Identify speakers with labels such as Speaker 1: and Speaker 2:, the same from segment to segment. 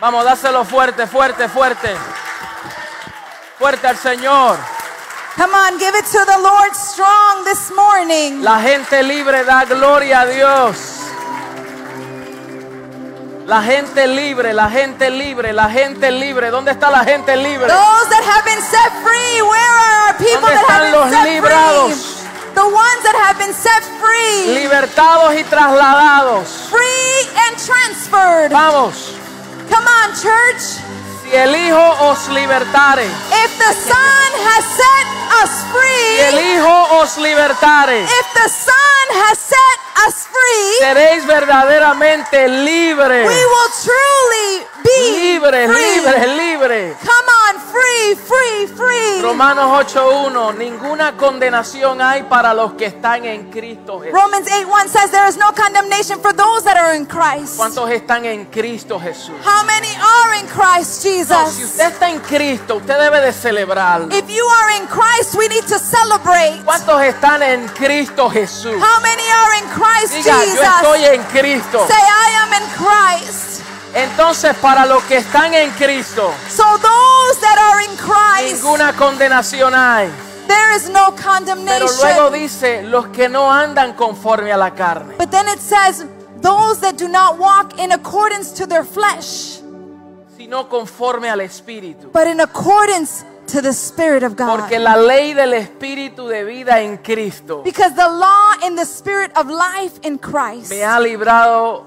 Speaker 1: Vamos, dáselo fuerte, fuerte, fuerte. Fuerte al Señor.
Speaker 2: Come on, give it to the Lord strong this morning.
Speaker 1: La gente libre da gloria a Dios. La gente libre, la gente libre, la gente libre. ¿Dónde está la gente libre?
Speaker 2: Those that have been set free, where are our people
Speaker 1: ¿Dónde
Speaker 2: that
Speaker 1: están
Speaker 2: have been
Speaker 1: los
Speaker 2: set
Speaker 1: librados?
Speaker 2: free? The ones that have been set free,
Speaker 1: Libertados y trasladados.
Speaker 2: free and transferred.
Speaker 1: Vamos.
Speaker 2: Come on, church.
Speaker 1: Si el Hijo os libertare,
Speaker 2: If the Son has set us
Speaker 1: si el
Speaker 2: free,
Speaker 1: Hijo os libertare,
Speaker 2: if the Son has set us free,
Speaker 1: seréis verdaderamente
Speaker 2: we
Speaker 1: libres.
Speaker 2: will truly be
Speaker 1: Libres,
Speaker 2: free.
Speaker 1: libres, libres.
Speaker 2: Come on, free, free, free.
Speaker 1: Romanos 8:1, ninguna condenación hay para los que están en Cristo Jesús.
Speaker 2: Romans 8 1 says there is no condemnation for those that are in Christ.
Speaker 1: ¿Cuántos están en Cristo Jesús?
Speaker 2: How many are in Christ
Speaker 1: No, si
Speaker 2: Jesus?
Speaker 1: usted está en Cristo, usted debe de celebrarlo.
Speaker 2: If you are in Christ, we need to celebrate.
Speaker 1: ¿Cuántos están en Cristo Jesús?
Speaker 2: How many are in Christ
Speaker 1: Diga, yo estoy
Speaker 2: Jesus?
Speaker 1: en Cristo.
Speaker 2: Say, I am in Christ.
Speaker 1: Entonces, para los que están en Cristo,
Speaker 2: So those that are in Christ,
Speaker 1: ninguna condenación hay.
Speaker 2: there is no
Speaker 1: Pero luego
Speaker 2: condemnation.
Speaker 1: dice, los que no andan conforme a la carne.
Speaker 2: But then it says, those that do not walk in accordance to their flesh,
Speaker 1: sino conforme al Espíritu.
Speaker 2: but in accordance to the Spirit of God.
Speaker 1: Porque la ley del Espíritu de vida en Cristo
Speaker 2: Because the law and the spirit of life in Christ
Speaker 1: me ha librado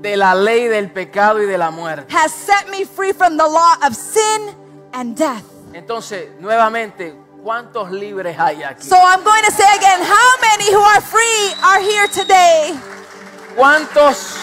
Speaker 1: de la ley del pecado y de la muerte.
Speaker 2: has set me free from the law of sin and death.
Speaker 1: Entonces, nuevamente, ¿cuántos libres hay aquí?
Speaker 2: So I'm going to say again how many who are free are here today?
Speaker 1: ¿Cuántos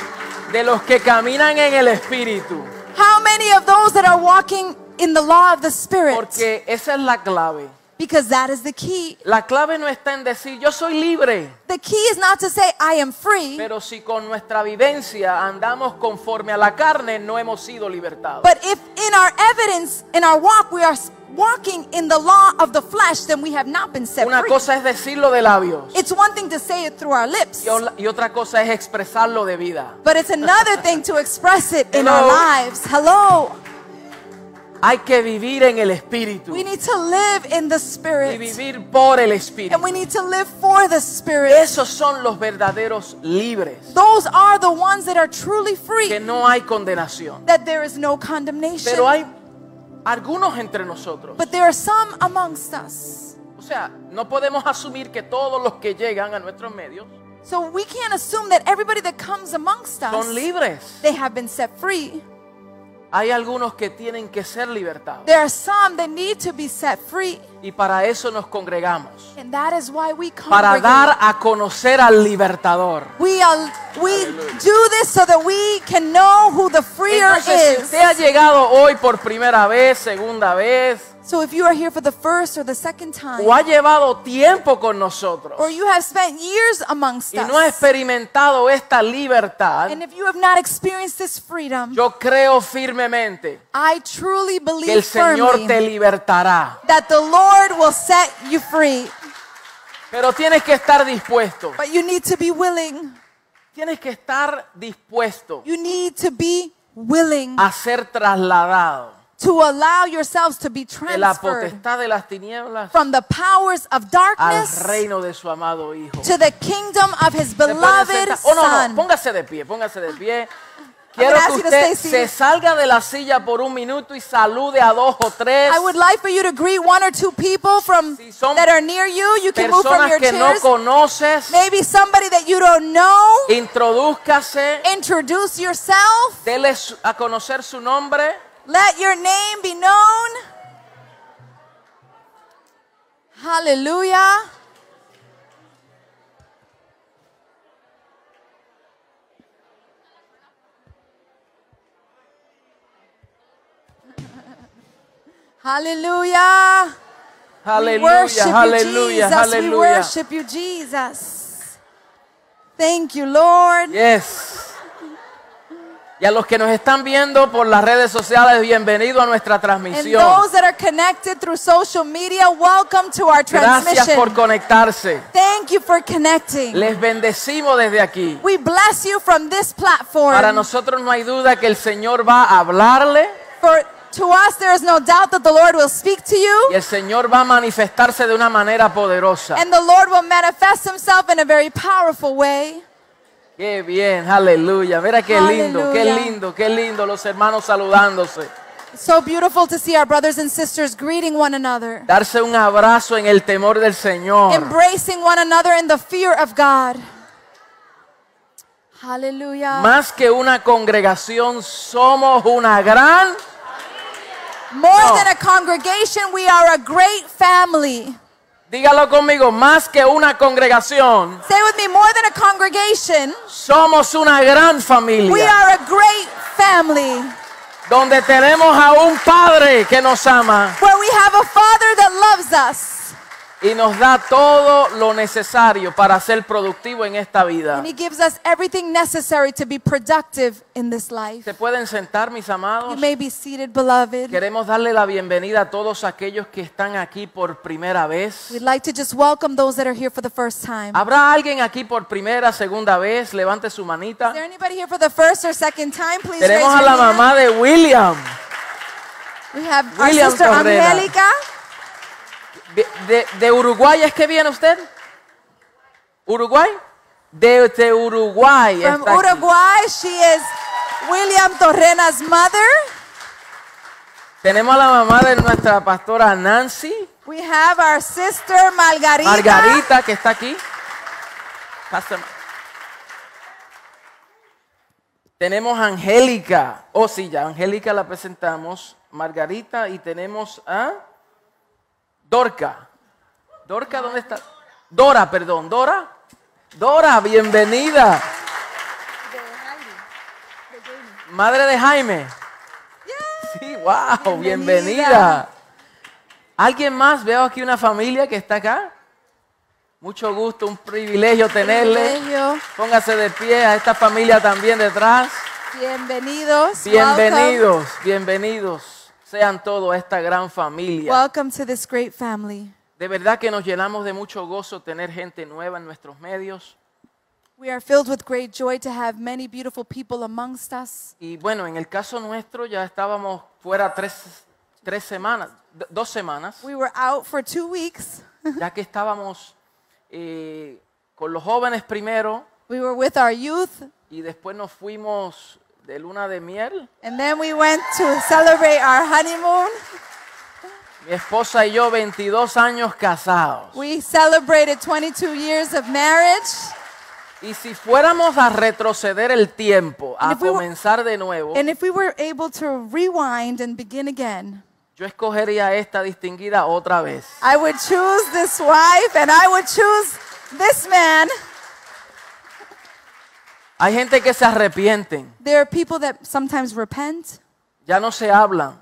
Speaker 1: de los que caminan en el Espíritu?
Speaker 2: How many of those that are walking in the law of the spirit?
Speaker 1: Porque esa es la clave.
Speaker 2: Because that is the key.
Speaker 1: La clave no está en decir yo soy libre,
Speaker 2: The key is not to say I am free,
Speaker 1: pero si con nuestra vivencia andamos conforme a la carne, no hemos sido libertados.
Speaker 2: but if in our evidence, in our walk, we are s- walking in the law of the flesh, then we have not been set
Speaker 1: Una
Speaker 2: free.
Speaker 1: cosa es decirlo de labios.
Speaker 2: It's one thing to say it through our lips.
Speaker 1: Y ola- Y otra cosa es expresarlo de vida.
Speaker 2: But it's another thing to express it in our
Speaker 1: Hello.
Speaker 2: lives. Hello.
Speaker 1: Hay que vivir en el Espíritu
Speaker 2: We need to live in the
Speaker 1: y
Speaker 2: Spirit.
Speaker 1: vivir por el
Speaker 2: And
Speaker 1: Espíritu.
Speaker 2: we need to live for the Spirit.
Speaker 1: Esos son los verdaderos libres,
Speaker 2: Those are the ones that are truly
Speaker 1: que
Speaker 2: free,
Speaker 1: no hay condenación.
Speaker 2: that there is no condemnation.
Speaker 1: Pero hay algunos entre nosotros.
Speaker 2: But there are some amongst us.
Speaker 1: O sea, no podemos asumir que todos los que llegan a nuestros medios
Speaker 2: So we can't assume that everybody that comes amongst
Speaker 1: son
Speaker 2: us,
Speaker 1: libres.
Speaker 2: they have been set free.
Speaker 1: Hay algunos que tienen que ser libertados.
Speaker 2: There are some that need to be set free.
Speaker 1: Y para eso nos congregamos.
Speaker 2: And that is why we come.
Speaker 1: Para dar a conocer al libertador.
Speaker 2: We are we do this so that we can know who the freer
Speaker 1: Entonces, si
Speaker 2: is.
Speaker 1: usted ha llegado hoy por primera vez, segunda vez,
Speaker 2: So if you are here for the first or the second time,
Speaker 1: o ha llevado tiempo con nosotros
Speaker 2: or you have spent years amongst
Speaker 1: y
Speaker 2: us,
Speaker 1: no ha experimentado esta libertad,
Speaker 2: and if you have not experienced this freedom,
Speaker 1: yo creo firmemente
Speaker 2: I truly
Speaker 1: que el
Speaker 2: believe
Speaker 1: Señor
Speaker 2: firmly
Speaker 1: te libertará.
Speaker 2: that the Lord will set you free.
Speaker 1: Pero tienes que estar dispuesto.
Speaker 2: But you need to be willing.
Speaker 1: Tienes que estar dispuesto
Speaker 2: You need to be willing
Speaker 1: a ser trasladado
Speaker 2: to allow yourselves to be
Speaker 1: de la
Speaker 2: transferred
Speaker 1: potestad de las tinieblas
Speaker 2: from the powers of
Speaker 1: al
Speaker 2: darkness
Speaker 1: reino de su amado Hijo.
Speaker 2: to the kingdom of His
Speaker 1: Se pueden sentar.
Speaker 2: beloved
Speaker 1: Oh, no, no,
Speaker 2: Son.
Speaker 1: póngase de pie, póngase de pie. Quiero
Speaker 2: ask
Speaker 1: que
Speaker 2: you to
Speaker 1: usted
Speaker 2: stay
Speaker 1: se
Speaker 2: seated.
Speaker 1: salga de la silla por un minuto y salude a dos o tres
Speaker 2: I would like for you to greet one or two people from
Speaker 1: Si son
Speaker 2: that are near you. You can move from
Speaker 1: personas
Speaker 2: your
Speaker 1: que no
Speaker 2: chairs.
Speaker 1: conoces.
Speaker 2: Maybe somebody that you don't know.
Speaker 1: Introdúzcase,
Speaker 2: Introduce yourself.
Speaker 1: dele su- a conocer su nombre.
Speaker 2: Let your name be known. Hallelujah. Hallelujah. We worship
Speaker 1: Aleluya,
Speaker 2: you,
Speaker 1: aleluya,
Speaker 2: Jesus. We
Speaker 1: aleluya.
Speaker 2: worship you, Jesus. Thank you, Lord.
Speaker 1: Yes. Y a los que nos están viendo por las redes sociales, bienvenido a nuestra
Speaker 2: And
Speaker 1: transmisión.
Speaker 2: those that are connected through social media, welcome to our
Speaker 1: Gracias por
Speaker 2: transmission.
Speaker 1: conectarse.
Speaker 2: Thank you for connecting.
Speaker 1: Les bendecimos desde aquí.
Speaker 2: We bless you from this
Speaker 1: Para
Speaker 2: platform.
Speaker 1: nosotros no hay duda que el Señor va a hablarle
Speaker 2: For to us, there is no doubt that the Lord will speak to
Speaker 1: y
Speaker 2: you,
Speaker 1: el Señor va a manifestarse de una manera poderosa.
Speaker 2: and the Lord will manifest Himself in a very powerful way.
Speaker 1: Qué bien, aleluya. Mira qué lindo, qué
Speaker 2: Aleluya.
Speaker 1: lindo, qué lindo los hermanos saludándose.
Speaker 2: It's so beautiful to see our brothers and sisters greeting one another,
Speaker 1: Darse un abrazo en el temor del Señor.
Speaker 2: embracing one another in the fear of God. Hallelujah.
Speaker 1: Más que una congregación, somos una gran
Speaker 2: More than a congregation, we are a great family.
Speaker 1: Dígalo conmigo, más que una congregación,
Speaker 2: Say with me, more than a congregation,
Speaker 1: somos una gran
Speaker 2: we
Speaker 1: familia
Speaker 2: are a great family
Speaker 1: donde tenemos a un Padre que nos ama
Speaker 2: where we have a Father that loves us
Speaker 1: y nos da todo lo necesario para ser productivo en esta vida.
Speaker 2: and He gives us everything necessary to be productive in this life.
Speaker 1: ¿Se pueden sentar, mis
Speaker 2: You
Speaker 1: amados?
Speaker 2: may be seated, beloved.
Speaker 1: Queremos darle la bienvenida a todos aquellos que están aquí por primera vez.
Speaker 2: We'd like to just welcome those that are here for the first time.
Speaker 1: ¿Habrá alguien aquí por primera, segunda vez? Levante su manita.
Speaker 2: Is there anybody here for the first or second time? Please raise
Speaker 1: Tenemos a la
Speaker 2: your hand.
Speaker 1: mamá de William.
Speaker 2: We have our
Speaker 1: William
Speaker 2: sister
Speaker 1: Cabrera.
Speaker 2: Angelica.
Speaker 1: De, de- de Uruguay es que viene usted? ¿Uruguay? De, de Uruguay.
Speaker 2: From
Speaker 1: está aquí.
Speaker 2: Pues Uruguay, she is William Torrena's mother.
Speaker 1: Tenemos a la mamá de nuestra pastora Nancy,
Speaker 2: We have our sister Margarita.
Speaker 1: Margarita, que está aquí. Pastor- Tenemos a Angélica. Oh, sí, ya, Angélica la presentamos. Margarita y tenemos a Dorca. Dorca, ¿dónde está? Dora, perdón, Dora. Dora, bienvenida. Madre de Jaime. Sí, wow, bienvenida.
Speaker 2: Bienvenida.
Speaker 1: ¿Alguien más? Veo aquí una familia que está acá. Mucho gusto, un privilegio tenerle.
Speaker 2: Privilegio.
Speaker 1: Póngase de pie a esta familia también detrás.
Speaker 2: Bienvenidos. Welcome.
Speaker 1: Bienvenidos, bienvenidos sean todos a esta gran familia.
Speaker 2: Welcome to this great family.
Speaker 1: De verdad que nos llenamos de mucho gozo tener gente nueva en nuestros medios.
Speaker 2: We are filled with great joy to have many beautiful people amongst us.
Speaker 1: Y bueno, en el caso nuestro ya estábamos fuera tres, tres semanas, d- dos semanas,
Speaker 2: We were out for two weeks.
Speaker 1: ya que estábamos eh, con los jóvenes primero
Speaker 2: We were with our youth,
Speaker 1: y después nos fuimos de luna de miel.
Speaker 2: and then we went to celebrate our honeymoon.
Speaker 1: Mi esposa y yo 22 años casados.
Speaker 2: We celebrated 22 years of marriage.
Speaker 1: Y si fuéramos a retroceder el tiempo, a
Speaker 2: And if we were-
Speaker 1: comenzar de nuevo,
Speaker 2: And if we were able to rewind and begin again,
Speaker 1: Yo escogería esta distinguida otra vez.
Speaker 2: I would choose this wife and I would choose this man.
Speaker 1: Hay gente que se arrepienten,
Speaker 2: There are people that sometimes repent.
Speaker 1: ya no se hablan,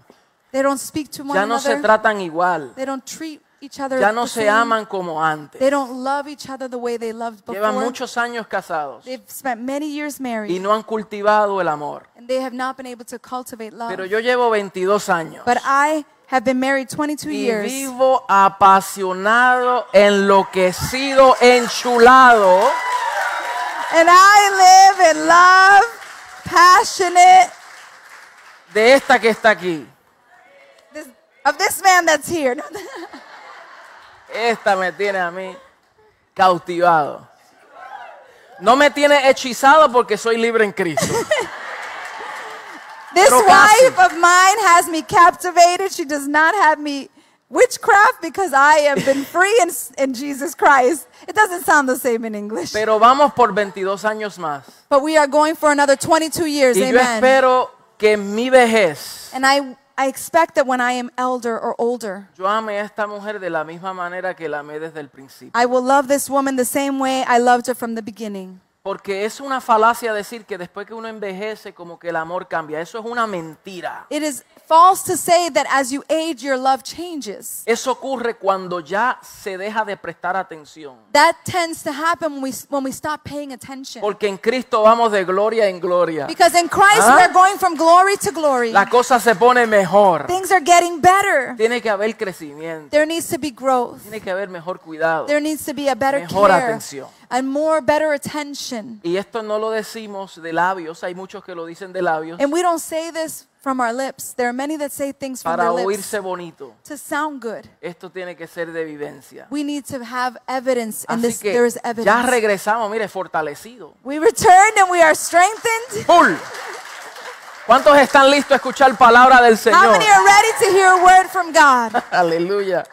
Speaker 2: They don't speak to one
Speaker 1: ya no se
Speaker 2: another.
Speaker 1: tratan igual,
Speaker 2: They don't treat each other
Speaker 1: ya no
Speaker 2: the
Speaker 1: se
Speaker 2: same.
Speaker 1: aman como antes.
Speaker 2: They don't love each other the way they loved
Speaker 1: Llevan
Speaker 2: before.
Speaker 1: muchos años casados
Speaker 2: They've spent many years
Speaker 1: y
Speaker 2: married
Speaker 1: no han cultivado el amor.
Speaker 2: and they have not been able to cultivate love.
Speaker 1: Pero yo llevo 22 años
Speaker 2: But I have been married 22
Speaker 1: y
Speaker 2: years.
Speaker 1: vivo apasionado, enloquecido, enchulado
Speaker 2: And I live in love, passionate
Speaker 1: de esta que está aquí.
Speaker 2: this, of this man that's here.
Speaker 1: Esta me tiene a mí cautivado. No me tiene hechizado porque soy libre en Cristo.
Speaker 2: this
Speaker 1: Pero casi.
Speaker 2: wife of mine has me captivated. She does not have me witchcraft because I have been free in, in Jesus Christ. It doesn't sound the same in English.
Speaker 1: Pero vamos por 22 años más.
Speaker 2: But we are going for another 22 years.
Speaker 1: Y yo
Speaker 2: Amen.
Speaker 1: espero que en mi vejez
Speaker 2: And I, I expect that when I am elder or older,
Speaker 1: yo ame a esta mujer de la misma manera que la amé desde el principio.
Speaker 2: I will love this woman the same way I loved her from the beginning.
Speaker 1: Porque es una falacia decir que después que uno envejece como que el amor cambia. Eso es una mentira.
Speaker 2: It is false to say that as you age, your love changes.
Speaker 1: Eso ocurre cuando ya se deja de prestar atención.
Speaker 2: That tends to happen when we, when we stop paying attention.
Speaker 1: Porque en Cristo vamos de gloria en gloria.
Speaker 2: Because in Christ,
Speaker 1: Huh?
Speaker 2: we're going from glory to glory.
Speaker 1: La cosa se pone mejor.
Speaker 2: Things are getting better.
Speaker 1: Tiene que haber crecimiento.
Speaker 2: There needs to be growth.
Speaker 1: Tiene que haber mejor cuidado.
Speaker 2: There needs to be a better
Speaker 1: Mejor
Speaker 2: care
Speaker 1: atención.
Speaker 2: and more better attention.
Speaker 1: Y esto no lo decimos de labios. Hay muchos que lo dicen de labios
Speaker 2: And we don't say this from our lips. There are many that say things from
Speaker 1: para
Speaker 2: their lips
Speaker 1: oírse bonito.
Speaker 2: to sound good.
Speaker 1: Esto tiene que ser de vivencia.
Speaker 2: We need to have evidence, and
Speaker 1: Así
Speaker 2: this
Speaker 1: que
Speaker 2: there is
Speaker 1: ya
Speaker 2: evidence.
Speaker 1: regresamos, mire, fortalecido.
Speaker 2: We returned and we are strengthened.
Speaker 1: ¡Full! ¿Cuántos están listos a escuchar palabra del
Speaker 2: How
Speaker 1: Señor? Eh.
Speaker 2: many are ready to hear a word from God?
Speaker 1: Aleluya.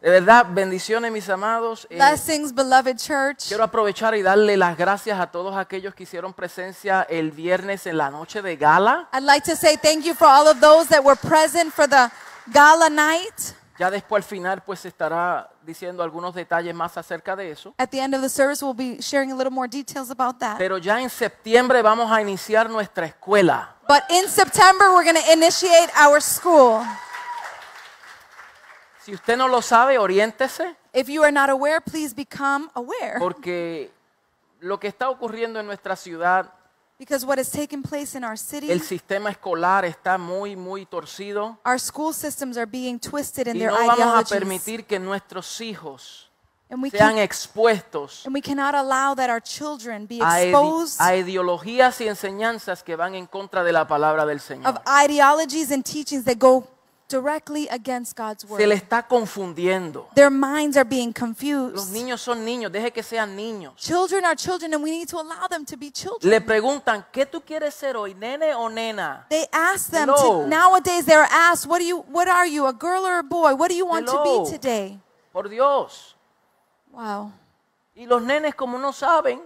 Speaker 1: De verdad, bendiciones, mis amados. Eh,
Speaker 2: Blessings, beloved church.
Speaker 1: quiero aprovechar y darle las gracias a todos aquellos que hicieron presencia el viernes en la noche de gala.
Speaker 2: I'd like to say thank you for all of those that were present for the gala night.
Speaker 1: Ya después al final pues se estará diciendo algunos detalles más acerca de eso.
Speaker 2: At the end of the service, we'll be sharing a little more details about that.
Speaker 1: Pero ya en septiembre vamos a iniciar nuestra escuela.
Speaker 2: But in September, we're going to initiate our school.
Speaker 1: Si usted no lo sabe, oriéntese
Speaker 2: If you are not aware, please become aware
Speaker 1: porque lo que está ocurriendo en nuestra ciudad,
Speaker 2: because what is taking place in our city,
Speaker 1: el sistema escolar está muy, muy torcido
Speaker 2: our school systems are being twisted in
Speaker 1: y
Speaker 2: their
Speaker 1: no vamos a
Speaker 2: ideologies.
Speaker 1: permitir que nuestros hijos
Speaker 2: And we,
Speaker 1: sean
Speaker 2: can,
Speaker 1: expuestos
Speaker 2: and we cannot allow that our children be
Speaker 1: a, ide-
Speaker 2: exposed
Speaker 1: a ideologías y enseñanzas que van en contra de la palabra del
Speaker 2: of
Speaker 1: Señor.
Speaker 2: ideologies and teachings that go directly against God's
Speaker 1: Se le
Speaker 2: word.
Speaker 1: está confundiendo.
Speaker 2: Their minds are being
Speaker 1: Los
Speaker 2: confused.
Speaker 1: niños son niños, deje que sean niños.
Speaker 2: Children are children, and we need to allow them to be children.
Speaker 1: Le preguntan, ¿qué tú quieres ser hoy, nene o nena?
Speaker 2: They ask them
Speaker 1: Hello.
Speaker 2: to nowadays they're asked, what do you what are you, a girl or a boy? What do you want
Speaker 1: Hello.
Speaker 2: to be today?
Speaker 1: Por Dios.
Speaker 2: Wow.
Speaker 1: Y los nenes, como no saben,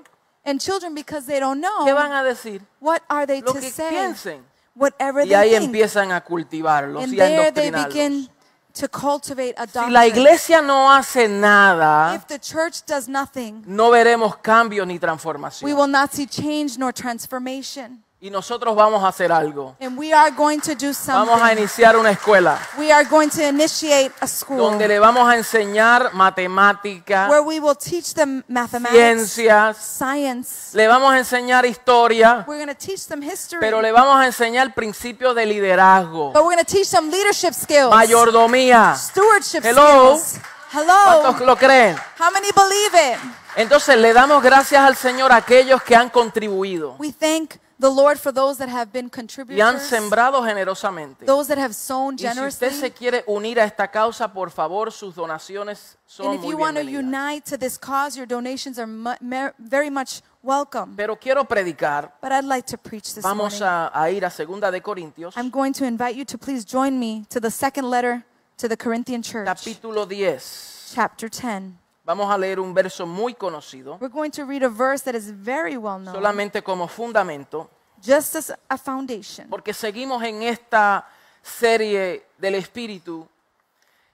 Speaker 2: And children because they don't
Speaker 1: ¿qué
Speaker 2: know
Speaker 1: van a decir?
Speaker 2: what are they
Speaker 1: Lo
Speaker 2: to
Speaker 1: que
Speaker 2: say?
Speaker 1: piensen.
Speaker 2: Whatever
Speaker 1: Y
Speaker 2: they
Speaker 1: ahí
Speaker 2: think.
Speaker 1: empiezan a cultivarlos
Speaker 2: And
Speaker 1: y a
Speaker 2: there they begin
Speaker 1: indoctrinarlos.
Speaker 2: to cultivate a
Speaker 1: Si la
Speaker 2: doctrine.
Speaker 1: iglesia no hace nada,
Speaker 2: If the church does nothing,
Speaker 1: no veremos cambios ni
Speaker 2: we
Speaker 1: transformación.
Speaker 2: will not see change nor transformation.
Speaker 1: Y nosotros vamos a hacer algo.
Speaker 2: And we are going to do
Speaker 1: Vamos a
Speaker 2: something.
Speaker 1: iniciar una escuela
Speaker 2: We are going to initiate a school
Speaker 1: donde le vamos a enseñar matemática,
Speaker 2: where we will teach them mathematics,
Speaker 1: ciencias,
Speaker 2: science.
Speaker 1: le vamos a enseñar historia,
Speaker 2: We're going to teach them history,
Speaker 1: Pero le vamos a enseñar principios de liderazgo,
Speaker 2: but we're going to teach them leadership skills,
Speaker 1: mayordomía.
Speaker 2: stewardship
Speaker 1: Hello?
Speaker 2: skills. Hello.
Speaker 1: ¿Cuántos lo creen?
Speaker 2: How many believe it?
Speaker 1: Entonces le damos gracias al Señor a aquellos que han contribuido
Speaker 2: We thank the Lord for those that have been
Speaker 1: y han
Speaker 2: contributors,
Speaker 1: sembrado generosamente.
Speaker 2: those that have sown
Speaker 1: Y si
Speaker 2: generously.
Speaker 1: usted se quiere unir a esta causa, por favor, sus donaciones
Speaker 2: and
Speaker 1: son
Speaker 2: if
Speaker 1: muy
Speaker 2: you want to
Speaker 1: bienvenidas.
Speaker 2: unite to this cause, your donations are mu- mer- very much welcome.
Speaker 1: Pero quiero predicar.
Speaker 2: But I'd like to preach this
Speaker 1: Vamos
Speaker 2: morning.
Speaker 1: a, a ir a Segunda de Corintios,
Speaker 2: I'm going to invite you to please join me to the second letter to the Corinthian church,
Speaker 1: capítulo 10.
Speaker 2: chapter 10.
Speaker 1: Vamos a leer un verso muy conocido,
Speaker 2: We're going to read a verse that is very well known,
Speaker 1: solamente como fundamento.
Speaker 2: just as a foundation.
Speaker 1: porque seguimos en esta serie del Espíritu,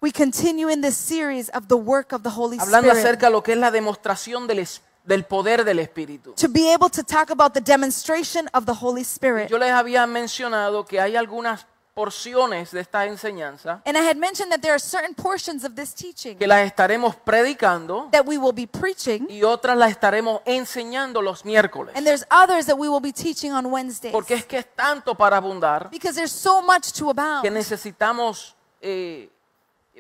Speaker 2: We continue in this series of the work of the Holy
Speaker 1: hablando
Speaker 2: Spirit
Speaker 1: acerca de lo que es la demostración del, es- del poder del Espíritu.
Speaker 2: to be able to talk about the demonstration of the Holy Spirit.
Speaker 1: Yo les había mencionado que hay algunas porciones de esta enseñanza
Speaker 2: And I had mentioned that there are certain portions of this teaching
Speaker 1: que las estaremos predicando
Speaker 2: that we will be preaching,
Speaker 1: y otras las estaremos enseñando los miércoles,
Speaker 2: and there's others that we will be teaching on Wednesdays.
Speaker 1: porque es que es tanto para abundar
Speaker 2: Because there's so much to
Speaker 1: que
Speaker 2: abound.
Speaker 1: necesitamos eh,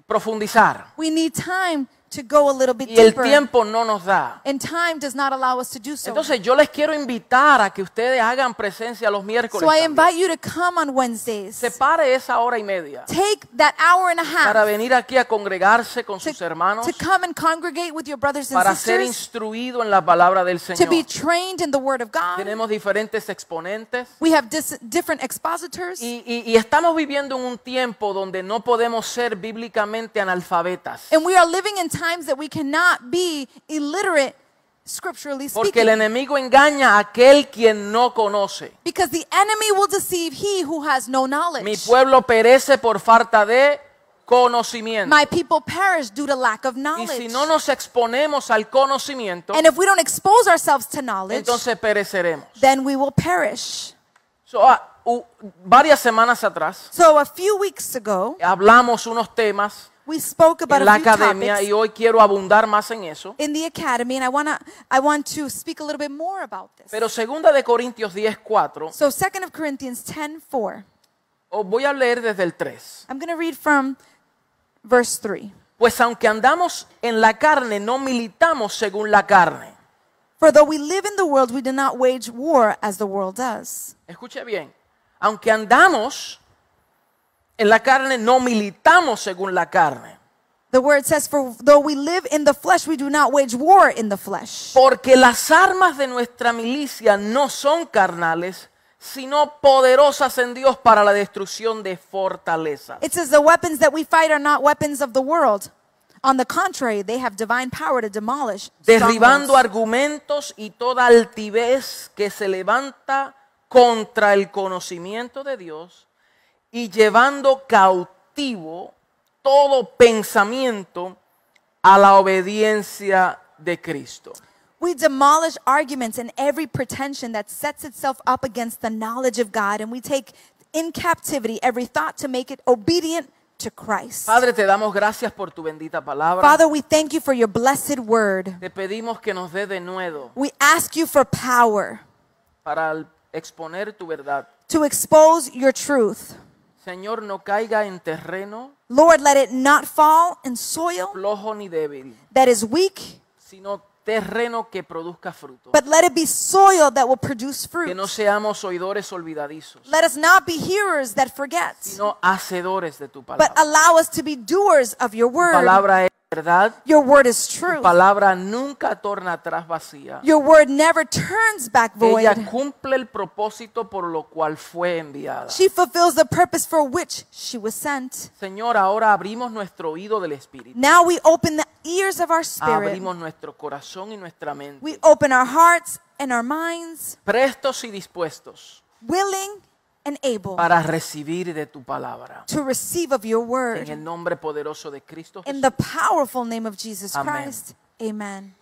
Speaker 1: profundizar
Speaker 2: We need time to go a little bit
Speaker 1: y el
Speaker 2: deeper.
Speaker 1: tiempo no nos da.
Speaker 2: And time does not allow us to do so.
Speaker 1: Entonces yo les quiero invitar a que ustedes hagan presencia los miércoles.
Speaker 2: So I
Speaker 1: también.
Speaker 2: invite you to come on Wednesdays.
Speaker 1: Separe esa hora y media
Speaker 2: Take that hour and a
Speaker 1: para
Speaker 2: half
Speaker 1: venir aquí a congregarse con sus hermanos,
Speaker 2: to come and congregate with your brothers and
Speaker 1: para ser
Speaker 2: sisters,
Speaker 1: instruido en la palabra del
Speaker 2: to be
Speaker 1: Señor.
Speaker 2: trained in the Word of God.
Speaker 1: Tenemos diferentes exponentes
Speaker 2: We have dis- different expositors.
Speaker 1: y, y- y estamos viviendo en un tiempo donde no podemos ser bíblicamente analfabetas,
Speaker 2: And we are living in times that we cannot be illiterate, scripturally
Speaker 1: porque el
Speaker 2: speaking.
Speaker 1: enemigo engaña a aquel quien no conoce.
Speaker 2: Because the enemy will deceive he who has no
Speaker 1: Mi
Speaker 2: knowledge.
Speaker 1: pueblo perece por falta de conocimiento.
Speaker 2: My people perish due to lack of
Speaker 1: Y
Speaker 2: knowledge.
Speaker 1: si no nos exponemos al conocimiento,
Speaker 2: and if we don't expose ourselves to knowledge,
Speaker 1: entonces pereceremos.
Speaker 2: then we will perish.
Speaker 1: So, ah, u- varias semanas atrás
Speaker 2: So a few weeks ago,
Speaker 1: hablamos unos temas
Speaker 2: we spoke about
Speaker 1: en la
Speaker 2: a few
Speaker 1: academia
Speaker 2: topics
Speaker 1: y hoy quiero abundar más en eso.
Speaker 2: in the academy, and I wanna I want to speak a little bit more about this.
Speaker 1: Pero segunda de Corintios 10:4,
Speaker 2: so 2nd of Corinthians 10:4.
Speaker 1: os voy a leer desde el 3.
Speaker 2: I'm going to read from verse 3.
Speaker 1: Pues aunque andamos en la carne, no militamos según la carne.
Speaker 2: For though we live in the world, we do not wage war as the world does.
Speaker 1: Escuche bien. Aunque andamos en la carne, no militamos según la carne.
Speaker 2: The word says, For though we live in the flesh, we do not wage war in the flesh.
Speaker 1: Porque las armas de nuestra milicia no son carnales, sino poderosas en Dios para la destrucción de fortalezas.
Speaker 2: It says, The weapons that we fight are not weapons of the world. On the contrary, they have divine power to demolish.
Speaker 1: Derribando
Speaker 2: strongholds,
Speaker 1: argumentos y toda altivez que se levanta contra el conocimiento de Dios y llevando cautivo todo pensamiento a la obediencia de Cristo.
Speaker 2: We demolish arguments and every pretension that sets itself up against the knowledge of God, and we take in captivity every thought to make it obedient to Christ.
Speaker 1: Padre, te damos gracias por tu bendita palabra.
Speaker 2: Father, we thank you for your blessed word.
Speaker 1: Te pedimos que nos dé de nuevo
Speaker 2: We ask you for power
Speaker 1: para al- exponer tu verdad.
Speaker 2: to expose your truth.
Speaker 1: Señor, no caiga en terreno
Speaker 2: Lord, let it not fall in soil
Speaker 1: flojo ni débil,
Speaker 2: that is weak,
Speaker 1: sino terreno que produzca fruto.
Speaker 2: but let it be soil that will produce
Speaker 1: Que
Speaker 2: fruit.
Speaker 1: no seamos oidores olvidadizos,
Speaker 2: Let us not be hearers that forget,
Speaker 1: sino hacedores de tu
Speaker 2: but
Speaker 1: palabra.
Speaker 2: allow us to be doers of your
Speaker 1: Tu
Speaker 2: word.
Speaker 1: palabra es verdad,
Speaker 2: Your word is
Speaker 1: tu
Speaker 2: truth.
Speaker 1: palabra nunca torna atrás vacía.
Speaker 2: Your word never turns back
Speaker 1: Ella
Speaker 2: void.
Speaker 1: cumple el propósito por lo cual fue enviada.
Speaker 2: She fulfills the purpose for which she was sent.
Speaker 1: Señor, ahora abrimos nuestro oído del Espíritu,
Speaker 2: Now we open the ears of our spirit.
Speaker 1: abrimos nuestro corazón y nuestra mente,
Speaker 2: We open our hearts and our minds,
Speaker 1: prestos y dispuestos
Speaker 2: willing and able.
Speaker 1: para recibir de tu palabra.
Speaker 2: to receive of your
Speaker 1: En
Speaker 2: word
Speaker 1: el nombre poderoso de Cristo
Speaker 2: in
Speaker 1: Jesús.
Speaker 2: the powerful name of Jesus
Speaker 1: Amen.
Speaker 2: Christ. Amen.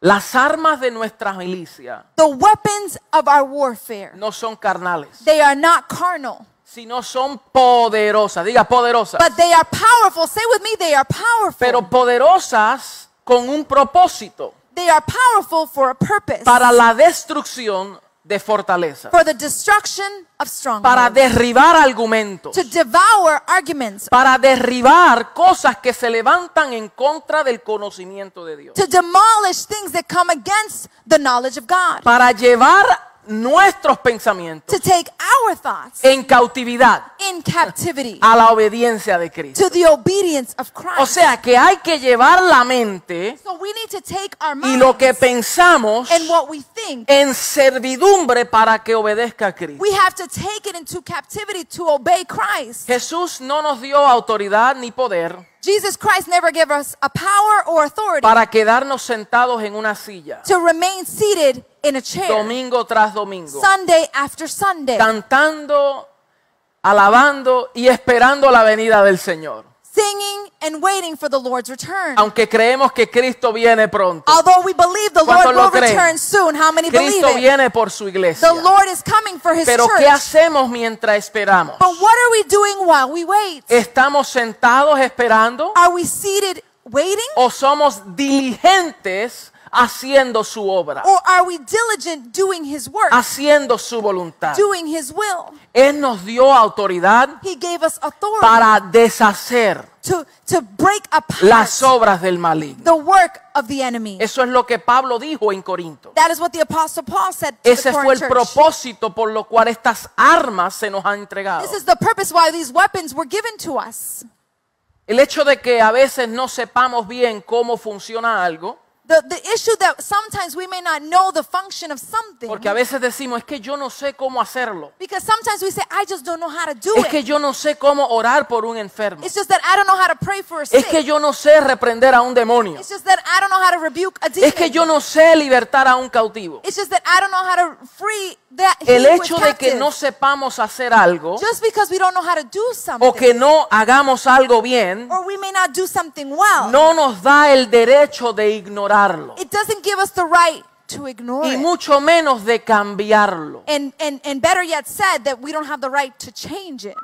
Speaker 1: Las armas de nuestra milicia
Speaker 2: The weapons of our warfare,
Speaker 1: no son carnales,
Speaker 2: they are not carnal,
Speaker 1: sino son poderosas. Diga poderosas.
Speaker 2: but they are powerful. Say with me, they are
Speaker 1: Pero
Speaker 2: powerful.
Speaker 1: poderosas con un propósito
Speaker 2: They are powerful for a purpose,
Speaker 1: para la destrucción de fortalezas,
Speaker 2: for the destruction of
Speaker 1: para
Speaker 2: strongholds,
Speaker 1: derribar argumentos,
Speaker 2: to devour arguments,
Speaker 1: para derribar cosas que se levantan en contra del conocimiento de Dios,
Speaker 2: to demolish things that come against the knowledge of God,
Speaker 1: para llevar nuestros pensamientos
Speaker 2: to take our thoughts
Speaker 1: en cautividad
Speaker 2: in captivity
Speaker 1: a la obediencia de Cristo.
Speaker 2: to the obedience of
Speaker 1: O
Speaker 2: Christ.
Speaker 1: sea que hay que llevar la mente
Speaker 2: So we need to take our
Speaker 1: y lo que
Speaker 2: minds
Speaker 1: pensamos
Speaker 2: and what we think.
Speaker 1: en servidumbre para que obedezca a Cristo.
Speaker 2: We have to take it into captivity to obey Christ.
Speaker 1: Jesús no nos dio autoridad ni poder
Speaker 2: Jesus Christ never gave us a power or authority
Speaker 1: para quedarnos sentados en una silla
Speaker 2: to remain seated in a chair
Speaker 1: domingo tras domingo,
Speaker 2: Sunday after Sunday,
Speaker 1: cantando, alabando y esperando la venida del Señor.
Speaker 2: singing and waiting for the Lord's return.
Speaker 1: Aunque creemos que Cristo viene pronto,
Speaker 2: Although we believe the
Speaker 1: ¿Cuántos
Speaker 2: Lord
Speaker 1: lo
Speaker 2: will
Speaker 1: creen?
Speaker 2: return soon, how many believe
Speaker 1: Cristo
Speaker 2: it?
Speaker 1: viene por su iglesia.
Speaker 2: The Lord is coming for his
Speaker 1: Pero ¿qué
Speaker 2: church.
Speaker 1: hacemos mientras esperamos?
Speaker 2: But what are we doing while we wait?
Speaker 1: Eh. ¿Estamos sentados esperando
Speaker 2: Are we seated waiting?
Speaker 1: o somos diligentes haciendo su obra,
Speaker 2: Or are we diligent doing his work,
Speaker 1: Ah. haciendo su voluntad?
Speaker 2: doing his will?
Speaker 1: Él nos dio autoridad
Speaker 2: He gave us authority.
Speaker 1: para deshacer
Speaker 2: to, to break apart
Speaker 1: las obras del maligno.
Speaker 2: the work of the enemy.
Speaker 1: Eso es lo que Pablo dijo en Corinto.
Speaker 2: That is what the Apostle Paul said to the
Speaker 1: Ese fue
Speaker 2: Corinth
Speaker 1: el
Speaker 2: church.
Speaker 1: propósito por lo cual estas armas se nos han entregado.
Speaker 2: This is the purpose why these weapons were given to us.
Speaker 1: El hecho de que a veces no sepamos bien cómo funciona algo,
Speaker 2: The- The, the issue that sometimes we may not know the function of something.
Speaker 1: Porque a veces decimos, es que yo no sé cómo hacerlo.
Speaker 2: Because sometimes we say, I just don't know how to do
Speaker 1: Es
Speaker 2: it.
Speaker 1: que yo no sé cómo orar por un enfermo.
Speaker 2: It's just that I don't know how to pray for a sick.
Speaker 1: Es que yo no sé reprender a un demonio.
Speaker 2: It's just that I don't know how to rebuke a demon.
Speaker 1: Es que yo no sé libertar a un cautivo.
Speaker 2: It's just that I don't know how to free that he
Speaker 1: El
Speaker 2: was
Speaker 1: hecho de que
Speaker 2: captive.
Speaker 1: no sepamos hacer algo
Speaker 2: Just because we don't know how to do
Speaker 1: o
Speaker 2: something
Speaker 1: que no hagamos algo bien
Speaker 2: or we may not do something well,
Speaker 1: no nos da el derecho de ignorarlo
Speaker 2: it doesn't give us the right to ignore
Speaker 1: y
Speaker 2: it.
Speaker 1: mucho menos de cambiarlo.
Speaker 2: And, and, and better yet said, that we don't have the right to change it.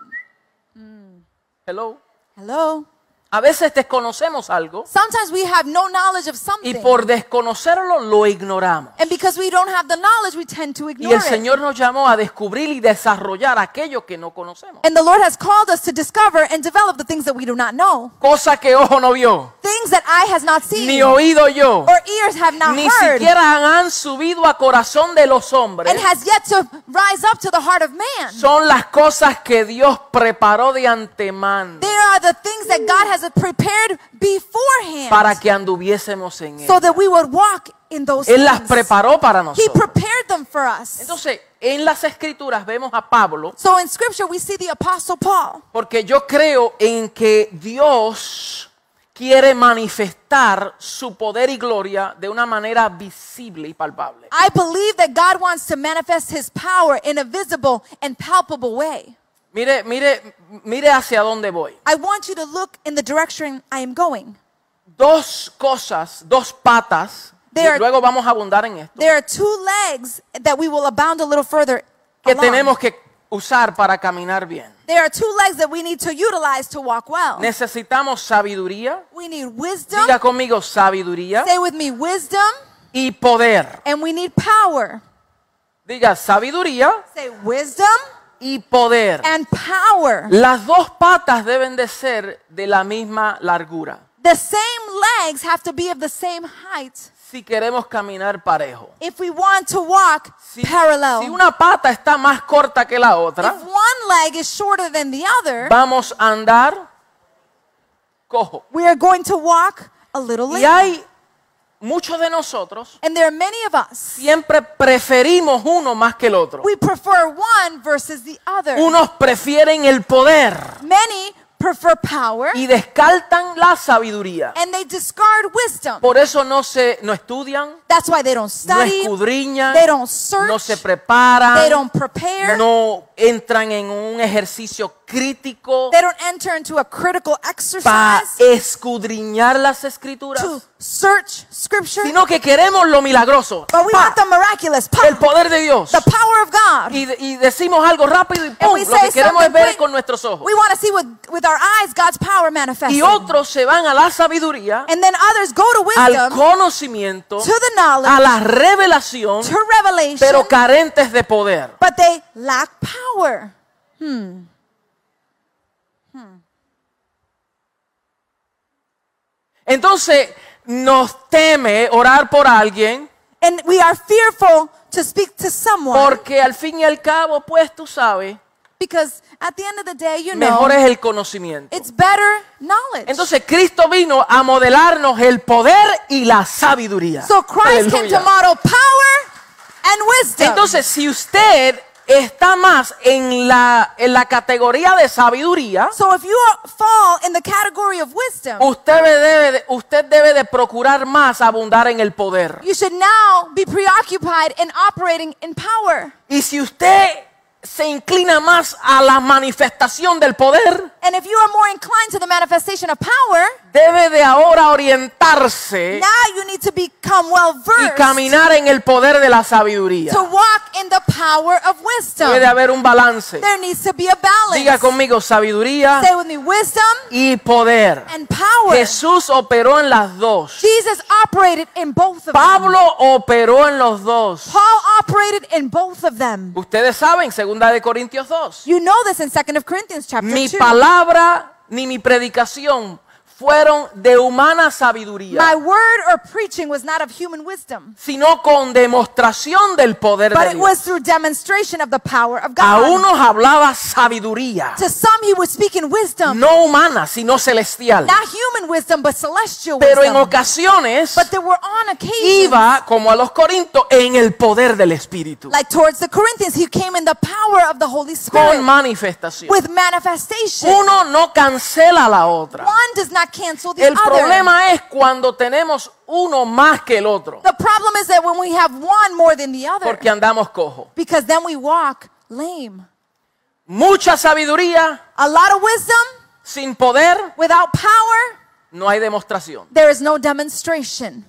Speaker 1: Hello.
Speaker 2: Hello?
Speaker 1: A veces desconocemos algo
Speaker 2: Sometimes we have no knowledge of
Speaker 1: y
Speaker 2: something.
Speaker 1: por desconocerlo lo ignoramos.
Speaker 2: and because we don't have the knowledge, we tend to
Speaker 1: Y
Speaker 2: ignore
Speaker 1: el
Speaker 2: it.
Speaker 1: Señor nos llamó a descubrir y desarrollar aquello que no conocemos.
Speaker 2: And the Lord has called us to discover and develop the things that we do not know.
Speaker 1: Cosa que ojo no vio,
Speaker 2: Things that eye has not seen
Speaker 1: ni oído yo,
Speaker 2: or ears have not
Speaker 1: ni
Speaker 2: heard
Speaker 1: siquiera han subido a corazón de los hombres.
Speaker 2: and has yet to rise up to the heart of man.
Speaker 1: Son las cosas que Dios preparó de antemano
Speaker 2: They are the things that God has prepared beforehand
Speaker 1: para que anduviésemos en
Speaker 2: so
Speaker 1: Él.
Speaker 2: that we would walk in those
Speaker 1: Él las
Speaker 2: things.
Speaker 1: preparó para
Speaker 2: He
Speaker 1: nosotros.
Speaker 2: prepared them for us.
Speaker 1: Entonces, en las escrituras vemos a Pablo,
Speaker 2: so in scripture we see the apostle Paul
Speaker 1: porque yo creo en que Dios quiere manifestar su poder y gloria de una manera visible y palpable.
Speaker 2: I believe that God wants to manifest his power in a visible and palpable way.
Speaker 1: Mire, mire, mire hacia dónde voy.
Speaker 2: I want you to look in the direction I am going.
Speaker 1: Dos cosas, dos patas, y
Speaker 2: There-
Speaker 1: luego vamos a abundar en esto,
Speaker 2: There are two legs that we will abound a little further.
Speaker 1: que
Speaker 2: along.
Speaker 1: tenemos que usar para caminar bien.
Speaker 2: There are two legs that we need to utilize to walk well.
Speaker 1: Necesitamos sabiduría,
Speaker 2: We need wisdom.
Speaker 1: diga conmigo sabiduría
Speaker 2: Say with me, wisdom,
Speaker 1: y poder.
Speaker 2: and we need power.
Speaker 1: Diga sabiduría
Speaker 2: Say wisdom
Speaker 1: y poder.
Speaker 2: and power.
Speaker 1: Las dos patas deben de ser de la misma largura
Speaker 2: The same legs have to be of the same height
Speaker 1: si queremos caminar parejo.
Speaker 2: if we want to walk
Speaker 1: Si,
Speaker 2: parallel.
Speaker 1: si una pata está más corta que la otra,
Speaker 2: if one leg is shorter than the other,
Speaker 1: vamos a andar cojo.
Speaker 2: we are going to walk a little
Speaker 1: Y
Speaker 2: late.
Speaker 1: hay muchos de nosotros
Speaker 2: And there are many of us.
Speaker 1: siempre preferimos uno más que el otro.
Speaker 2: We prefer one versus the other.
Speaker 1: Unos prefieren el poder
Speaker 2: Many prefer power
Speaker 1: y descartan la sabiduría.
Speaker 2: and they discard wisdom.
Speaker 1: Por eso no se no estudian,
Speaker 2: That's why they don't
Speaker 1: no
Speaker 2: study,
Speaker 1: escudriñan,
Speaker 2: they don't search,
Speaker 1: no se preparan,
Speaker 2: they don't prepare,
Speaker 1: no entran en un ejercicio crítico
Speaker 2: they don't enter into a critical
Speaker 1: para
Speaker 2: exercise
Speaker 1: escudriñar las escrituras,
Speaker 2: to search scripture.
Speaker 1: sino que queremos lo milagroso,
Speaker 2: But we
Speaker 1: pa,
Speaker 2: want the miraculous, pa-
Speaker 1: el poder de Dios.
Speaker 2: the power of God.
Speaker 1: Y, de- y decimos algo rápido y
Speaker 2: And
Speaker 1: ¡pum!
Speaker 2: we
Speaker 1: lo que
Speaker 2: say
Speaker 1: queremos es
Speaker 2: something
Speaker 1: ver
Speaker 2: quick.
Speaker 1: con nuestros ojos.
Speaker 2: We want to see with, with our eyes God's power manifested.
Speaker 1: Y otros se van a la sabiduría,
Speaker 2: And then others go to
Speaker 1: al
Speaker 2: wisdom,
Speaker 1: conocimiento,
Speaker 2: to the knowledge,
Speaker 1: a la revelación,
Speaker 2: to revelation,
Speaker 1: pero carentes de poder.
Speaker 2: but they lack power.
Speaker 1: Entonces, nos teme orar por alguien
Speaker 2: And we are fearful to speak to someone
Speaker 1: porque al fin y al cabo, pues tú sabes,
Speaker 2: because at the end of the day, you know,
Speaker 1: mejor es el conocimiento.
Speaker 2: it's better knowledge.
Speaker 1: Entonces Cristo vino a modelarnos el poder y la sabiduría.
Speaker 2: so Christ came
Speaker 1: Aleluya.
Speaker 2: to model power and wisdom.
Speaker 1: Entonces, si usted está más en la, en la categoría de sabiduría,
Speaker 2: so if you are- fall in the category of wisdom,
Speaker 1: usted me debe, de- usted debe de procurar más abundar en el poder.
Speaker 2: you should now be preoccupied in operating in power.
Speaker 1: Y si usted se inclina más a la manifestación del poder,
Speaker 2: And if you are more inclined to the manifestation of power,
Speaker 1: debe de ahora orientarse
Speaker 2: now you need to become well
Speaker 1: Eh. y
Speaker 2: versed
Speaker 1: caminar en el poder de la sabiduría.
Speaker 2: to walk in the power
Speaker 1: Debe
Speaker 2: of
Speaker 1: de
Speaker 2: wisdom.
Speaker 1: haber un balance.
Speaker 2: There needs to be a balance.
Speaker 1: Diga conmigo sabiduría
Speaker 2: Say with me, wisdom
Speaker 1: y poder.
Speaker 2: and power.
Speaker 1: Jesús operó en las dos.
Speaker 2: Jesus operated in both of them.
Speaker 1: Pablo operó en los dos.
Speaker 2: Paul operated in both of them.
Speaker 1: Ustedes saben, segunda de Corintios 2.
Speaker 2: You know this in 2nd of Corinthians chapter
Speaker 1: Mi
Speaker 2: 2.
Speaker 1: palabra ni mi predicación fueron de humana sabiduría,
Speaker 2: My word or preaching was not of human wisdom,
Speaker 1: sino con demostración del poder
Speaker 2: but
Speaker 1: de
Speaker 2: it
Speaker 1: Dios.
Speaker 2: was through demonstration of the power of
Speaker 1: A
Speaker 2: God.
Speaker 1: unos hablaba sabiduría,
Speaker 2: To some, he was speaking wisdom,
Speaker 1: no humana, sino celestial.
Speaker 2: not human wisdom, but celestial
Speaker 1: Pero en
Speaker 2: wisdom.
Speaker 1: ocasiones
Speaker 2: But there were on occasion,
Speaker 1: iba, como a los corintios, en el poder del Espíritu,
Speaker 2: like towards the Corinthians, he came in the power of the Holy
Speaker 1: con
Speaker 2: Spirit
Speaker 1: manifestación.
Speaker 2: with manifestation.
Speaker 1: Uno no cancela a la otra.
Speaker 2: One does not cancel the
Speaker 1: El
Speaker 2: other.
Speaker 1: problema es cuando tenemos uno más que el otro,
Speaker 2: The problem is that when we have one more than the other,
Speaker 1: porque andamos cojo.
Speaker 2: because then we walk lame.
Speaker 1: Mucha sabiduría
Speaker 2: A lot of wisdom
Speaker 1: sin poder,
Speaker 2: without power,
Speaker 1: no hay demostración.
Speaker 2: there is no demonstration.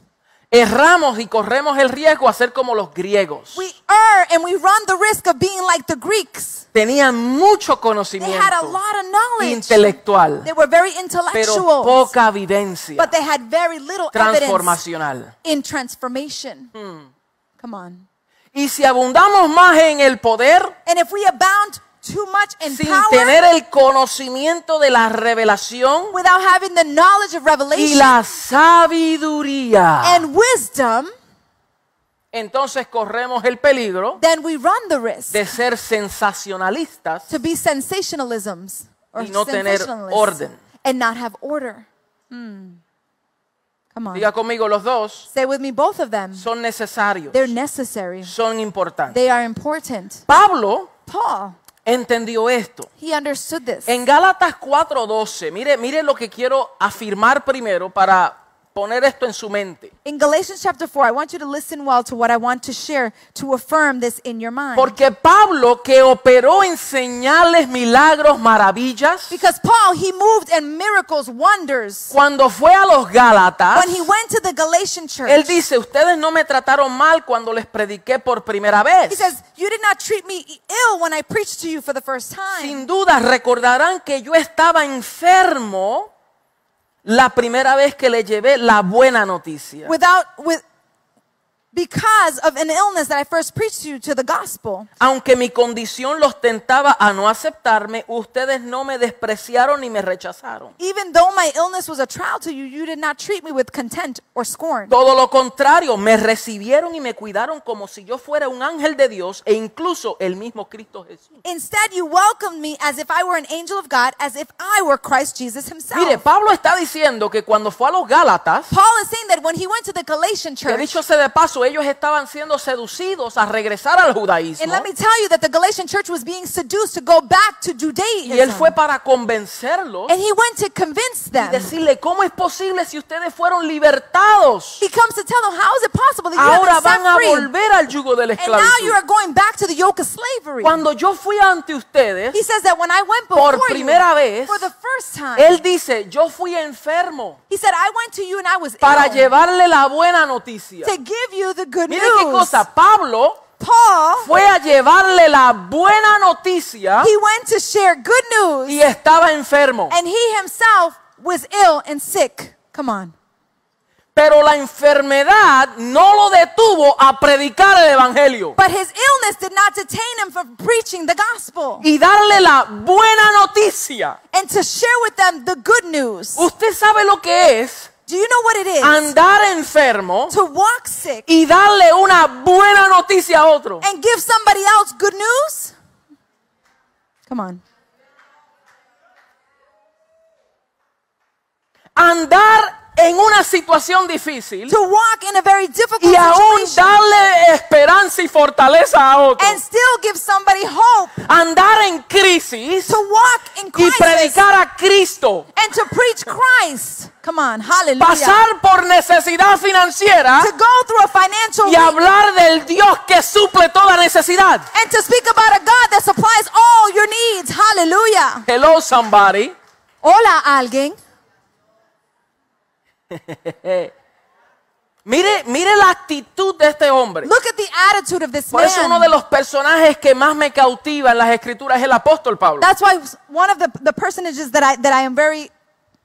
Speaker 1: Erramos y corremos el riesgo a ser como los griegos.
Speaker 2: We err and we run the risk of being like the Greeks.
Speaker 1: Tenían mucho
Speaker 2: They had a
Speaker 1: conocimiento
Speaker 2: lot of knowledge.
Speaker 1: intelectual,
Speaker 2: They were very
Speaker 1: pero
Speaker 2: intellectual,
Speaker 1: poca evidencia
Speaker 2: but they had very little evidence
Speaker 1: transformacional.
Speaker 2: in transformation.
Speaker 1: Hmm.
Speaker 2: Come on.
Speaker 1: Y si abundamos más en el poder,
Speaker 2: And if we abound too much in
Speaker 1: sin
Speaker 2: power
Speaker 1: tener el conocimiento de la revelación
Speaker 2: without having the knowledge of
Speaker 1: y
Speaker 2: revelation
Speaker 1: la sabiduría,
Speaker 2: and wisdom,
Speaker 1: entonces corremos el peligro
Speaker 2: then we run the risk
Speaker 1: de ser sensacionalistas
Speaker 2: to be sensationalisms or
Speaker 1: Y no tener
Speaker 2: sensationalists
Speaker 1: orden.
Speaker 2: and not have order. Hmm. Come on.
Speaker 1: Diga conmigo, los dos
Speaker 2: Say with me, both of them.
Speaker 1: son necesarios,
Speaker 2: They're necessary.
Speaker 1: son importantes.
Speaker 2: They are important.
Speaker 1: Pablo
Speaker 2: Paul,
Speaker 1: entendió esto.
Speaker 2: he understood this.
Speaker 1: En Gálatas 4:12, mire, mire lo que quiero afirmar primero para poner esto en su mente.
Speaker 2: In Galatians chapter 4, I want you to listen well to what I want to share to affirm this in your mind.
Speaker 1: Porque Pablo, que operó en señales, milagros, maravillas,
Speaker 2: Because Paul, he moved in miracles, wonders.
Speaker 1: cuando fue a los Gálatas,
Speaker 2: When he went to the Galatian
Speaker 1: Ah. él
Speaker 2: church,
Speaker 1: dice, ustedes no me trataron mal cuando les prediqué por primera
Speaker 2: he
Speaker 1: vez.
Speaker 2: says, You did not treat me ill when I preached to you for the first time.
Speaker 1: Sin duda recordarán que yo estaba enfermo la primera vez que le llevé la buena noticia.
Speaker 2: Without, with, because of an illness that I first preached to you to the gospel.
Speaker 1: Aunque mi condición los tentaba a no aceptarme, ustedes no me despreciaron ni me rechazaron.
Speaker 2: Even though my illness was a trial to you, you did not treat me with contempt or scorn.
Speaker 1: Todo lo contrario, me recibieron y me cuidaron como si yo fuera un ángel de Dios e incluso el mismo Cristo Jesús.
Speaker 2: Instead, you welcomed me as if I were an angel of God, as if I were Christ Jesus himself.
Speaker 1: Mire, Pablo está diciendo que cuando fue a los Gálatas,
Speaker 2: Paul is saying that when he went to the Galatian
Speaker 1: que
Speaker 2: church,
Speaker 1: dicho sea de paso, ellos estaban siendo seducidos a regresar al
Speaker 2: and
Speaker 1: judaísmo.
Speaker 2: let me tell you that the Galatian church was being seduced to go back to Judaism.
Speaker 1: Y él fue para convencerlos
Speaker 2: and he went to convince
Speaker 1: y
Speaker 2: them.
Speaker 1: decirle, ¿cómo es posible si ustedes fueron libertados?
Speaker 2: He comes to tell them, how is it possible that you
Speaker 1: Ahora
Speaker 2: have been
Speaker 1: van
Speaker 2: set
Speaker 1: a
Speaker 2: free?
Speaker 1: volver al yugo de la
Speaker 2: and now you
Speaker 1: esclavitud.
Speaker 2: are going back to the yoke of slavery.
Speaker 1: Cuando yo fui ante ustedes,
Speaker 2: he says that when I went
Speaker 1: Por
Speaker 2: before you,
Speaker 1: primera vez,
Speaker 2: for the first time,
Speaker 1: Él dice, yo fui enfermo
Speaker 2: he said, I went to you and I was
Speaker 1: para
Speaker 2: ill.
Speaker 1: llevarle la buena noticia.
Speaker 2: to give you the good
Speaker 1: Mire qué
Speaker 2: news.
Speaker 1: cosa, Pablo
Speaker 2: Paul,
Speaker 1: fue a llevarle la buena noticia
Speaker 2: he went to share good news,
Speaker 1: y estaba enfermo.
Speaker 2: and he himself was ill and sick. Come on.
Speaker 1: Pero la enfermedad no lo detuvo a predicar el Evangelio
Speaker 2: But his illness did not detain him from preaching the gospel
Speaker 1: y darle la buena noticia.
Speaker 2: and to share with them the good news.
Speaker 1: Usted sabe lo que es
Speaker 2: Do you know what it is
Speaker 1: andar enfermo
Speaker 2: to walk sick
Speaker 1: y darle una buena noticia a otro.
Speaker 2: and give somebody else good news? Come on.
Speaker 1: Andar en una situación difícil
Speaker 2: To walk in a very difficult
Speaker 1: y aún
Speaker 2: situation
Speaker 1: darle esperanza y fortaleza a otro.
Speaker 2: and still give somebody hope
Speaker 1: Andar en crisis
Speaker 2: to walk in
Speaker 1: y
Speaker 2: crisis
Speaker 1: predicar a Cristo.
Speaker 2: and to preach Christ. Come on, hallelujah.
Speaker 1: Pasar por necesidad financiera
Speaker 2: to go through a financial
Speaker 1: y
Speaker 2: week
Speaker 1: hablar del Dios que suple toda necesidad.
Speaker 2: and to speak about a God that supplies all your needs. Hallelujah.
Speaker 1: Hello somebody.
Speaker 2: Hola, alguien.
Speaker 1: Mire, mire la actitud de este hombre.
Speaker 2: Look at the attitude of this
Speaker 1: Por eso uno de
Speaker 2: man.
Speaker 1: los personajes que más me cautiva en las escrituras es el apóstol Pablo.
Speaker 2: That's why one of the, the personages that I that I am very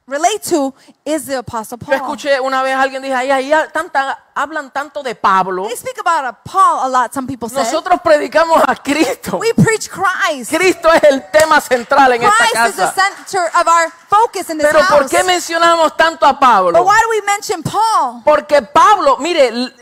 Speaker 2: relate to is the apostle
Speaker 1: Yo
Speaker 2: Paul.
Speaker 1: escuché una vez a alguien dije, ahí hay tanta hablan tanto de Pablo.
Speaker 2: They speak about uh, Paul a lot, some people say.
Speaker 1: Nosotros predicamos a Cristo.
Speaker 2: We preach Christ.
Speaker 1: Cristo es el tema central en esta
Speaker 2: Christ is the
Speaker 1: casa.
Speaker 2: center of our focus in this
Speaker 1: Pero ¿por
Speaker 2: house.
Speaker 1: qué mencionamos tanto a
Speaker 2: But
Speaker 1: Pablo?
Speaker 2: why do we mention Paul?
Speaker 1: Porque Pablo, mire, el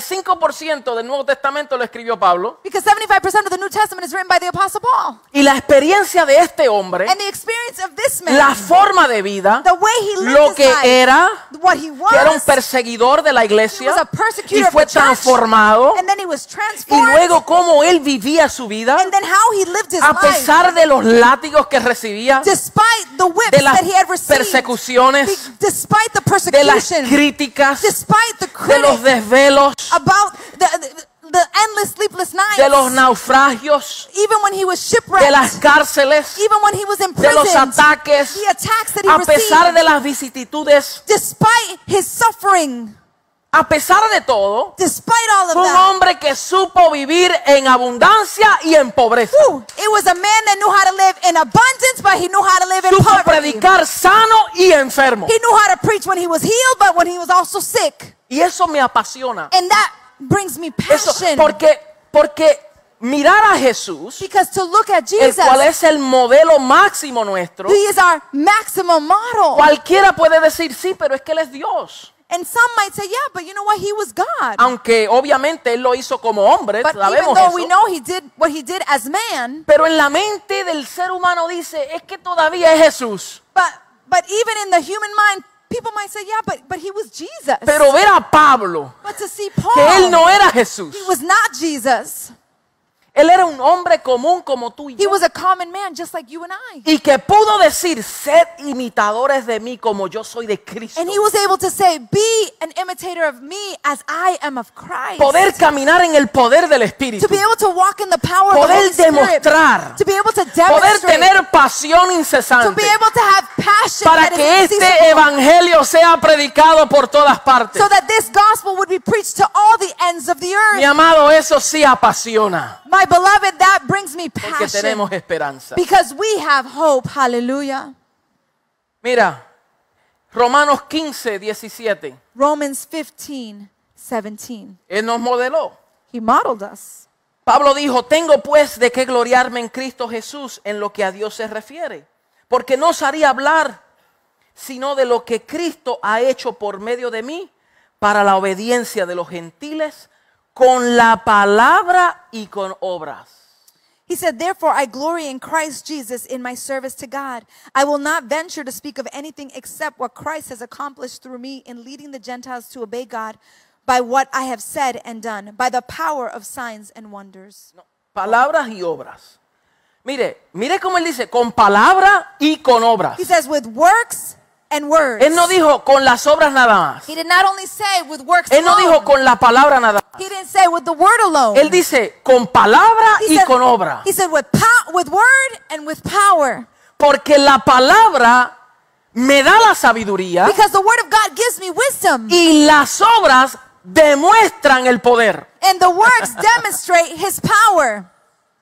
Speaker 1: 75% del Nuevo Testamento lo escribió Pablo.
Speaker 2: Because 75% of the New Testament is written by the Apostle Paul.
Speaker 1: Y la experiencia de este hombre,
Speaker 2: And the experience of this man,
Speaker 1: Eh? la forma de vida,
Speaker 2: the way he lived
Speaker 1: lo
Speaker 2: his
Speaker 1: que
Speaker 2: life,
Speaker 1: era,
Speaker 2: what he was,
Speaker 1: que era un perseguidor de la iglesia
Speaker 2: He was a persecutor
Speaker 1: y
Speaker 2: of
Speaker 1: fue
Speaker 2: the church.
Speaker 1: transformado.
Speaker 2: and then he was
Speaker 1: Y
Speaker 2: transformed,
Speaker 1: luego cómo él vivía su vida,
Speaker 2: and then how he lived his
Speaker 1: a
Speaker 2: life,
Speaker 1: pesar de los látigos que recibía,
Speaker 2: despite the whips
Speaker 1: de las
Speaker 2: that he had received,
Speaker 1: persecuciones,
Speaker 2: be- despite the
Speaker 1: de las
Speaker 2: persecution,
Speaker 1: críticas,
Speaker 2: despite the
Speaker 1: de los
Speaker 2: critics
Speaker 1: desvelos,
Speaker 2: about the, the, the endless sleepless nights,
Speaker 1: de los naufragios,
Speaker 2: even when he was
Speaker 1: de las
Speaker 2: shipwrecked,
Speaker 1: cárceles,
Speaker 2: even when he was in
Speaker 1: de
Speaker 2: prison,
Speaker 1: los ataques,
Speaker 2: the attacks that he
Speaker 1: a pesar
Speaker 2: received,
Speaker 1: de las vicisitudes,
Speaker 2: despite his suffering,
Speaker 1: a pesar de todo,
Speaker 2: despite all of
Speaker 1: fue un
Speaker 2: that.
Speaker 1: hombre que supo vivir en abundancia y en pobreza.
Speaker 2: Woo! It was a man that knew how to live in abundance, but he knew how to live in
Speaker 1: Supo
Speaker 2: poverty.
Speaker 1: predicar sano y enfermo.
Speaker 2: He knew how to preach when he was healed, but when he was also sick.
Speaker 1: Y eso me apasiona.
Speaker 2: And that brings me
Speaker 1: Eso,
Speaker 2: passion.
Speaker 1: porque, porque mirar a Jesús,
Speaker 2: because to look at
Speaker 1: el
Speaker 2: Jesus,
Speaker 1: cual es el modelo máximo nuestro,
Speaker 2: he is our maximum model.
Speaker 1: cualquiera puede decir, sí, pero es que Él es Dios.
Speaker 2: And some might say, yeah, but you know what? He was God.
Speaker 1: Aunque obviamente Él lo hizo como hombre,
Speaker 2: but even
Speaker 1: Ah, sabemos
Speaker 2: though we
Speaker 1: eso.
Speaker 2: know he did what he did as man,
Speaker 1: Pero en la mente del ser humano dice, es que todavía es Jesús.
Speaker 2: but but even in the human mind, people might say, yeah, but but he was Jesus.
Speaker 1: Pero ver a Pablo,
Speaker 2: but to see Paul,
Speaker 1: que Él no era Jesús.
Speaker 2: he was not Jesus.
Speaker 1: Él era un hombre común como tú y
Speaker 2: He
Speaker 1: yo.
Speaker 2: was a common man, just like you and I.
Speaker 1: Y que pudo decir, sed imitadores de mí como yo soy de Cristo.
Speaker 2: And he was able to say, Be an imitator of me as I am of Christ.
Speaker 1: Poder caminar en el poder del
Speaker 2: to
Speaker 1: Espíritu.
Speaker 2: be able to walk in the power of the
Speaker 1: Poder
Speaker 2: Holy Spirit.
Speaker 1: demostrar.
Speaker 2: To be able to
Speaker 1: Poder
Speaker 2: demonstrate.
Speaker 1: tener pasión
Speaker 2: to be
Speaker 1: incesante.
Speaker 2: able to have passion
Speaker 1: Para
Speaker 2: that is
Speaker 1: que este
Speaker 2: unceasable,
Speaker 1: evangelio sea predicado por todas partes.
Speaker 2: so that this gospel would be preached to all the ends of the earth.
Speaker 1: Mi amado, eso sí apasiona.
Speaker 2: My beloved, that brings me
Speaker 1: Porque
Speaker 2: passion.
Speaker 1: tenemos esperanza.
Speaker 2: Because we have hope. Hallelujah.
Speaker 1: Mira, Romanos 15, 17.
Speaker 2: Romans 15, 17.
Speaker 1: Él nos modeló.
Speaker 2: He modeled us.
Speaker 1: Pablo dijo, tengo pues de qué gloriarme en Cristo Jesús en lo que a Dios se refiere, porque no osaría hablar sino de lo que Cristo ha hecho por medio de mí para la obediencia de los gentiles con la palabra y con obras.
Speaker 2: He said, Therefore, I glory in Christ Jesus in my service to God. I will not venture to speak of anything except what Christ has accomplished through me in leading the Gentiles to obey God by what I have said and done, by the power of signs and wonders.
Speaker 1: No, palabras y obras. Mire, mire cómo él dice, con palabra y con obras.
Speaker 2: He says, with works and words.
Speaker 1: Él no dijo con las obras nada más.
Speaker 2: he did not only say with works
Speaker 1: Él no dijo
Speaker 2: alone.
Speaker 1: con la palabra nada más.
Speaker 2: he didn't say with the word alone.
Speaker 1: Él dice con palabra
Speaker 2: he,
Speaker 1: y
Speaker 2: said,
Speaker 1: con obra.
Speaker 2: he said with, pow- with word and with power.
Speaker 1: Porque la palabra me da la sabiduría
Speaker 2: Because the word of God gives me wisdom.
Speaker 1: y las obras demuestran el poder.
Speaker 2: and the works demonstrate his power.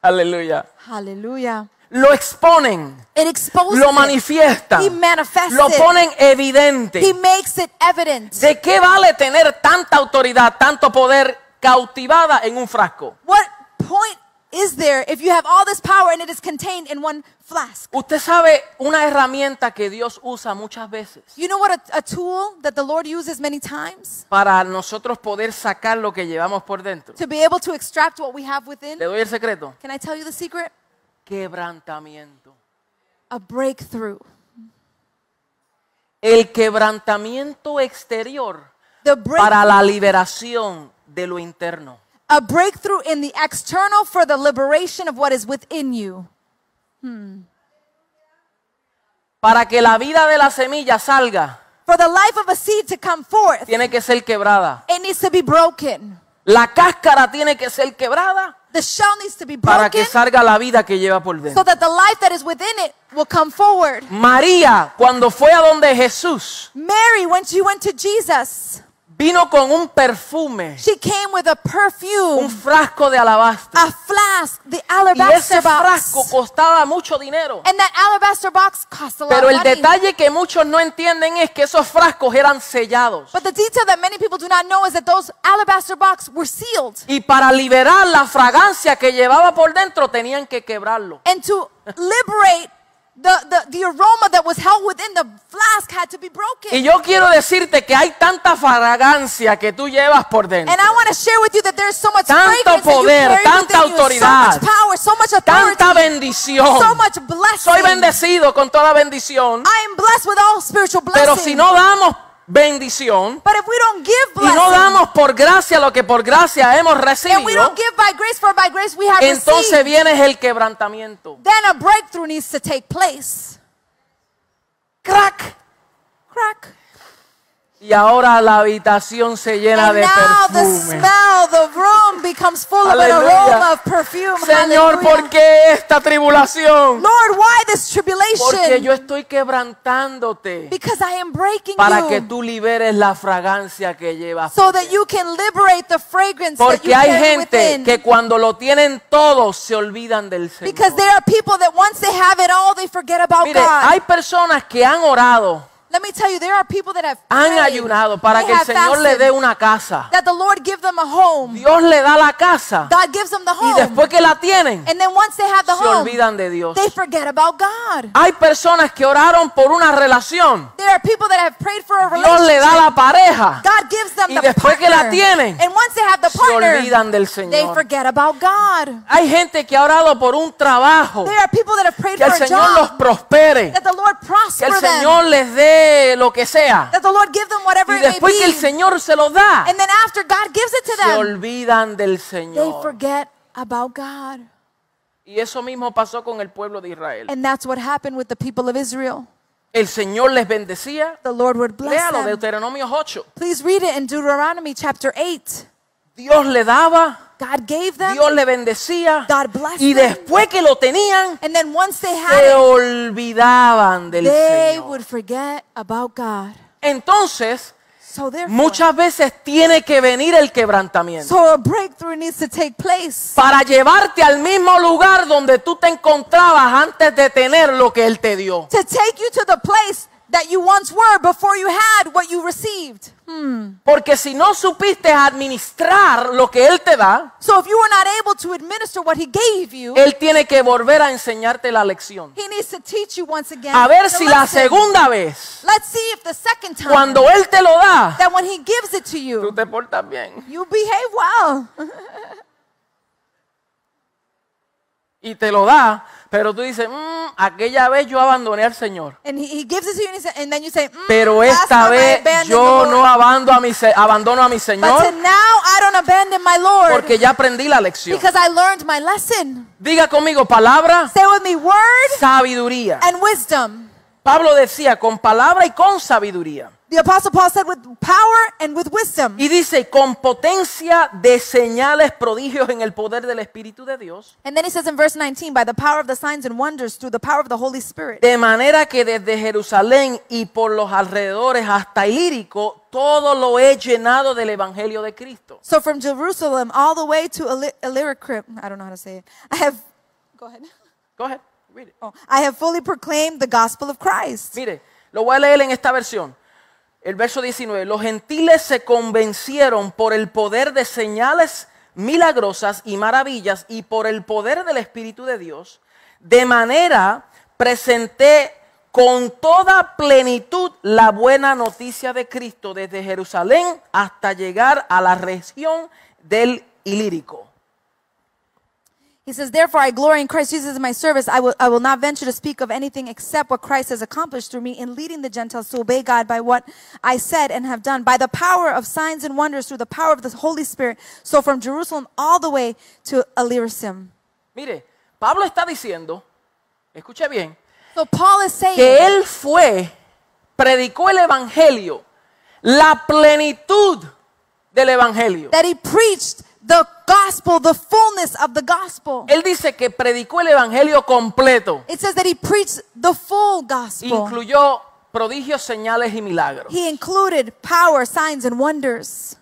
Speaker 1: Aleluya.
Speaker 2: Hallelujah.
Speaker 1: Lo exponen,
Speaker 2: It exposes
Speaker 1: lo
Speaker 2: it.
Speaker 1: manifiestan,
Speaker 2: He manifests
Speaker 1: lo
Speaker 2: it.
Speaker 1: ponen
Speaker 2: He
Speaker 1: evidente.
Speaker 2: makes it evident.
Speaker 1: ¿De qué vale tener tanta autoridad, tanto poder cautivada en un frasco?
Speaker 2: What point is there if you have all this power and it is contained in one flask?
Speaker 1: Usted sabe una herramienta que Dios usa muchas veces
Speaker 2: You know what a, a tool that the Lord uses many times
Speaker 1: para nosotros poder sacar lo que llevamos por dentro.
Speaker 2: to be able to extract what we have
Speaker 1: Le
Speaker 2: within?
Speaker 1: doy el secreto.
Speaker 2: Can I tell you the secret?
Speaker 1: Quebrantamiento.
Speaker 2: A breakthrough.
Speaker 1: El quebrantamiento exterior
Speaker 2: The break,
Speaker 1: para la liberación de lo interno.
Speaker 2: a breakthrough in the external for the liberation of what is within you.
Speaker 1: Para que la vida de la semilla salga,
Speaker 2: For the life of a seed to come forth,
Speaker 1: tiene que ser quebrada.
Speaker 2: it needs to be broken.
Speaker 1: La cáscara tiene que ser quebrada
Speaker 2: The shell needs to be
Speaker 1: para
Speaker 2: broken
Speaker 1: que salga la vida que lleva por
Speaker 2: so
Speaker 1: dentro.
Speaker 2: that the life that is within it will come forward.
Speaker 1: María, cuando fue a donde Jesús,
Speaker 2: Mary, when she went to Jesus,
Speaker 1: Vino con un perfume,
Speaker 2: She came with a
Speaker 1: un
Speaker 2: perfume,
Speaker 1: frasco de alabastro.
Speaker 2: a flask,
Speaker 1: Y
Speaker 2: the
Speaker 1: ese
Speaker 2: alabaster
Speaker 1: frasco
Speaker 2: box.
Speaker 1: costaba mucho dinero.
Speaker 2: And that alabaster box cost a lot
Speaker 1: Pero
Speaker 2: of
Speaker 1: el
Speaker 2: money.
Speaker 1: detalle que muchos no entienden es que esos frascos eran sellados.
Speaker 2: But the detail that many people do not know is that those alabaster boxes were sealed.
Speaker 1: Y para liberar la fragancia que llevaba por dentro tenían que quebrarlo.
Speaker 2: And to liberate the, the, the aroma that was held within the flask had to be
Speaker 1: Y
Speaker 2: broken.
Speaker 1: yo quiero decirte que hay tanta fragancia que tú llevas por dentro.
Speaker 2: And I want to share with you that there's so much
Speaker 1: Tanto
Speaker 2: fragrance
Speaker 1: poder,
Speaker 2: that you carry
Speaker 1: tanta
Speaker 2: within you, so
Speaker 1: autoridad,
Speaker 2: much power, so much authority,
Speaker 1: Tanta bendición.
Speaker 2: so much blessing.
Speaker 1: Soy bendecido con toda bendición.
Speaker 2: I am blessed with all spiritual
Speaker 1: Pero
Speaker 2: blessings.
Speaker 1: si no damos bendición
Speaker 2: but if we don't give
Speaker 1: y no
Speaker 2: blessing,
Speaker 1: damos por gracia lo que por gracia hemos
Speaker 2: and we
Speaker 1: recibido,
Speaker 2: don't give by grace for by grace we have
Speaker 1: entonces
Speaker 2: received,
Speaker 1: viene el quebrantamiento.
Speaker 2: then a breakthrough needs to take place.
Speaker 1: Crack.
Speaker 2: Crack.
Speaker 1: Y ahora la habitación se llena
Speaker 2: And
Speaker 1: de
Speaker 2: now the
Speaker 1: perfume.
Speaker 2: smell, the room becomes full of an
Speaker 1: Aleluya.
Speaker 2: aroma of perfume.
Speaker 1: Señor,
Speaker 2: Hallelujah.
Speaker 1: ¿por qué esta tribulación?
Speaker 2: Lord, why this
Speaker 1: Porque
Speaker 2: tribulation?
Speaker 1: yo estoy quebrantándote
Speaker 2: because I am breaking
Speaker 1: para
Speaker 2: you
Speaker 1: que tú liberes la fragancia que llevas.
Speaker 2: so that you can liberate the fragrance that you
Speaker 1: Porque hay
Speaker 2: carry
Speaker 1: gente
Speaker 2: within.
Speaker 1: que cuando lo tienen todo se olvidan del Señor.
Speaker 2: because there are people that once they have it all, they forget about
Speaker 1: Mire,
Speaker 2: God.
Speaker 1: hay personas que han orado,
Speaker 2: Let me tell you, there are people that have
Speaker 1: han
Speaker 2: prayed,
Speaker 1: ayunado para
Speaker 2: they
Speaker 1: que el
Speaker 2: have
Speaker 1: Señor le
Speaker 2: fasted,
Speaker 1: dé una casa.
Speaker 2: that the Lord give them a home.
Speaker 1: Dios le da la casa
Speaker 2: God gives them the
Speaker 1: y
Speaker 2: home.
Speaker 1: después que la tienen
Speaker 2: and then once they have the
Speaker 1: se
Speaker 2: home,
Speaker 1: olvidan de Dios.
Speaker 2: they forget about God.
Speaker 1: Hay personas que oraron por una relación.
Speaker 2: There are people that have prayed for a
Speaker 1: Dios le
Speaker 2: relationship.
Speaker 1: da la pareja.
Speaker 2: God gives them
Speaker 1: Y
Speaker 2: the
Speaker 1: después que
Speaker 2: partner.
Speaker 1: la tienen,
Speaker 2: and once they have the
Speaker 1: Se olvidan
Speaker 2: partner,
Speaker 1: del
Speaker 2: they
Speaker 1: Señor.
Speaker 2: forget about God.
Speaker 1: Hay gente que ha orado por un trabajo.
Speaker 2: There are people that have prayed
Speaker 1: Que
Speaker 2: for
Speaker 1: el
Speaker 2: a
Speaker 1: Señor los
Speaker 2: job,
Speaker 1: prospere.
Speaker 2: that the Lord
Speaker 1: Que el
Speaker 2: prosper them,
Speaker 1: Señor les dé lo que sea.
Speaker 2: that the Lord give them whatever
Speaker 1: Y
Speaker 2: it may
Speaker 1: después que el
Speaker 2: be.
Speaker 1: Señor se lo da,
Speaker 2: And then after God gives it to
Speaker 1: se
Speaker 2: them,
Speaker 1: olvidan del
Speaker 2: they
Speaker 1: Señor.
Speaker 2: forget about God.
Speaker 1: Y eso mismo pasó con el pueblo de Israel.
Speaker 2: And that's what happened with the people of Israel.
Speaker 1: El Señor les bendecía.
Speaker 2: The Lord would bless
Speaker 1: Léalo,
Speaker 2: them.
Speaker 1: Deuteronomio 8.
Speaker 2: Please read it in Deuteronomy chapter 8.
Speaker 1: Dios le daba,
Speaker 2: God gave them,
Speaker 1: Dios le bendecía.
Speaker 2: God blessed
Speaker 1: Y
Speaker 2: them.
Speaker 1: después que lo tenían,
Speaker 2: And then once they
Speaker 1: se
Speaker 2: had
Speaker 1: olvidaban
Speaker 2: it,
Speaker 1: del
Speaker 2: they
Speaker 1: Señor.
Speaker 2: would forget about God.
Speaker 1: Entonces,
Speaker 2: So therefore,
Speaker 1: muchas veces tiene que venir el quebrantamiento.
Speaker 2: so a breakthrough needs to take place
Speaker 1: para llevarte al mismo lugar donde tú te encontrabas antes de tener lo que Él te dio.
Speaker 2: to take you to the place that you once were before you had what you received.
Speaker 1: Porque si no supiste administrar lo que Él te da,
Speaker 2: So if you were not able to administer what he gave you,
Speaker 1: Él tiene que volver a enseñarte la lección.
Speaker 2: he needs to teach you once again.
Speaker 1: A ver
Speaker 2: the
Speaker 1: si la
Speaker 2: lesson.
Speaker 1: segunda vez,
Speaker 2: Let's see if the second time
Speaker 1: cuando Él te lo da,
Speaker 2: that when he gives it to
Speaker 1: tú
Speaker 2: you,
Speaker 1: te portas bien
Speaker 2: you behave well.
Speaker 1: y te lo da, pero tú dices, "Mm, aquella vez yo abandoné al Señor.
Speaker 2: And he, he gives it to you, and, he sa- and then you say, "Mm,
Speaker 1: Pero
Speaker 2: last
Speaker 1: esta
Speaker 2: time I
Speaker 1: vez
Speaker 2: abandoned the
Speaker 1: yo
Speaker 2: Lord."
Speaker 1: no abando a mi se- abandono a mi
Speaker 2: But to
Speaker 1: Señor
Speaker 2: now I don't abandon my Lord
Speaker 1: porque ya aprendí la lección.
Speaker 2: because I learned my lesson.
Speaker 1: Diga conmigo, palabra,
Speaker 2: Say with me, word
Speaker 1: sabiduría.
Speaker 2: and wisdom.
Speaker 1: Pablo decía con palabra y con sabiduría.
Speaker 2: The Apostle Paul said, with power and with wisdom.
Speaker 1: Y dice, con potencia de señales, prodigios en el poder del Espíritu de Dios.
Speaker 2: And then he says in verse 19, by the power of the signs and wonders through the power of the Holy Spirit.
Speaker 1: De manera que desde Jerusalén y por los alrededores hasta Ilírico, todo lo he llenado del Evangelio de Cristo.
Speaker 2: So from Jerusalem all the way to Illy- Illyricum, I don't know how to say it. I have, go ahead.
Speaker 1: Go ahead, read it.
Speaker 2: Oh, I have fully proclaimed the gospel of Christ.
Speaker 1: Mire, lo voy a leer en esta versión. El verso 19. Los gentiles se convencieron por el poder de señales milagrosas y maravillas y por el poder del Espíritu de Dios. De manera presenté con toda plenitud la buena noticia de Cristo desde Jerusalén hasta llegar a la región del Ilírico.
Speaker 2: He says, Therefore I glory in Christ Jesus in my service. I will, I will not venture to speak of anything except what Christ has accomplished through me in leading the Gentiles to obey God by what I said and have done, by the power of signs and wonders through the power of the Holy Spirit. So from Jerusalem all the way to Illyricum.
Speaker 1: Mire, Pablo está diciendo, escuche bien,
Speaker 2: So Paul is saying
Speaker 1: que él fue, predicó el evangelio, la plenitud del evangelio.
Speaker 2: that he preached the gospel, the fullness of the gospel.
Speaker 1: Él dice que predicó el evangelio completo,
Speaker 2: It says that he preached the full gospel.
Speaker 1: incluyó prodigios, señales y milagros.
Speaker 2: He included power, signs, and wonders.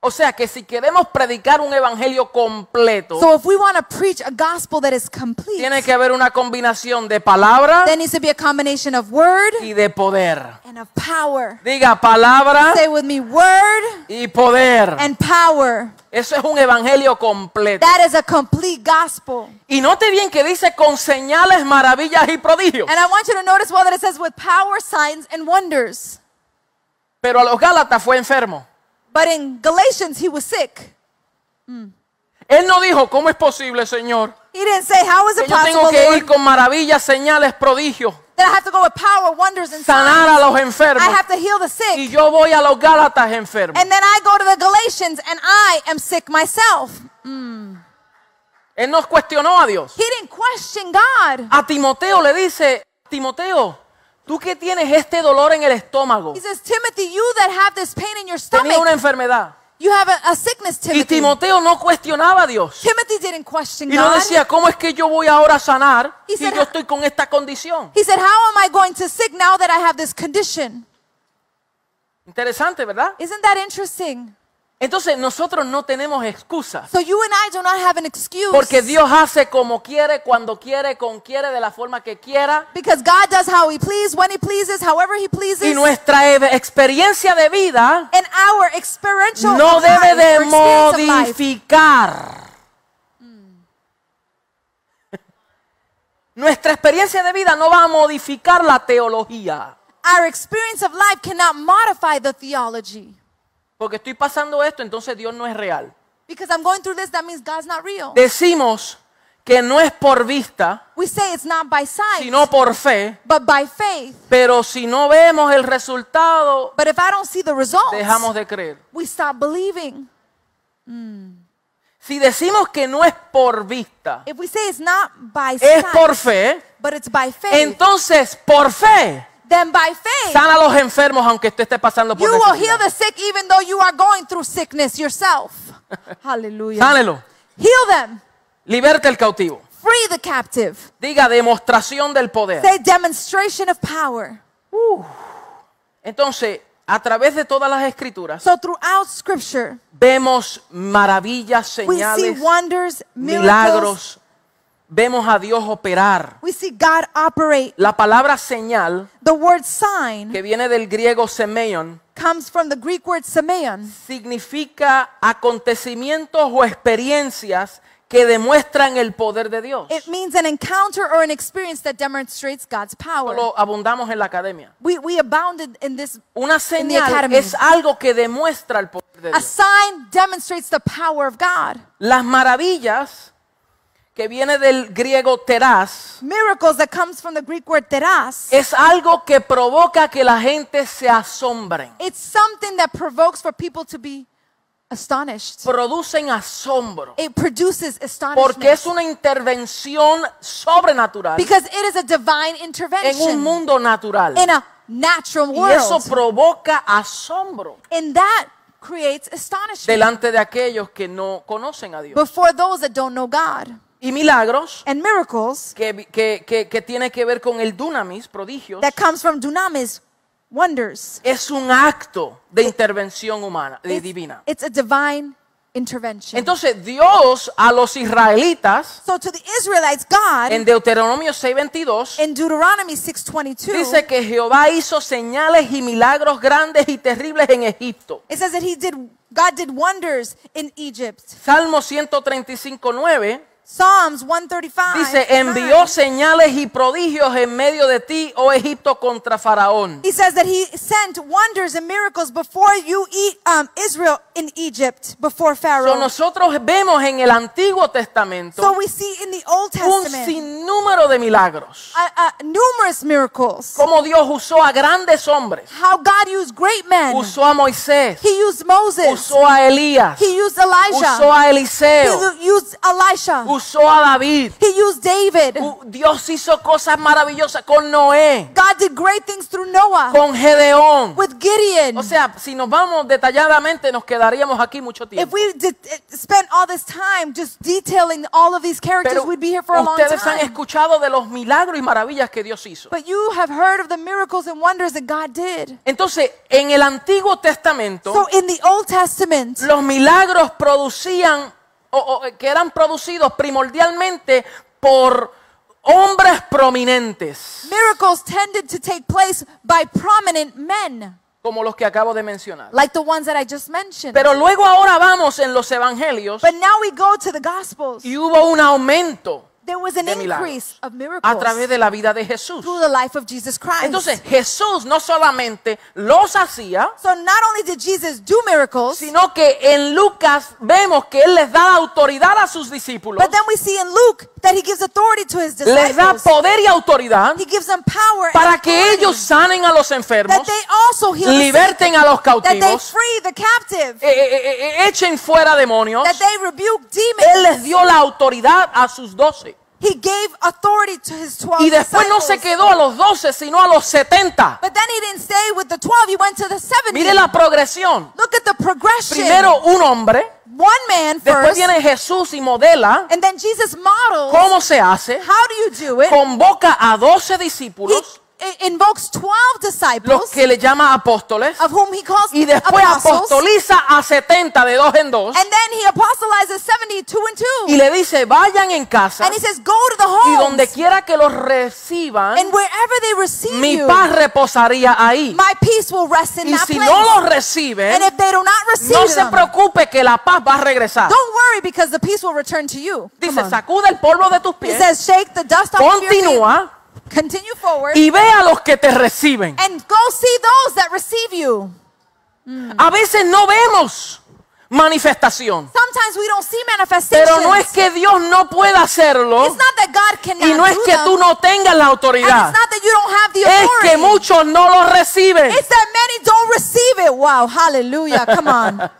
Speaker 1: O sea que si queremos predicar un evangelio completo,
Speaker 2: So if we want to preach a gospel that is complete,
Speaker 1: tiene que haber una combinación de palabra
Speaker 2: there needs to be a combination of word
Speaker 1: y de poder.
Speaker 2: and of power.
Speaker 1: Diga palabra
Speaker 2: Say with me, word
Speaker 1: y poder.
Speaker 2: and power.
Speaker 1: Eso es un evangelio completo.
Speaker 2: That is a complete gospel.
Speaker 1: Y note bien que dice con señales, maravillas y prodigios.
Speaker 2: And I want you to notice well that it says with power, signs, and wonders.
Speaker 1: Pero a los Gálatas fue enfermo.
Speaker 2: But in Galatians, he was sick.
Speaker 1: Él no dijo, ¿cómo es posible, Señor?
Speaker 2: He didn't say, How is
Speaker 1: Que
Speaker 2: it
Speaker 1: yo tengo
Speaker 2: possible
Speaker 1: que ir
Speaker 2: Lord,
Speaker 1: con maravillas, señales, prodigios,
Speaker 2: that I have to go with power, wonders, and
Speaker 1: sanar a
Speaker 2: signs?
Speaker 1: los enfermos.
Speaker 2: I have to heal the sick.
Speaker 1: Y yo voy a los Gálatas enfermos.
Speaker 2: And then I go to the Galatians and I am sick myself.
Speaker 1: Él nos cuestionó a Dios.
Speaker 2: He didn't question God.
Speaker 1: A Timoteo le dice, Timoteo, tú que tienes este dolor en el estómago,
Speaker 2: He says, Timothy, you that have this pain in your
Speaker 1: tenía una
Speaker 2: stomach,
Speaker 1: enfermedad.
Speaker 2: you have a, a sickness,
Speaker 1: Y
Speaker 2: Timothy.
Speaker 1: Timoteo no cuestionaba a Dios.
Speaker 2: Timothy didn't question
Speaker 1: Y no
Speaker 2: God.
Speaker 1: decía, ¿cómo es que yo voy ahora a sanar
Speaker 2: He
Speaker 1: si
Speaker 2: said,
Speaker 1: yo estoy con esta condición?
Speaker 2: He said, How am I going to sick now that I have this condition?
Speaker 1: Interesante, ¿verdad?
Speaker 2: Isn't that interesting?
Speaker 1: Entonces nosotros no tenemos excusas.
Speaker 2: So you and I do not have an excuse.
Speaker 1: Porque Dios hace como quiere, cuando quiere, con quiere, de la forma que quiera.
Speaker 2: Because God does how He pleases, when He pleases, however He pleases.
Speaker 1: Y nuestra ev- experiencia de vida
Speaker 2: and our experiential
Speaker 1: no
Speaker 2: life,
Speaker 1: debe de
Speaker 2: or experience of life Mm.
Speaker 1: modificar. Nuestra experiencia de vida no va a modificar la teología.
Speaker 2: Our experience of life cannot modify the theology.
Speaker 1: Porque estoy pasando esto, entonces Dios no es real.
Speaker 2: Because I'm going through this, that means God's not real.
Speaker 1: Decimos que no es por vista,
Speaker 2: We say it's not by sight,
Speaker 1: sino por fe.
Speaker 2: but by faith.
Speaker 1: Pero si no vemos el resultado,
Speaker 2: But if I don't see the results,
Speaker 1: dejamos de creer.
Speaker 2: we stop believing.
Speaker 1: Si decimos que no es por vista,
Speaker 2: If we say it's not by
Speaker 1: es
Speaker 2: sight,
Speaker 1: por fe,
Speaker 2: but it's by faith,
Speaker 1: entonces por fe
Speaker 2: then by faith,
Speaker 1: sana a los enfermos aunque usted esté pasando por
Speaker 2: you will
Speaker 1: necesidad.
Speaker 2: heal the sick even though you are going through sickness yourself. Hallelujah.
Speaker 1: Sánelo.
Speaker 2: Heal them.
Speaker 1: Liberta el cautivo.
Speaker 2: Free the captive.
Speaker 1: Diga demostración del poder.
Speaker 2: Say demonstration of power.
Speaker 1: Entonces, a través de todas las escrituras
Speaker 2: So throughout scripture,
Speaker 1: vemos maravillas,
Speaker 2: we see
Speaker 1: señales,
Speaker 2: wonders, miracles.
Speaker 1: milagros. Vemos a Dios operar.
Speaker 2: We see God operate.
Speaker 1: La palabra señal,
Speaker 2: The word sign
Speaker 1: que viene del griego semeion,
Speaker 2: comes from the Greek word semeion.
Speaker 1: significa acontecimientos o experiencias que demuestran el poder de Dios.
Speaker 2: It means an encounter or an experience that demonstrates God's
Speaker 1: Esto
Speaker 2: power.
Speaker 1: lo abundamos en la academia.
Speaker 2: We, we abounded in this.
Speaker 1: Una señal
Speaker 2: academy.
Speaker 1: es algo que demuestra el poder de
Speaker 2: A
Speaker 1: Dios.
Speaker 2: sign demonstrates the power of God.
Speaker 1: Las maravillas, que viene del griego teraz,
Speaker 2: Miracles that comes from the Greek word teras.
Speaker 1: es algo que provoca que la gente se asombre.
Speaker 2: It's something that provokes for people to be astonished.
Speaker 1: Producen asombro.
Speaker 2: It produces
Speaker 1: Porque es
Speaker 2: astonishment
Speaker 1: una intervención sobrenatural
Speaker 2: because it is a divine
Speaker 1: en un
Speaker 2: intervention
Speaker 1: mundo natural.
Speaker 2: in a natural
Speaker 1: Y eso
Speaker 2: world.
Speaker 1: provoca asombro
Speaker 2: And that creates astonishment
Speaker 1: delante de aquellos que no conocen a Dios.
Speaker 2: before those that don't know God.
Speaker 1: Y milagros
Speaker 2: And miracles
Speaker 1: que, vi- que, que, que tiene que ver con el dunamis, prodigios,
Speaker 2: that comes from dunamis, wonders.
Speaker 1: es un acto de intervención humana, de
Speaker 2: It's,
Speaker 1: divina.
Speaker 2: it's a divine intervention.
Speaker 1: Entonces Dios a los israelitas
Speaker 2: So to the Israelites, God
Speaker 1: en Deuteronomio 6:22
Speaker 2: in Deuteronomy 6:22
Speaker 1: dice que Jehová hizo señales y milagros grandes y terribles en Egipto.
Speaker 2: it says that he did God did wonders in Egypt.
Speaker 1: Salmo 135:9
Speaker 2: Psalms 135
Speaker 1: dice,
Speaker 2: nine,
Speaker 1: envió señales y prodigios en medio de ti, oh Egipto, contra Faraón.
Speaker 2: He says that he sent wonders and miracles before you, e- um, Israel, in Egypt, before
Speaker 1: So,
Speaker 2: Pharaoh.
Speaker 1: nosotros vemos en el Antiguo
Speaker 2: So
Speaker 1: Testamento
Speaker 2: we see in the Old
Speaker 1: un
Speaker 2: Testament
Speaker 1: sinnúmero de milagros.
Speaker 2: uh, uh, numerous miracles.
Speaker 1: Como Dios usó a grandes hombres.
Speaker 2: How God used great men.
Speaker 1: Usó a Moisés,
Speaker 2: He used Moses.
Speaker 1: usó a Elías,
Speaker 2: He used Elijah.
Speaker 1: usó a Eliseo,
Speaker 2: He used Elisha.
Speaker 1: usó a David.
Speaker 2: He used David.
Speaker 1: U- Dios hizo cosas maravillosas con Noé,
Speaker 2: God did great things through Noah,
Speaker 1: con Gedeón.
Speaker 2: with Gideon.
Speaker 1: O sea, si nos vamos detalladamente, nos quedaríamos aquí mucho
Speaker 2: If
Speaker 1: tiempo.
Speaker 2: we did, eh, spent all this time just detailing all of these characters,
Speaker 1: Pero
Speaker 2: we'd be here for a long
Speaker 1: ustedes han
Speaker 2: time.
Speaker 1: escuchado de los milagros y maravillas que Dios hizo.
Speaker 2: But you have heard of the miracles and wonders that God did.
Speaker 1: Entonces, en el Antiguo
Speaker 2: So
Speaker 1: Testamento,
Speaker 2: in the Old Testament,
Speaker 1: los milagros producían, o, o, eh, que eran producidos primordialmente por hombres prominentes,
Speaker 2: miracles tended to take place by prominent men,
Speaker 1: como los que acabo de mencionar.
Speaker 2: like the ones that I just mentioned.
Speaker 1: Pero luego ahora vamos en los evangelios
Speaker 2: But now we go to the Gospels.
Speaker 1: y hubo un aumento
Speaker 2: There was an
Speaker 1: de milagros.
Speaker 2: increase of
Speaker 1: a través
Speaker 2: miracles
Speaker 1: de la vida de Jesús.
Speaker 2: through the life of Jesus
Speaker 1: Entonces
Speaker 2: Christ.
Speaker 1: Jesús no solamente los hacía,
Speaker 2: So not only did Jesus do miracles,
Speaker 1: sino que en Lucas vemos que Él les da autoridad a sus discípulos,
Speaker 2: but then we see in Luke that he gives authority to his
Speaker 1: les da
Speaker 2: disciples.
Speaker 1: poder y autoridad
Speaker 2: He gives them power
Speaker 1: para
Speaker 2: and
Speaker 1: que
Speaker 2: authority
Speaker 1: ellos sanen a los enfermos,
Speaker 2: that they also heal the sick,
Speaker 1: liberten a los
Speaker 2: that they
Speaker 1: cautivos,
Speaker 2: free the captive,
Speaker 1: eh, eh, eh, eh, echen fuera demonios.
Speaker 2: that they rebuke
Speaker 1: Él les
Speaker 2: demons.
Speaker 1: dio la autoridad a sus doce.
Speaker 2: He gave authority to his 12
Speaker 1: Y después no se
Speaker 2: disciples.
Speaker 1: quedó a los doce, sino a los setenta.
Speaker 2: But then he didn't stay with the 12, he went to the 70.
Speaker 1: Mire la progresión.
Speaker 2: Look at the progression.
Speaker 1: Primero un hombre,
Speaker 2: One man
Speaker 1: después
Speaker 2: first,
Speaker 1: viene Jesús y modela
Speaker 2: and then Jesus models
Speaker 1: cómo se hace.
Speaker 2: how do you do it.
Speaker 1: Convoca a doce
Speaker 2: He
Speaker 1: discípulos,
Speaker 2: i- invokes 12
Speaker 1: los
Speaker 2: disciples,
Speaker 1: que le llama apóstoles,
Speaker 2: of whom he calls
Speaker 1: y después
Speaker 2: apostles,
Speaker 1: apostoliza a setenta de dos en dos
Speaker 2: and then he apostolizes 70, two and two.
Speaker 1: y le dice vayan en casa
Speaker 2: and he says, Go to the
Speaker 1: y
Speaker 2: homes,
Speaker 1: donde quiera que los reciban,
Speaker 2: and wherever they receive
Speaker 1: mi
Speaker 2: you,
Speaker 1: paz reposaría ahí.
Speaker 2: my peace will rest in
Speaker 1: Y
Speaker 2: that
Speaker 1: si
Speaker 2: place.
Speaker 1: no los reciben,
Speaker 2: and if they do not receive
Speaker 1: no se
Speaker 2: them,
Speaker 1: preocupe que la paz va a regresar.
Speaker 2: don't worry because the peace will return to you. Come
Speaker 1: Dice,
Speaker 2: on.
Speaker 1: sacude el polvo de tus
Speaker 2: He
Speaker 1: pies,
Speaker 2: says, Shake the dust off of your feet,
Speaker 1: continúa
Speaker 2: continue forward,
Speaker 1: y ve a los que te reciben.
Speaker 2: and go see those that receive you. Eh.
Speaker 1: A veces no vemos manifestación,
Speaker 2: Sometimes we don't see manifestations.
Speaker 1: pero no es que Dios no pueda hacerlo
Speaker 2: it's not that God
Speaker 1: y
Speaker 2: cannot
Speaker 1: no es
Speaker 2: do
Speaker 1: que
Speaker 2: them,
Speaker 1: tú no tengas la
Speaker 2: and
Speaker 1: autoridad.
Speaker 2: it's not that you don't have the
Speaker 1: Es
Speaker 2: authority.
Speaker 1: que muchos no lo reciben.
Speaker 2: It's that many don't receive it. Wow, hallelujah. Come on.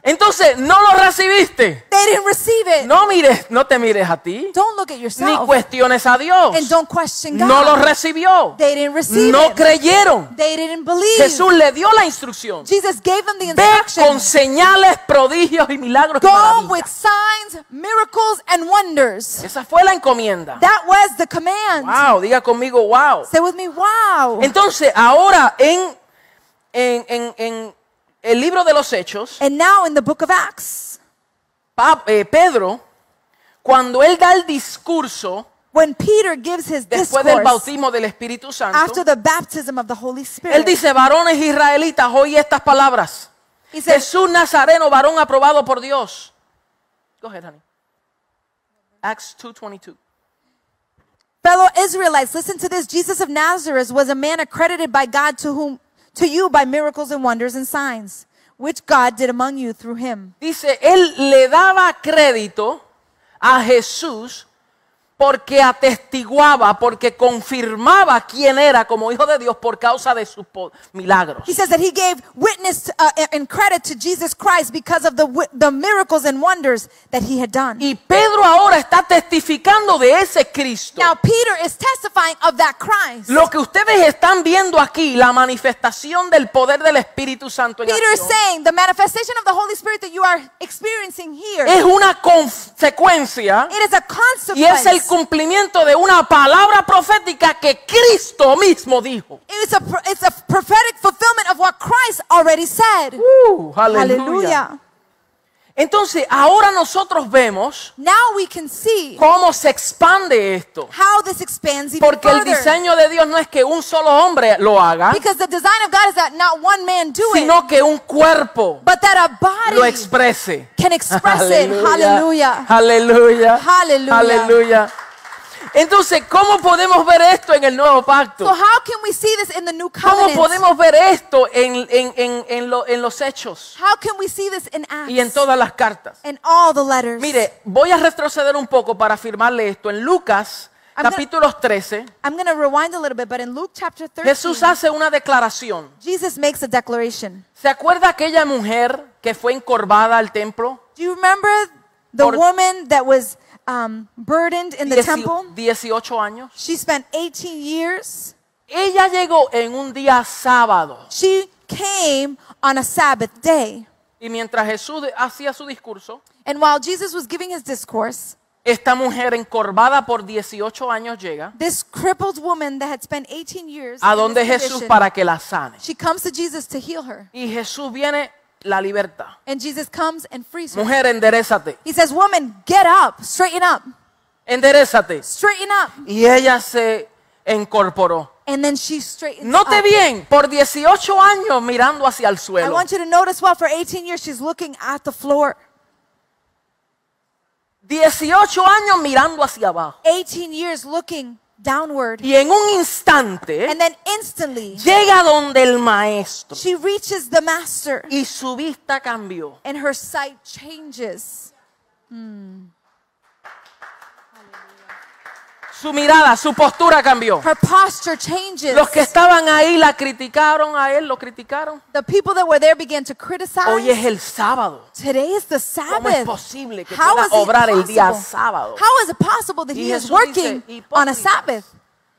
Speaker 1: Entonces, no lo recibiste.
Speaker 2: They didn't receive it.
Speaker 1: No mires, no te mires a ti,
Speaker 2: Don't look at
Speaker 1: ni
Speaker 2: yourself
Speaker 1: cuestiones a Dios.
Speaker 2: and don't question God.
Speaker 1: No lo recibió.
Speaker 2: They didn't receive
Speaker 1: No
Speaker 2: it.
Speaker 1: creyeron.
Speaker 2: They didn't believe.
Speaker 1: Jesús le dio la instrucción.
Speaker 2: Jesus gave them the
Speaker 1: Ve con
Speaker 2: instructions.
Speaker 1: señales, prodigios y milagros. y
Speaker 2: Go
Speaker 1: maravillas.
Speaker 2: with signs, miracles, and wonders.
Speaker 1: Esa fue la encomienda.
Speaker 2: That was the command.
Speaker 1: Wow, diga conmigo, wow.
Speaker 2: Say with me, wow.
Speaker 1: Entonces, ahora en, en, en- en el libro de los Hechos,
Speaker 2: and now in the book of Acts,
Speaker 1: Pa- eh, Pedro, cuando él da el discurso
Speaker 2: when Peter gives his
Speaker 1: después del
Speaker 2: discourse
Speaker 1: bautismo del Espíritu Santo,
Speaker 2: after the baptism of the Holy Spirit,
Speaker 1: él dice, varones israelitas, oí estas palabras.
Speaker 2: he says,
Speaker 1: Jesús Nazareno, varón aprobado por Dios. Go ahead, honey. Acts 2.22.
Speaker 2: Fellow Israelites, listen to this. Jesus of Nazareth was a man accredited by God to whom to you by miracles and wonders and signs, which God did among you through him.
Speaker 1: Dice, él le daba crédito a Jesús porque atestiguaba, porque confirmaba quién era como hijo de Dios por causa de sus po- milagros.
Speaker 2: He says that he gave witness to, uh, and credit to Jesus Christ because of the wi- the miracles and wonders that he had done.
Speaker 1: Y Pedro ahora está testificando de ese Cristo.
Speaker 2: Now Peter is testifying of that Christ.
Speaker 1: Lo que ustedes están viendo aquí, la manifestación del poder del Espíritu Santo en
Speaker 2: Peter is
Speaker 1: acción,
Speaker 2: saying the manifestation of the Holy Spirit that you are experiencing here.
Speaker 1: es una consecuencia
Speaker 2: it is a
Speaker 1: y es el
Speaker 2: consequence.
Speaker 1: cumplimiento de una palabra profética que Cristo mismo dijo.
Speaker 2: It's a, pro- it's a prophetic fulfillment of what Christ already said.
Speaker 1: Uh,
Speaker 2: Hallelujah.
Speaker 1: Entonces, ahora nosotros vemos
Speaker 2: Now we can see
Speaker 1: cómo se expande esto.
Speaker 2: how this expands even
Speaker 1: Porque el
Speaker 2: further.
Speaker 1: diseño de Dios no es que un solo hombre lo haga,
Speaker 2: because the design of God is that not one man do it,
Speaker 1: sino que un cuerpo
Speaker 2: but that a
Speaker 1: lo
Speaker 2: body
Speaker 1: exprese.
Speaker 2: can express it. Hallelujah.
Speaker 1: Aleluya.
Speaker 2: Hallelujah.
Speaker 1: Aleluya. Entonces, ¿cómo podemos ver esto en el nuevo
Speaker 2: So
Speaker 1: pacto?
Speaker 2: how can we see this in the new
Speaker 1: ¿Cómo
Speaker 2: covenant?
Speaker 1: podemos ver esto en, en- en- en lo- en los hechos
Speaker 2: how can we see this in Acts?
Speaker 1: y en todas las cartas?
Speaker 2: in all the letters.
Speaker 1: Mire, voy a retroceder un poco para afirmarle esto. En Lucas,
Speaker 2: I'm gonna-
Speaker 1: capítulos 13,
Speaker 2: I'm going to rewind a little bit, but in Luke chapter 13,
Speaker 1: Jesús hace una declaración.
Speaker 2: Jesus makes a declaration.
Speaker 1: ¿Se acuerda aquella mujer que fue encorvada al templo?
Speaker 2: Do you remember The
Speaker 1: Por-
Speaker 2: woman that was um, burdened in the temple,
Speaker 1: 18 años.
Speaker 2: she spent 18 years.
Speaker 1: Ella llegó en un día sábado
Speaker 2: She came on a Sabbath day.
Speaker 1: y mientras Jesús de- hacía su discurso,
Speaker 2: And while Jesus was giving his discourse,
Speaker 1: esta mujer encorvada por 18 años llega
Speaker 2: this crippled woman that had spent 18 years
Speaker 1: a
Speaker 2: in
Speaker 1: donde
Speaker 2: this
Speaker 1: Jesús
Speaker 2: condition,
Speaker 1: para que la sane.
Speaker 2: she comes to Jesus to heal her.
Speaker 1: Y Jesús viene, la libertad.
Speaker 2: And Jesus comes and frees her.
Speaker 1: Mujer, enderezate,
Speaker 2: He says, Woman, get up, straighten up,
Speaker 1: enderezate.
Speaker 2: straighten up.
Speaker 1: Y ella se encorporó.
Speaker 2: And then she straightens
Speaker 1: Note
Speaker 2: up.
Speaker 1: bien, por 18 años mirando hacia el
Speaker 2: I
Speaker 1: suelo.
Speaker 2: want you to notice well, for 18 years, she's looking at the floor.
Speaker 1: 18 años mirando hacia abajo.
Speaker 2: 18 years looking downward.
Speaker 1: Y en un instante
Speaker 2: And then instantly,
Speaker 1: llega donde el maestro
Speaker 2: she reaches the master
Speaker 1: y su vista cambió.
Speaker 2: and her sight changes.
Speaker 1: Su mirada, su postura cambió.
Speaker 2: Her posture changes.
Speaker 1: Los que estaban ahí la criticaron a él, lo criticaron.
Speaker 2: The people that were there began to criticize.
Speaker 1: Hoy es el sábado.
Speaker 2: Today is the
Speaker 1: ¿Cómo es
Speaker 2: Sabbath.
Speaker 1: posible que
Speaker 2: How
Speaker 1: pueda
Speaker 2: is it
Speaker 1: obrar el día
Speaker 2: possible?
Speaker 1: sábado?
Speaker 2: How is it possible that
Speaker 1: Y
Speaker 2: he is
Speaker 1: Jesús dice,
Speaker 2: working on a
Speaker 1: "Hipócritas".
Speaker 2: Sabbath?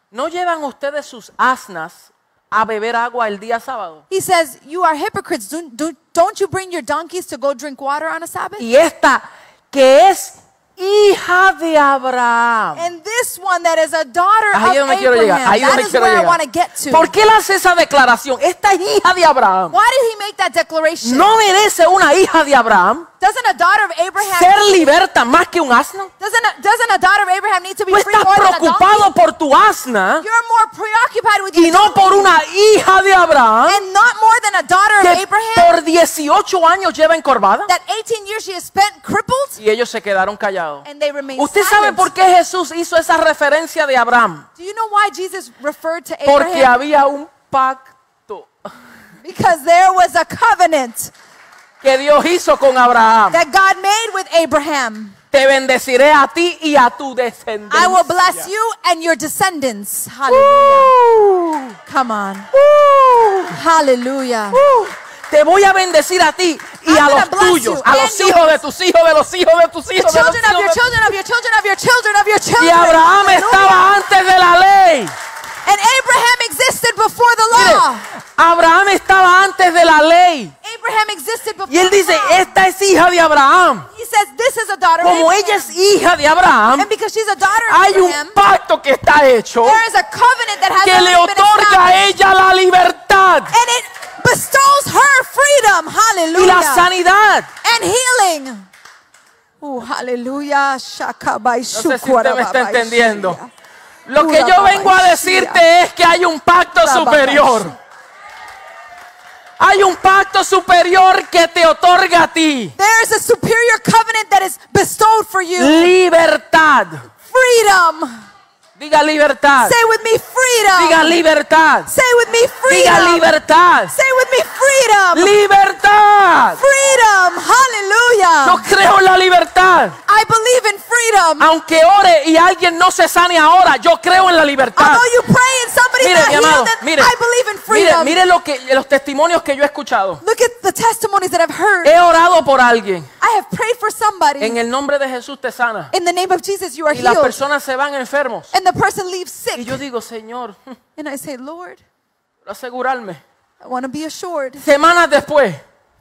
Speaker 1: ¿No llevan ustedes sus asnas a beber agua el día sábado?
Speaker 2: He says, You are hypocrites. Do, do, don't you bring your donkeys to go drink water on a Sabbath?
Speaker 1: Y esta que es hija de Abraham.
Speaker 2: And this one that is a daughter
Speaker 1: Ahí es
Speaker 2: of
Speaker 1: donde quiero
Speaker 2: Abraham.
Speaker 1: llegar. Ahí es
Speaker 2: That
Speaker 1: donde
Speaker 2: is
Speaker 1: quiero
Speaker 2: where I
Speaker 1: llegar.
Speaker 2: want to get to.
Speaker 1: ¿Por qué él hace esa declaración? Esta es hija de Abraham.
Speaker 2: Why did he make that declaration?
Speaker 1: ¿No merece una hija de Abraham
Speaker 2: Doesn't a daughter of Abraham
Speaker 1: ser liberta más que un asno?
Speaker 2: doesn't a, doesn't a daughter of Abraham need to be
Speaker 1: Tú
Speaker 2: free
Speaker 1: estás
Speaker 2: more than a donkey?
Speaker 1: preocupado por tu asna
Speaker 2: You're more preoccupied with
Speaker 1: y
Speaker 2: your
Speaker 1: no por
Speaker 2: donkey
Speaker 1: una hija de Abraham
Speaker 2: and not more than a daughter of
Speaker 1: que
Speaker 2: Abraham
Speaker 1: por 18 años lleva encorvada.
Speaker 2: that 18 years she has spent crippled
Speaker 1: Y ellos se quedaron callados.
Speaker 2: and they remain
Speaker 1: ¿Usted sabe
Speaker 2: silent.
Speaker 1: por qué Jesús hizo esa referencia de Abraham?
Speaker 2: Do you know why Jesus referred to
Speaker 1: Porque
Speaker 2: Abraham?
Speaker 1: había un pacto
Speaker 2: Because there was a covenant
Speaker 1: que Dios hizo con Abraham.
Speaker 2: that God made with Abraham.
Speaker 1: Te bendeciré a ti y a tu
Speaker 2: I will bless
Speaker 1: descendencia.
Speaker 2: you and your descendants. Hallelujah.
Speaker 1: Uh,
Speaker 2: Come on.
Speaker 1: uh,
Speaker 2: Hallelujah.
Speaker 1: uh. Te voy a bendecir a ti y
Speaker 2: I'm
Speaker 1: a
Speaker 2: gonna
Speaker 1: los
Speaker 2: bless
Speaker 1: tuyos,
Speaker 2: you
Speaker 1: a
Speaker 2: and
Speaker 1: los
Speaker 2: yours.
Speaker 1: hijos de tus hijos, de los hijos de tus hijos, de los
Speaker 2: Children of your
Speaker 1: hijos. de-
Speaker 2: children of your children of your children of your
Speaker 1: Y
Speaker 2: children.
Speaker 1: Abraham
Speaker 2: Hallelujah.
Speaker 1: estaba antes de la ley.
Speaker 2: And Abraham existed before the
Speaker 1: Mire,
Speaker 2: law.
Speaker 1: Abraham estaba antes de la ley.
Speaker 2: Abraham existed before
Speaker 1: Y él dice,
Speaker 2: the law.
Speaker 1: esta es hija de Abraham.
Speaker 2: He says, This is a daughter of
Speaker 1: Como
Speaker 2: Abraham.
Speaker 1: ella es hija de Abraham,
Speaker 2: and because she's a daughter of
Speaker 1: hay
Speaker 2: Abraham,
Speaker 1: un pacto que está hecho
Speaker 2: there is a covenant that has
Speaker 1: que le
Speaker 2: already been
Speaker 1: otorga a
Speaker 2: established.
Speaker 1: ella la libertad
Speaker 2: And it bestows her freedom.
Speaker 1: y la
Speaker 2: Hallelujah.
Speaker 1: sanidad.
Speaker 2: And healing. Oh, hallelujah. Shakabai
Speaker 1: No sé si usted me está entendiendo. Lo que
Speaker 2: Pura
Speaker 1: yo vengo a
Speaker 2: babashia.
Speaker 1: decirte es que hay un pacto
Speaker 2: Pura
Speaker 1: superior.
Speaker 2: babashia.
Speaker 1: Hay un pacto superior que te otorga a ti
Speaker 2: There is a superior covenant that is bestowed for you.
Speaker 1: Mm. libertad.
Speaker 2: Freedom.
Speaker 1: Diga libertad.
Speaker 2: Say with me, freedom.
Speaker 1: Diga libertad.
Speaker 2: Say with me,
Speaker 1: Diga
Speaker 2: freedom.
Speaker 1: libertad.
Speaker 2: Say with me, freedom.
Speaker 1: Libertad.
Speaker 2: Freedom.
Speaker 1: Yo Ah,
Speaker 2: Hallelujah.
Speaker 1: creo en la libertad.
Speaker 2: I believe in freedom.
Speaker 1: Aunque ore y alguien no se sane ahora, yo creo en la libertad.
Speaker 2: Although you pray and
Speaker 1: ah.
Speaker 2: somebody's
Speaker 1: Mire,
Speaker 2: not
Speaker 1: mi amado,
Speaker 2: healed, and
Speaker 1: mire,
Speaker 2: I believe in
Speaker 1: mire,
Speaker 2: freedom.
Speaker 1: mire lo que, los testimonios que yo he escuchado.
Speaker 2: Look at the testimonies that I've heard.
Speaker 1: He orado por alguien.
Speaker 2: I have prayed for somebody.
Speaker 1: Eh. En el nombre de Jesús te sana.
Speaker 2: in the name of Jesus, you are
Speaker 1: Y las
Speaker 2: healed.
Speaker 1: personas se van enfermos.
Speaker 2: And the person leaves
Speaker 1: Y
Speaker 2: sick.
Speaker 1: yo digo, Señor, quiero
Speaker 2: And I say, Lord,
Speaker 1: asegurarme.
Speaker 2: I want to be assured. A
Speaker 1: Semanas después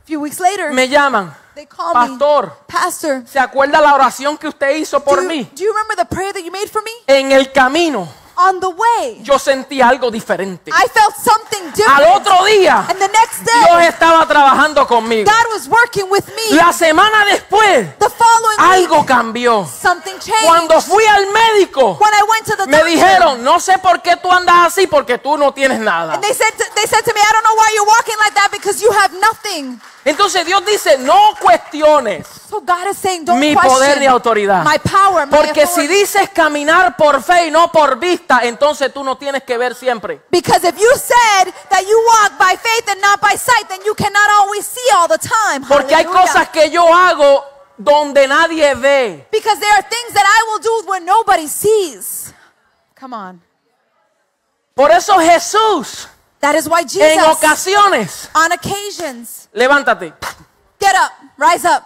Speaker 2: few weeks later,
Speaker 1: me llaman.
Speaker 2: they call me,
Speaker 1: Pastor,
Speaker 2: Pastor,
Speaker 1: ¿se acuerda la oración que usted hizo
Speaker 2: do
Speaker 1: por
Speaker 2: you,
Speaker 1: mí?
Speaker 2: do you remember the prayer that you made for me?
Speaker 1: En el camino
Speaker 2: On the way,
Speaker 1: yo sentí algo diferente.
Speaker 2: I felt something
Speaker 1: Al
Speaker 2: different.
Speaker 1: otro día
Speaker 2: And the next
Speaker 1: Dios
Speaker 2: day,
Speaker 1: estaba trabajando conmigo.
Speaker 2: God was working with me.
Speaker 1: La semana después
Speaker 2: The following week,
Speaker 1: algo cambió.
Speaker 2: something changed.
Speaker 1: Cuando fui al médico
Speaker 2: When I went to the
Speaker 1: me
Speaker 2: doctor,
Speaker 1: dijeron, no sé por qué tú andas así porque tú no tienes nada.
Speaker 2: and they said, to, they said to me, I don't know why you're walking like that because you have nothing.
Speaker 1: Entonces Dios dice, no cuestiones
Speaker 2: So God is saying, don't
Speaker 1: mi poder
Speaker 2: question
Speaker 1: ni autoridad.
Speaker 2: my power, my
Speaker 1: Porque si
Speaker 2: authority.
Speaker 1: dices caminar por fe y no por vista, entonces tú no tienes que ver siempre.
Speaker 2: Because if you said that you walk by faith and not by sight, then you cannot always see all the time.
Speaker 1: Porque hay
Speaker 2: Hallelujah.
Speaker 1: cosas que yo hago donde nadie ve.
Speaker 2: Because there are things that I will do when nobody sees. Come on.
Speaker 1: Por eso Jesús
Speaker 2: That is why Jesus,
Speaker 1: en ocasiones,
Speaker 2: on occasions,
Speaker 1: levántate.
Speaker 2: get up, rise up.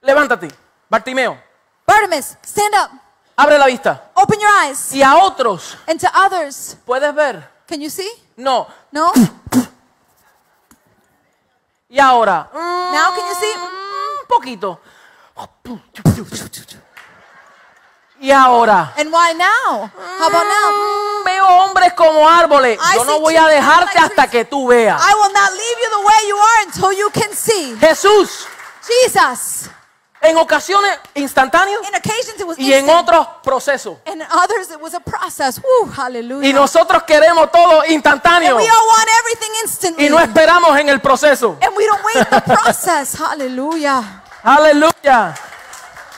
Speaker 1: Levántate, Bartimeo,
Speaker 2: Bartimaeus, stand up,
Speaker 1: abre la vista.
Speaker 2: open your eyes.
Speaker 1: Y a otros,
Speaker 2: And to others,
Speaker 1: ¿puedes ver?
Speaker 2: can you see?
Speaker 1: No.
Speaker 2: No?
Speaker 1: Y ahora, mm,
Speaker 2: Now can you see?
Speaker 1: un poquito. Y ahora,
Speaker 2: And why now? How about now?
Speaker 1: mm, veo hombres como árboles.
Speaker 2: I
Speaker 1: Yo no
Speaker 2: see
Speaker 1: voy a
Speaker 2: trees
Speaker 1: dejarte
Speaker 2: like
Speaker 1: hasta
Speaker 2: trees.
Speaker 1: que tú veas.
Speaker 2: I will not leave you the way you are until you can see.
Speaker 1: Jesús,
Speaker 2: Jesus.
Speaker 1: en ocasiones instantáneas
Speaker 2: In occasions it was
Speaker 1: y en
Speaker 2: instant,
Speaker 1: otros procesos.
Speaker 2: and in others it was a process. Woo,
Speaker 1: Y
Speaker 2: hallelujah.
Speaker 1: nosotros queremos todo
Speaker 2: and
Speaker 1: instantáneo
Speaker 2: we all want everything instantly.
Speaker 1: y no esperamos en el proceso.
Speaker 2: and we don't wait the process. hallelujah.
Speaker 1: Aleluya.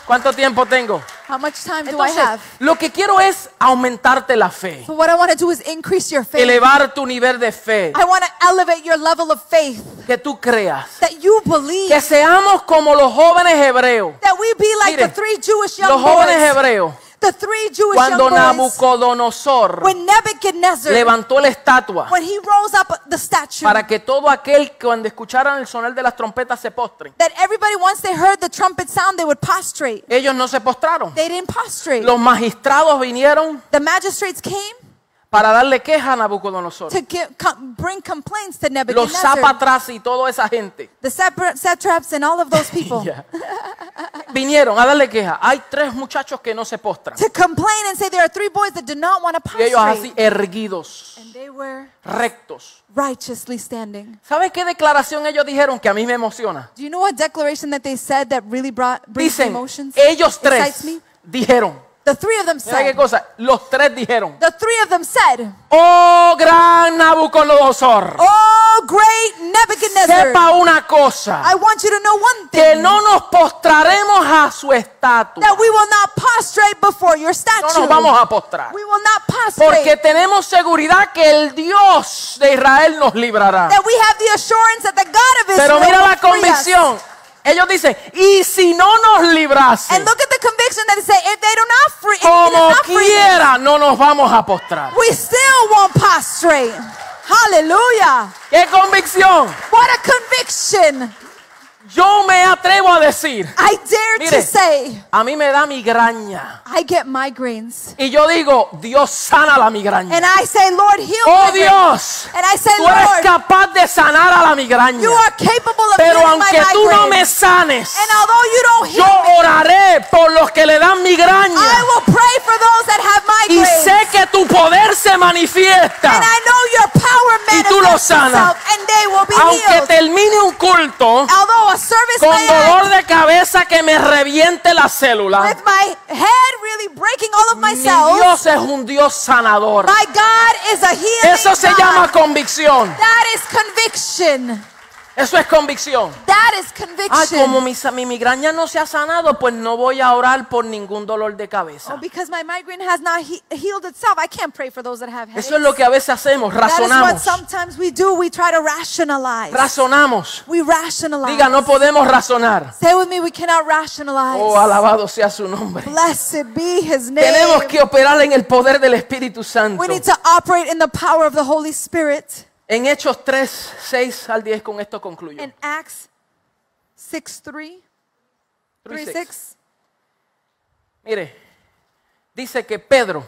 Speaker 1: ¿Cuánto tiempo tengo?
Speaker 2: How much time do I
Speaker 1: Entonces,
Speaker 2: have?
Speaker 1: lo que quiero es aumentarte la fe,
Speaker 2: So what I want to do is increase your faith.
Speaker 1: elevar tu nivel de fe,
Speaker 2: I want to elevate your level of faith
Speaker 1: que tú creas.
Speaker 2: that you believe
Speaker 1: Que seamos como los jóvenes hebreos.
Speaker 2: that we be like
Speaker 1: Mire,
Speaker 2: the three Jewish young
Speaker 1: Los jóvenes
Speaker 2: boys.
Speaker 1: hebreos,
Speaker 2: The three Jewish
Speaker 1: cuando
Speaker 2: young boys.
Speaker 1: Nabucodonosor
Speaker 2: When Nebuchadnezzar,
Speaker 1: levantó la estatua
Speaker 2: when he rose up the statue,
Speaker 1: para que todo aquel que cuando escucharan el sonar de las trompetas se postren,
Speaker 2: that everybody once they heard the trumpet sound they would prostrate
Speaker 1: ellos no se postraron.
Speaker 2: they didn't prostrate
Speaker 1: Los magistrados vinieron
Speaker 2: the magistrates came
Speaker 1: para darle queja a Nabucodonosor.
Speaker 2: to give, com, bring complaints to
Speaker 1: Los
Speaker 2: Nebuchadnezzar
Speaker 1: sápatras y toda esa gente
Speaker 2: the separ- satraps and all of those people
Speaker 1: Ya. vinieron a darle queja. Hay tres muchachos que no se postran.
Speaker 2: to complain and say there are three boys that do not want to
Speaker 1: Y ellos así
Speaker 2: prostrate
Speaker 1: erguidos,
Speaker 2: and they were
Speaker 1: rectos.
Speaker 2: righteously standing
Speaker 1: ¿Sabes qué declaración ellos dijeron que a mí me emociona?
Speaker 2: do you know what declaration that they said that really brought brings
Speaker 1: Dicen,
Speaker 2: emotions
Speaker 1: ellos tres
Speaker 2: excites me
Speaker 1: dijeron.
Speaker 2: the three of them
Speaker 1: Mira qué
Speaker 2: said
Speaker 1: cosa, los tres dijeron.
Speaker 2: the three of them said
Speaker 1: Oh gran Nabucodonosor,
Speaker 2: oh great Nebuchadnezzar
Speaker 1: sepa una cosa,
Speaker 2: I want you to know one
Speaker 1: que
Speaker 2: thing
Speaker 1: no nos postraremos a su estatua.
Speaker 2: that we will not prostrate before your
Speaker 1: No
Speaker 2: statue.
Speaker 1: nos vamos a postrar.
Speaker 2: We will not prostrate.
Speaker 1: Porque tenemos seguridad que el Dios de Israel nos librará.
Speaker 2: that we have the assurance that the God of Israel
Speaker 1: Pero mira la
Speaker 2: will free us.
Speaker 1: convicción. Ellos dicen, y si no nos librase,
Speaker 2: And look at the conviction that it say, if they do not free, if it
Speaker 1: como
Speaker 2: is not free,
Speaker 1: quiera, no nos vamos a postrar.
Speaker 2: we still won't prostrate. Hallelujah!
Speaker 1: ¡Qué convicción!
Speaker 2: What a conviction!
Speaker 1: Yo me atrevo a decir,
Speaker 2: I dare
Speaker 1: Mire.
Speaker 2: to say,
Speaker 1: a mí me da migraña.
Speaker 2: I get migraines,
Speaker 1: Y yo digo, Dios sana la migraña.
Speaker 2: and I say, Lord, heal
Speaker 1: Oh
Speaker 2: my migraine.
Speaker 1: Dios,
Speaker 2: And I say,
Speaker 1: tú eres
Speaker 2: Lord,
Speaker 1: capaz de sanar a la migraña.
Speaker 2: You are capable of
Speaker 1: Pero
Speaker 2: healing my
Speaker 1: aunque tú no
Speaker 2: migraine.
Speaker 1: me sanes,
Speaker 2: and although you don't
Speaker 1: yo
Speaker 2: heal, me,
Speaker 1: oraré por los que le dan
Speaker 2: I
Speaker 1: migraña.
Speaker 2: will pray for those that have
Speaker 1: Y
Speaker 2: migraines.
Speaker 1: sé que tu poder se manifiesta.
Speaker 2: And I know your power
Speaker 1: Y tú lo
Speaker 2: manifests
Speaker 1: sanas.
Speaker 2: itself, and they will be
Speaker 1: Aunque
Speaker 2: healed.
Speaker 1: termine un culto
Speaker 2: Although a service
Speaker 1: con
Speaker 2: may
Speaker 1: dolor
Speaker 2: end
Speaker 1: de cabeza que me reviente la célula,
Speaker 2: with my head really breaking all of my
Speaker 1: mi
Speaker 2: cells,
Speaker 1: Dios es un Dios sanador.
Speaker 2: my God is a healing
Speaker 1: Eso se
Speaker 2: God.
Speaker 1: llama convicción.
Speaker 2: That is conviction.
Speaker 1: Eso es convicción.
Speaker 2: That is
Speaker 1: Ah,
Speaker 2: conviction.
Speaker 1: como mi, sa- mi migraña no se ha sanado, pues no voy a orar por ningún dolor de
Speaker 2: Oh,
Speaker 1: cabeza.
Speaker 2: because my migraine has not he- healed itself, I can't pray for those that have headaches.
Speaker 1: Eso es lo que a veces hacemos,
Speaker 2: that is what
Speaker 1: razonamos.
Speaker 2: sometimes we do. We try to rationalize.
Speaker 1: Razonamos.
Speaker 2: we rationalize.
Speaker 1: Diga, no podemos razonar.
Speaker 2: Say with me, we cannot rationalize.
Speaker 1: Oh, alabado sea su nombre.
Speaker 2: Blessed be His name.
Speaker 1: Tenemos que operar en el poder del Espíritu Santo.
Speaker 2: We need to operate in the power of the Holy Spirit.
Speaker 1: En Hechos 3, 6 al 10, con esto concluyo.
Speaker 2: In Acts 6 3,
Speaker 1: 3:6.
Speaker 2: 3 6.
Speaker 1: Mire, dice que Pedro,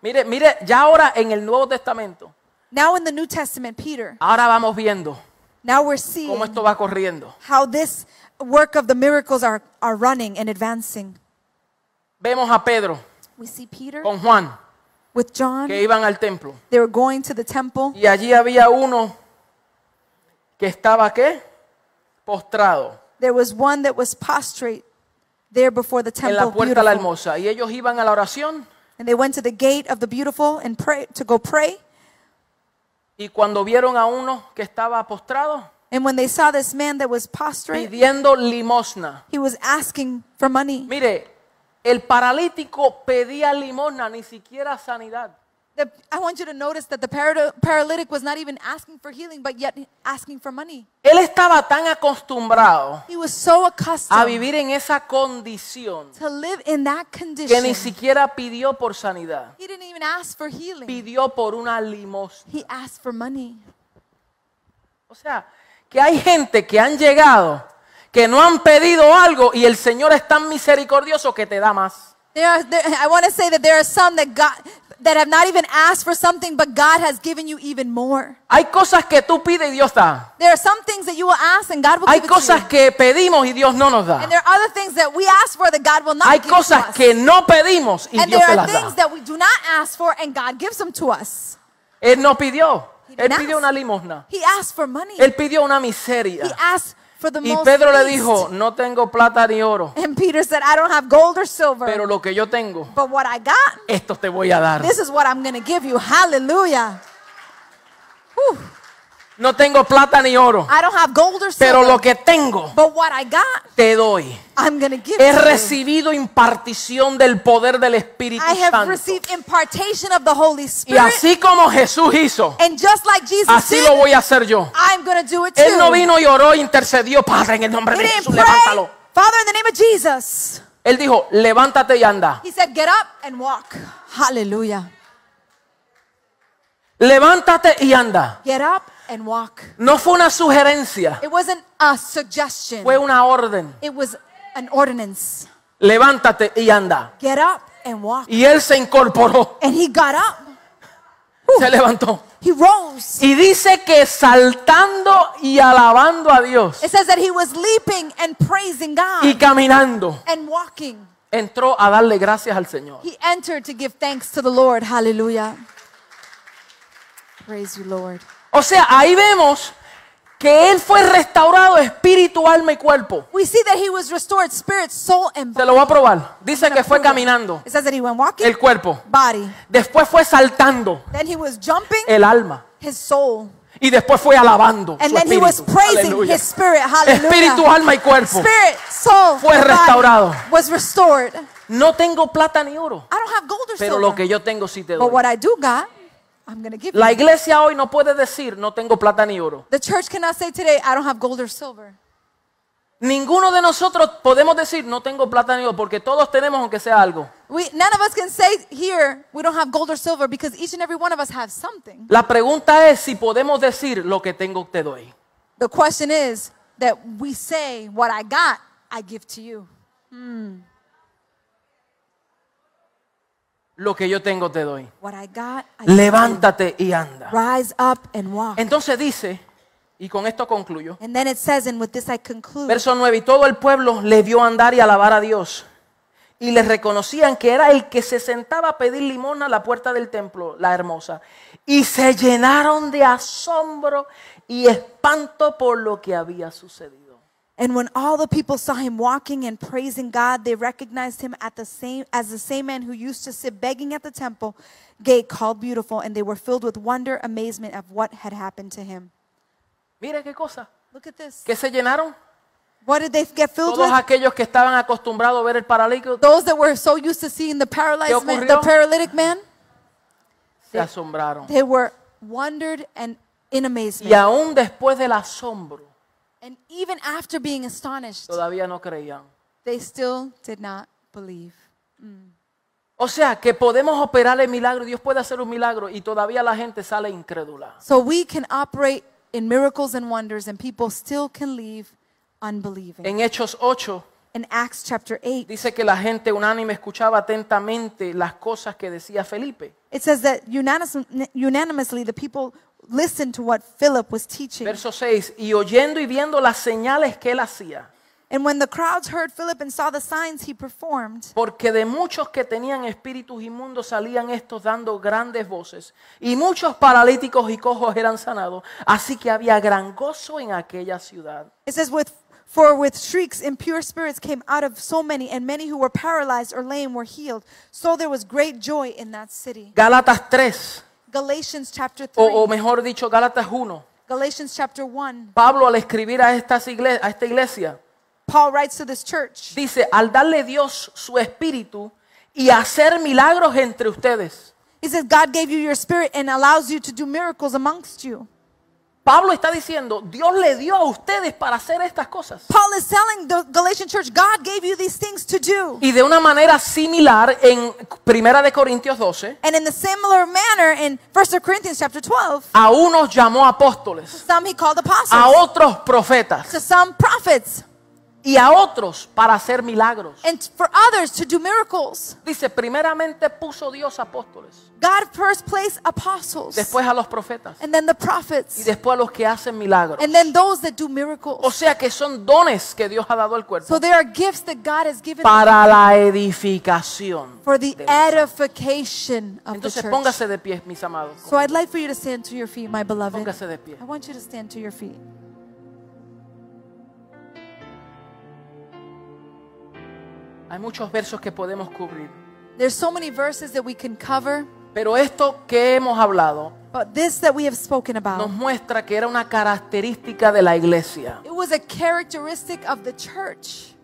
Speaker 1: mire, mire, ya ahora en el Nuevo Testamento,
Speaker 2: Now in the New Testament, Peter,
Speaker 1: ahora vamos viendo
Speaker 2: now we're
Speaker 1: cómo
Speaker 2: seeing
Speaker 1: esto va corriendo.
Speaker 2: how this work of the miracles are, are running and advancing.
Speaker 1: Vemos a Pedro
Speaker 2: We see Peter
Speaker 1: con Juan
Speaker 2: with John.
Speaker 1: que iban al templo
Speaker 2: They were going to the temple,
Speaker 1: y allí había uno que estaba qué? Postrado
Speaker 2: there was one that was prostrate there before the
Speaker 1: en la
Speaker 2: temple.
Speaker 1: puerta de la
Speaker 2: beautiful.
Speaker 1: hermosa y ellos iban a la oración
Speaker 2: And they went to the gate of the beautiful and pray, to go pray.
Speaker 1: y cuando vieron a uno que estaba postrado
Speaker 2: And when they saw this man that was prostrate,
Speaker 1: pidiendo limosna.
Speaker 2: he was asking for money.
Speaker 1: Mire, el paralítico pedía limosna, ni siquiera sanidad.
Speaker 2: The, I want you to notice that the parado- paralytic was not even asking for healing, but yet asking for money.
Speaker 1: Él estaba tan acostumbrado
Speaker 2: He was so
Speaker 1: a
Speaker 2: accustomed
Speaker 1: vivir en esa condición
Speaker 2: to live in that
Speaker 1: que ni
Speaker 2: condition.
Speaker 1: siquiera pidió por sanidad,
Speaker 2: He didn't even ask for healing.
Speaker 1: pidió por una limosna.
Speaker 2: He asked for money.
Speaker 1: O sea, que hay gente que han llegado que no han pedido algo y el Señor es tan misericordioso que te da más.
Speaker 2: There are, there, I want to say that there are some that God that have not even asked for something, but God has given you even more.
Speaker 1: Hay cosas que tú pides y Dios da.
Speaker 2: There are some things that you will ask and God will
Speaker 1: Hay
Speaker 2: give it to
Speaker 1: cosas
Speaker 2: you.
Speaker 1: que pedimos y Dios no nos da.
Speaker 2: And there are other things that we ask for that God will not
Speaker 1: Hay
Speaker 2: give to us.
Speaker 1: cosas que no pedimos y
Speaker 2: and
Speaker 1: Dios
Speaker 2: there
Speaker 1: te
Speaker 2: are
Speaker 1: las
Speaker 2: things
Speaker 1: da.
Speaker 2: that we do not ask for and God gives them to us.
Speaker 1: Él no pidió.
Speaker 2: He didn't
Speaker 1: Él pidió
Speaker 2: ask.
Speaker 1: una limosna.
Speaker 2: He asked for money.
Speaker 1: Él pidió una
Speaker 2: he
Speaker 1: miseria.
Speaker 2: asked for the
Speaker 1: Y
Speaker 2: most
Speaker 1: Pedro le
Speaker 2: least.
Speaker 1: dijo, no tengo plata ni oro,
Speaker 2: And Peter said, I don't have gold or silver,
Speaker 1: pero lo que yo tengo,
Speaker 2: but what I got,
Speaker 1: esto te voy a dar.
Speaker 2: this is what I'm going to give you. Hallelujah. Whew.
Speaker 1: No tengo plata ni oro,
Speaker 2: I don't have gold or silver,
Speaker 1: pero lo que tengo,
Speaker 2: but what I got,
Speaker 1: te doy.
Speaker 2: I'm going to give
Speaker 1: He
Speaker 2: to you.
Speaker 1: recibido impartición del poder del Espíritu
Speaker 2: I have
Speaker 1: Santo.
Speaker 2: received impartation of the Holy
Speaker 1: Y
Speaker 2: Spirit.
Speaker 1: así como Jesús hizo,
Speaker 2: and just like Jesus
Speaker 1: así lo
Speaker 2: did,
Speaker 1: voy a hacer yo.
Speaker 2: I'm going to do it too.
Speaker 1: Él no vino y oró, intercedió, Padre, en el nombre
Speaker 2: He
Speaker 1: de
Speaker 2: didn't
Speaker 1: Jesús,
Speaker 2: pray.
Speaker 1: levántalo.
Speaker 2: Father, in the name of Jesus.
Speaker 1: Él dijo, levántate y anda.
Speaker 2: He said, get up and walk. Hallelujah.
Speaker 1: Levántate y anda.
Speaker 2: Get up and walk.
Speaker 1: No fue una sugerencia,
Speaker 2: It wasn't a suggestion.
Speaker 1: fue una orden.
Speaker 2: It was an ordinance.
Speaker 1: Levántate y anda.
Speaker 2: Get up and walk.
Speaker 1: Y él se incorporó,
Speaker 2: And he got up. Uh.
Speaker 1: se levantó.
Speaker 2: He rose.
Speaker 1: Y dice que saltando y alabando a Dios
Speaker 2: It says that he was leaping and praising God
Speaker 1: y caminando,
Speaker 2: and walking.
Speaker 1: entró a darle gracias al Señor.
Speaker 2: He entered to give thanks to the Lord. Hallelujah. Praise you, Lord.
Speaker 1: O sea, ahí vemos que él fue restaurado espíritu, alma y cuerpo.
Speaker 2: We see that he was restored spirit, soul, and
Speaker 1: Se
Speaker 2: body.
Speaker 1: lo voy a probar. Dice que fue caminando
Speaker 2: It says that he went walking,
Speaker 1: el cuerpo.
Speaker 2: body.
Speaker 1: Después fue saltando
Speaker 2: Then he was jumping,
Speaker 1: el alma.
Speaker 2: his soul.
Speaker 1: Y después fue alabando
Speaker 2: And
Speaker 1: su
Speaker 2: then he was
Speaker 1: espíritu.
Speaker 2: praising
Speaker 1: Aleluya.
Speaker 2: his spirit. Hallelujah.
Speaker 1: Espíritu, alma y cuerpo.
Speaker 2: Spirit, soul,
Speaker 1: Fue
Speaker 2: and body
Speaker 1: restaurado.
Speaker 2: was restored. I
Speaker 1: No tengo plata ni oro,
Speaker 2: don't have gold or
Speaker 1: pero
Speaker 2: silver.
Speaker 1: lo que yo tengo sí te
Speaker 2: but
Speaker 1: doy.
Speaker 2: what I do got, I'm going to give
Speaker 1: La
Speaker 2: you.
Speaker 1: iglesia hoy no puede decir no tengo plata ni oro.
Speaker 2: The church cannot say today, I don't have gold or silver.
Speaker 1: Ninguno de nosotros podemos decir no tengo plata ni oro porque todos tenemos aunque sea algo.
Speaker 2: We, none of us can say here, we don't have gold or silver because each and every one of us have something.
Speaker 1: La pregunta es si podemos decir lo que tengo te doy.
Speaker 2: The question is that we say, What I got, I give to you.
Speaker 1: Lo que yo tengo te doy.
Speaker 2: What I got, I give to you.
Speaker 1: Levántate y anda.
Speaker 2: Rise up and walk.
Speaker 1: Entonces dice, y con esto concluyo,
Speaker 2: And then it says, and with this I conclude.
Speaker 1: verso 9, y todo el pueblo le vio andar y alabar a Dios. Y le reconocían que era el que se sentaba a pedir limosna a la puerta del templo, la hermosa. Y se llenaron de asombro y espanto por lo que había sucedido.
Speaker 2: And when all the people saw him walking and praising God, they recognized him at the same as the same man who used to sit begging at the temple gate called Beautiful, and they were filled with wonder, amazement of what had happened to him.
Speaker 1: Mire qué cosa.
Speaker 2: Look at this.
Speaker 1: ¿Qué se llenaron?
Speaker 2: What did they get filled
Speaker 1: Todos
Speaker 2: with?
Speaker 1: aquellos que estaban acostumbrados a ver el paralítico
Speaker 2: Those that were so used to seeing the paralyzed man, the
Speaker 1: ocurrió?
Speaker 2: paralytic man,
Speaker 1: se asombraron.
Speaker 2: they were wondered and in
Speaker 1: Y
Speaker 2: amazement.
Speaker 1: aún después del asombro,
Speaker 2: And even after being astonished,
Speaker 1: todavía no creían.
Speaker 2: they still did not believe.
Speaker 1: O sea, que podemos operar el milagro, Dios puede hacer un milagro y todavía la gente sale incrédula.
Speaker 2: So we can operate in miracles and wonders, and people still can leave unbelieving.
Speaker 1: En Hechos 8
Speaker 2: In Acts chapter 8,
Speaker 1: dice que la gente unánime escuchaba atentamente las cosas que decía Felipe.
Speaker 2: it says that unanimous- unanimously the people listened to what Philip was teaching.
Speaker 1: Verso 6, y oyendo y viendo las señales que él hacía,
Speaker 2: And when the crowds heard Philip and saw the signs he performed,
Speaker 1: porque de muchos que tenían espíritus inmundos salían estos dando grandes voces, y muchos paralíticos y cojos eran sanados, así que había gran gozo en aquella ciudad.
Speaker 2: it says, with, For with shrieks impure spirits came out of so many, and many who were paralyzed or lame were healed. So there was great joy in that city.
Speaker 1: Gálatas 3,
Speaker 2: Galatians chapter
Speaker 1: o, o
Speaker 2: 3,
Speaker 1: mejor dicho, Gálatas 1.
Speaker 2: Galatians chapter 1,
Speaker 1: Pablo al escribir a, estas igle- a esta iglesia
Speaker 2: Paul writes to this church.
Speaker 1: dice, al darle Dios su espíritu y hacer milagros entre ustedes.
Speaker 2: He says, God gave you your spirit and allows you to do miracles amongst you.
Speaker 1: Pablo está diciendo, Dios le dio a ustedes para hacer estas cosas.
Speaker 2: Paul is telling the Galatian church, God gave you these things to do.
Speaker 1: Y de una manera similar en Primera de Corintios 12,
Speaker 2: And in the similar manner, in 1 Corinthians chapter 12,
Speaker 1: a unos llamó apóstoles,
Speaker 2: some he called
Speaker 1: a
Speaker 2: apostles,
Speaker 1: otros profetas,
Speaker 2: to some prophets,
Speaker 1: y a otros para hacer milagros.
Speaker 2: and for others to do miracles.
Speaker 1: Dice, primeramente puso Dios apóstoles,
Speaker 2: God first placed apostles,
Speaker 1: después a los profetas
Speaker 2: and then the
Speaker 1: y Oh,
Speaker 2: prophets,
Speaker 1: después a los que hacen milagros.
Speaker 2: and then those that do
Speaker 1: O
Speaker 2: miracles.
Speaker 1: sea que son dones que Dios ha dado al cuerpo
Speaker 2: So there are gifts that God has given
Speaker 1: para la edificación.
Speaker 2: for the
Speaker 1: del-
Speaker 2: edification of the
Speaker 1: Entonces
Speaker 2: church.
Speaker 1: póngase de pie, mis amados.
Speaker 2: So I'd like for you to stand to your feet, my beloved.
Speaker 1: Póngase de pie.
Speaker 2: I want you to stand to your feet.
Speaker 1: Hay muchos versos que podemos cubrir,
Speaker 2: There's so many verses that we can cover,
Speaker 1: pero esto que hemos hablado
Speaker 2: but this that we have spoken about,
Speaker 1: nos muestra que era una característica de la iglesia
Speaker 2: it was a characteristic of the church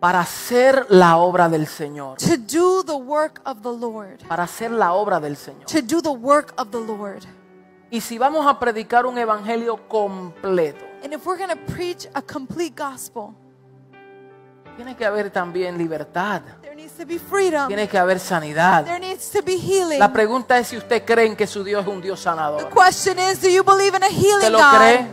Speaker 1: para hacer la obra del Señor,
Speaker 2: to do the work of the Lord,
Speaker 1: para hacer la obra del Señor.
Speaker 2: to do the work of the Lord.
Speaker 1: Y si vamos a predicar un evangelio completo,
Speaker 2: And if we're going to preach a complete gospel,
Speaker 1: tiene que haber también libertad,
Speaker 2: there needs to be freedom.
Speaker 1: tiene que haber sanidad.
Speaker 2: There needs to be healing.
Speaker 1: La pregunta es si usted creen que su Dios es un Dios
Speaker 2: The
Speaker 1: sanador.
Speaker 2: question is, do you believe in a
Speaker 1: ¿Usted
Speaker 2: healing
Speaker 1: lo
Speaker 2: God?
Speaker 1: cree?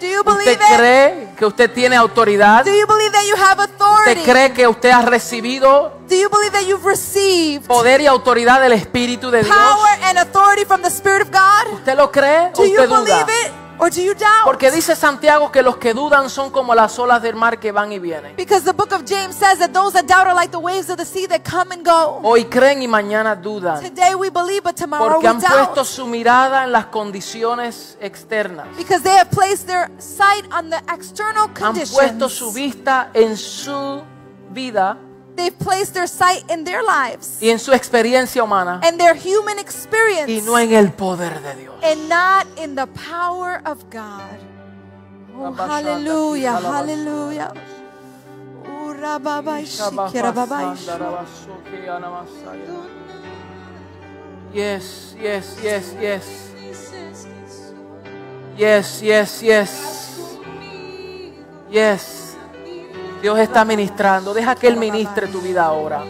Speaker 2: Do you
Speaker 1: ¿Usted
Speaker 2: believe it?
Speaker 1: cree que usted tiene autoridad?
Speaker 2: Do you believe that you have
Speaker 1: ¿Usted
Speaker 2: authority?
Speaker 1: cree que usted ha recibido
Speaker 2: Do you believe that you've received
Speaker 1: poder y autoridad del Espíritu de Dios?
Speaker 2: power and authority from the Spirit of God?
Speaker 1: ¿Usted lo cree o
Speaker 2: Do you
Speaker 1: usted duda?
Speaker 2: believe it or do you doubt?
Speaker 1: Porque dice Santiago que los que dudan son como las olas del mar que van y vienen.
Speaker 2: Because the book of James says that those that doubt are like the waves of the sea that come and go.
Speaker 1: Hoy creen y mañana dudan.
Speaker 2: Today we believe, but tomorrow we
Speaker 1: Oh, Porque han puesto
Speaker 2: doubt.
Speaker 1: su mirada en las condiciones externas.
Speaker 2: Because they have placed their sight on the external
Speaker 1: Han puesto su
Speaker 2: conditions.
Speaker 1: vista en su vida
Speaker 2: They've placed their sight in their lives
Speaker 1: y en su experiencia humana
Speaker 2: and their human
Speaker 1: y
Speaker 2: experience
Speaker 1: no en el poder de Dios.
Speaker 2: and not in the power of God. Oh, hallelujah, hallelujah. Oh, rababai shikira babai shu.
Speaker 1: Yes, yes, yes, yes. Yes, yes, yes. Yes. Dios está ministrando. Deja que Él ministre tu vida ahora.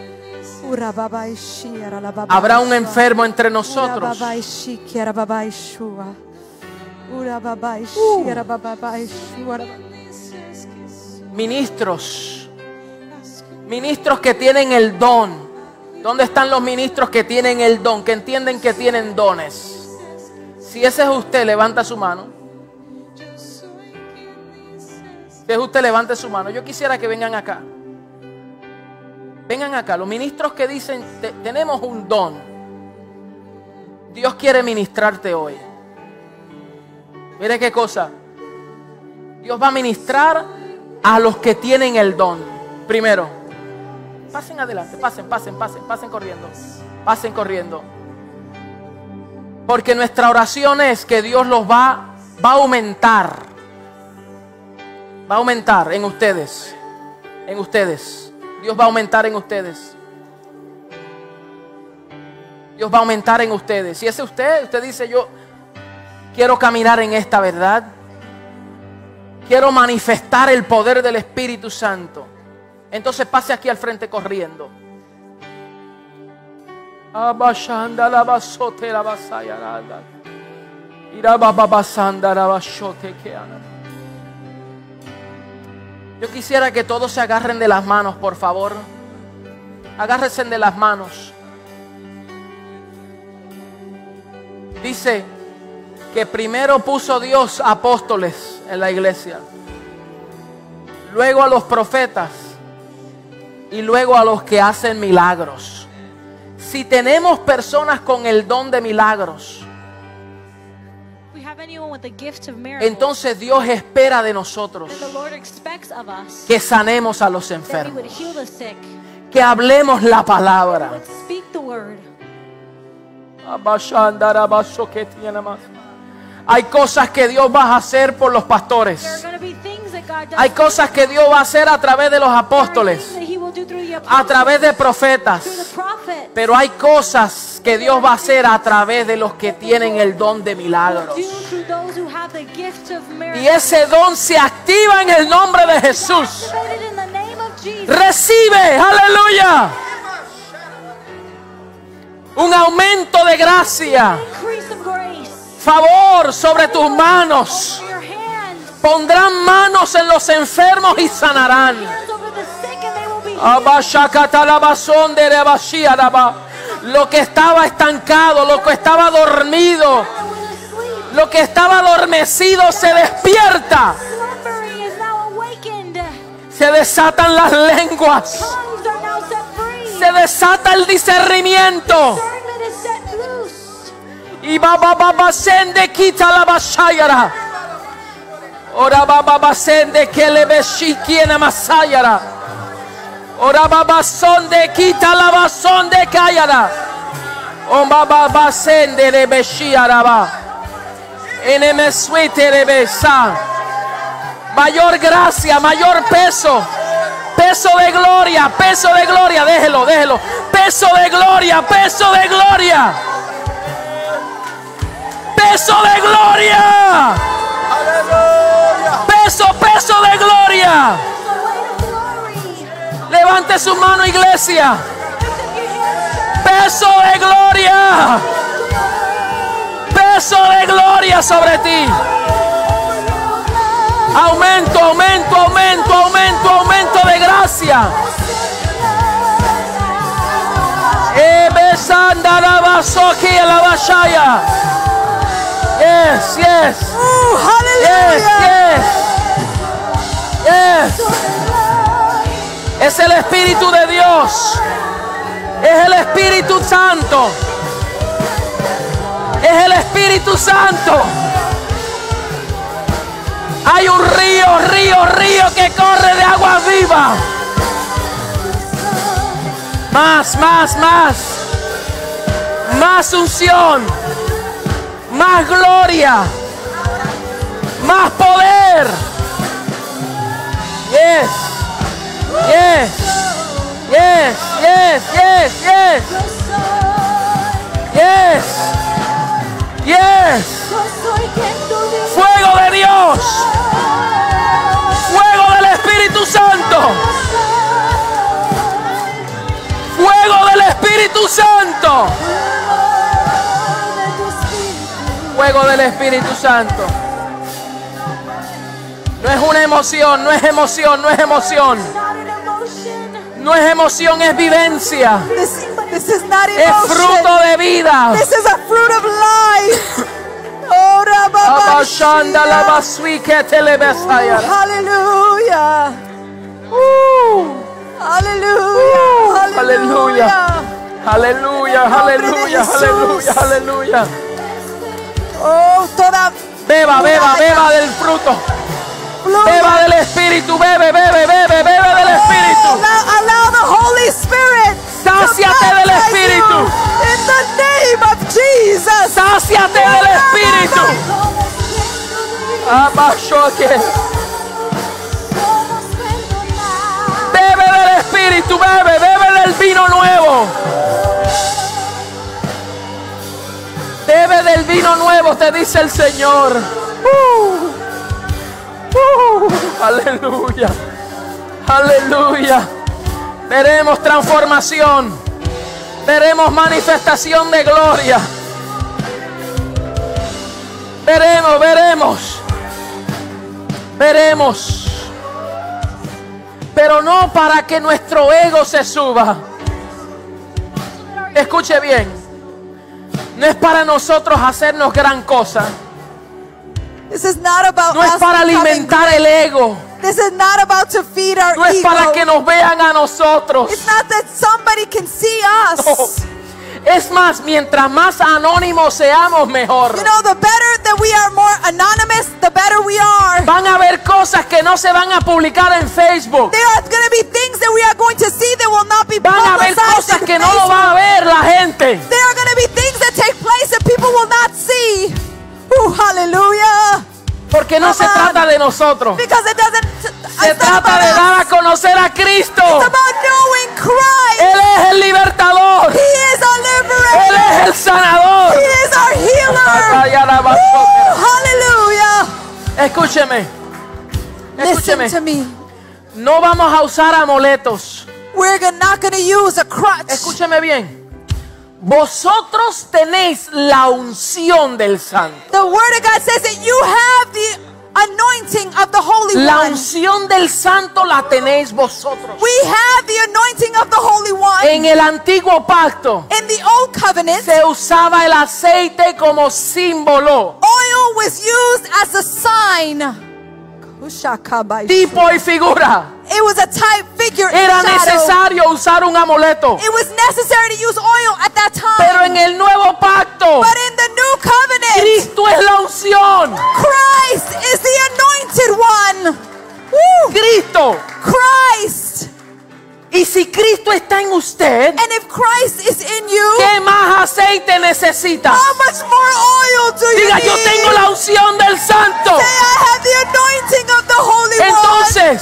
Speaker 2: Oh, rababai shira lababai
Speaker 1: Habrá un
Speaker 2: shua.
Speaker 1: enfermo entre nosotros.
Speaker 2: Urababai shikira babai shua. Urababai shira babai
Speaker 1: Uh.
Speaker 2: shua.
Speaker 1: Ministros. Ministros que tienen el don. ¿Dónde están los ministros que tienen el don? Que entienden que tienen dones. Si ese es usted, levanta su mano. Si es usted, levante su mano. Yo quisiera que vengan acá. Vengan acá. Los ministros que dicen, "Te- tenemos un don. Dios quiere ministrarte hoy. Mire qué cosa. Dios va a ministrar a los que tienen el don. Primero. Pasen adelante, pasen, pasen, pasen, pasen corriendo. Pasen corriendo. Porque nuestra oración es que Dios los va, va a aumentar. Va a aumentar en ustedes. En ustedes. Dios va a aumentar en ustedes. Dios va a aumentar en ustedes. Si ese usted, usted dice, yo quiero caminar en esta verdad. Quiero manifestar el poder del Espíritu Santo. Entonces pase aquí al frente corriendo. Abashanda la basote la basaya la la. Irabababasanda la bashote que ana. Yo quisiera que todos se agarren de las manos, por favor. Agárrense de las manos. Dice que primero puso Dios apóstoles en la iglesia, luego a los profetas y luego a los que hacen milagros. Si tenemos personas con el don de milagros,
Speaker 3: If we have anyone with the gift of miracles,
Speaker 1: entonces Dios espera de nosotros
Speaker 3: then the Lord expects of us
Speaker 1: que sanemos a los
Speaker 3: that we would
Speaker 1: enfermos,
Speaker 3: heal the sick,
Speaker 1: que hablemos la palabra.
Speaker 3: would speak the word.
Speaker 1: Hay cosas que Dios va a hacer por los
Speaker 3: There are
Speaker 1: pastores.
Speaker 3: going to be things that God does.
Speaker 1: Hay cosas que Dios va a hacer a través de los
Speaker 3: There are things
Speaker 1: apóstoles.
Speaker 3: that He will do through the
Speaker 1: a través de
Speaker 3: apostles, through the
Speaker 1: profetas.
Speaker 3: prophets.
Speaker 1: Pero hay cosas que Dios va a hacer a través de los que tienen el don de milagros.
Speaker 3: do through those who have the gift of miracles.
Speaker 1: Y ese don se activa en el nombre de Jesús.
Speaker 3: Activated in the name of Jesus.
Speaker 1: Recibe, aleluya, un aumento de gracia,
Speaker 3: Increase of grace.
Speaker 1: favor sobre tus manos,
Speaker 3: Over your hands.
Speaker 1: Pondrán manos en los enfermos y sanarán.
Speaker 3: Hands over the sick and they will be
Speaker 1: Ah.
Speaker 3: healed.
Speaker 1: Abashakatalabasonderebashiaraba. Lo que estaba estancado, lo que estaba dormido,
Speaker 3: That was asleep.
Speaker 1: lo que estaba adormecido se despierta.
Speaker 3: Slumbering is now awakened.
Speaker 1: Se desatan las lenguas.
Speaker 3: Tongues are now set free.
Speaker 1: Se desata el discernimiento.
Speaker 3: Discernment is set loose.
Speaker 1: Y babababasende quita la basayara. Ora bababasende que le beshikiena masayara. Ora babasonde quita la basonde cayara. O bababasende le beshiaraba. Eneme suite le besa. Mayor gracia, mayor peso. Peso de gloria, peso de gloria, déjelo, déjelo. Peso de gloria, peso de gloria peso de gloria. Peso, peso de gloria.
Speaker 3: It's a weight of glory.
Speaker 1: Levante su mano, iglesia.
Speaker 3: Lift up your hands,
Speaker 1: Peso de gloria. Peso de gloria sobre ti. Aumento, aumento, aumento, aumento, aumento de gracia. Ebe sanda la basoki la bashaya. Yes, yes,
Speaker 2: Ooh,
Speaker 1: yes,
Speaker 2: hallelujah.
Speaker 1: yes. Yes. Es el Espíritu de Dios. Es el Espíritu Santo. Es el Espíritu Santo. Hay un río, río, río que corre de agua viva. Más, más, más. Más unción. Más gloria. Más poder. Yes. Yes. Yes, yes, yes, yes. Yes. Yes. Fuego de Dios. Fuego del Espíritu Santo. Fuego del Espíritu Santo. Fuego del Espíritu Santo. No es una emoción, no es emoción, no es emoción.
Speaker 3: not an emotion.
Speaker 1: No es emoción, es vivencia.
Speaker 2: This, this is not
Speaker 1: Es
Speaker 2: emotion.
Speaker 1: fruto de vida.
Speaker 2: This is a fruit of life. Oh,
Speaker 1: Abashanda la
Speaker 2: rababashia.
Speaker 1: baswike telebesaya.
Speaker 2: Hallelujah.
Speaker 1: Uh, Aleluya, aleluya,
Speaker 2: Hallelujah. En el nombre de
Speaker 1: aleluya, aleluya,
Speaker 2: Jesús.
Speaker 1: aleluya.
Speaker 2: Oh, toda
Speaker 1: Beba, beba,
Speaker 2: muralla
Speaker 1: beba del fruto.
Speaker 2: fluya.
Speaker 1: Beba del Espíritu, bebe, bebe, bebe, bebe del
Speaker 2: Oh,
Speaker 1: Espíritu.
Speaker 2: allow, allow the Holy Spirit to
Speaker 1: Sáciate del
Speaker 2: baptize
Speaker 1: Espíritu.
Speaker 2: you in the name of Jesus.
Speaker 1: Sáciate del Espíritu. Abashoque. Bebe del Espíritu, bebe, bebe del vino nuevo. Bebe del vino nuevo, te dice el Señor. Uh, uh, aleluya, aleluya. Veremos transformación, veremos manifestación de gloria. Veremos, veremos, veremos pero no para que nuestro ego se suba. Escuche bien, no es para nosotros hacernos gran cosa,
Speaker 2: This is not about
Speaker 1: no es
Speaker 2: us
Speaker 1: para
Speaker 2: becoming
Speaker 1: alimentar el ego,
Speaker 2: great. This is not about to feed our
Speaker 1: no es
Speaker 2: ego.
Speaker 1: para que nos vean a nosotros.
Speaker 2: It's not that somebody can see us.
Speaker 1: No. Es más, mientras más anónimos seamos, mejor.
Speaker 2: You know, the better that we are more anonymous, the better we are.
Speaker 1: Van a haber cosas que no se van a publicar en Facebook.
Speaker 2: There are going to be things that we are going to see that will not be
Speaker 1: Van a haber
Speaker 2: publicized
Speaker 1: cosas
Speaker 2: in
Speaker 1: que no lo
Speaker 2: Facebook.
Speaker 1: va a ver la gente.
Speaker 2: There are going to be things that take place that people will not see. Ooh, hallelujah.
Speaker 1: Porque no se
Speaker 2: Come on.
Speaker 1: trata de nosotros.
Speaker 2: Because it doesn't.
Speaker 1: Se
Speaker 2: it's not
Speaker 1: trata
Speaker 2: about
Speaker 1: de
Speaker 2: us.
Speaker 1: dar a conocer a Cristo.
Speaker 2: It's about knowing Christ.
Speaker 1: Él es el libertador.
Speaker 2: He is our
Speaker 1: Él
Speaker 2: liberator.
Speaker 1: es el sanador.
Speaker 2: He is our healer. Ooh, hallelujah.
Speaker 1: Escúcheme. Escúcheme.
Speaker 2: Listen to me.
Speaker 1: No vamos a usar amuletos.
Speaker 2: We're gonna- not going to use a crutch.
Speaker 1: Escúcheme bien. Vosotros tenéis la unción del santo.
Speaker 2: The Word of God says that you have the anointing of the Holy
Speaker 1: La
Speaker 2: One.
Speaker 1: unción del santo la tenéis vosotros.
Speaker 2: We have the anointing of the Holy One.
Speaker 1: En el antiguo pacto
Speaker 2: In the Old Covenant,
Speaker 1: se usaba el aceite como símbolo,
Speaker 2: oil was used as a sign. It
Speaker 1: tipo y figura.
Speaker 2: was a type figure. and
Speaker 1: Era
Speaker 2: shadow.
Speaker 1: necesario usar un amuleto.
Speaker 2: It was necessary to use oil at that
Speaker 1: Pero
Speaker 2: time.
Speaker 1: en el nuevo pacto,
Speaker 2: But in the new covenant,
Speaker 1: Cristo es la unción.
Speaker 2: Christ is the anointed one. Woo!
Speaker 1: Cristo.
Speaker 2: Christ.
Speaker 1: Y si Cristo está en usted,
Speaker 2: And if Christ is in you,
Speaker 1: ¿qué más aceite necesita?
Speaker 2: how much more oil do you
Speaker 1: Diga,
Speaker 2: need?
Speaker 1: yo tengo la unción del santo.
Speaker 2: Say, I have the anointing of the Holy One.
Speaker 1: Entonces,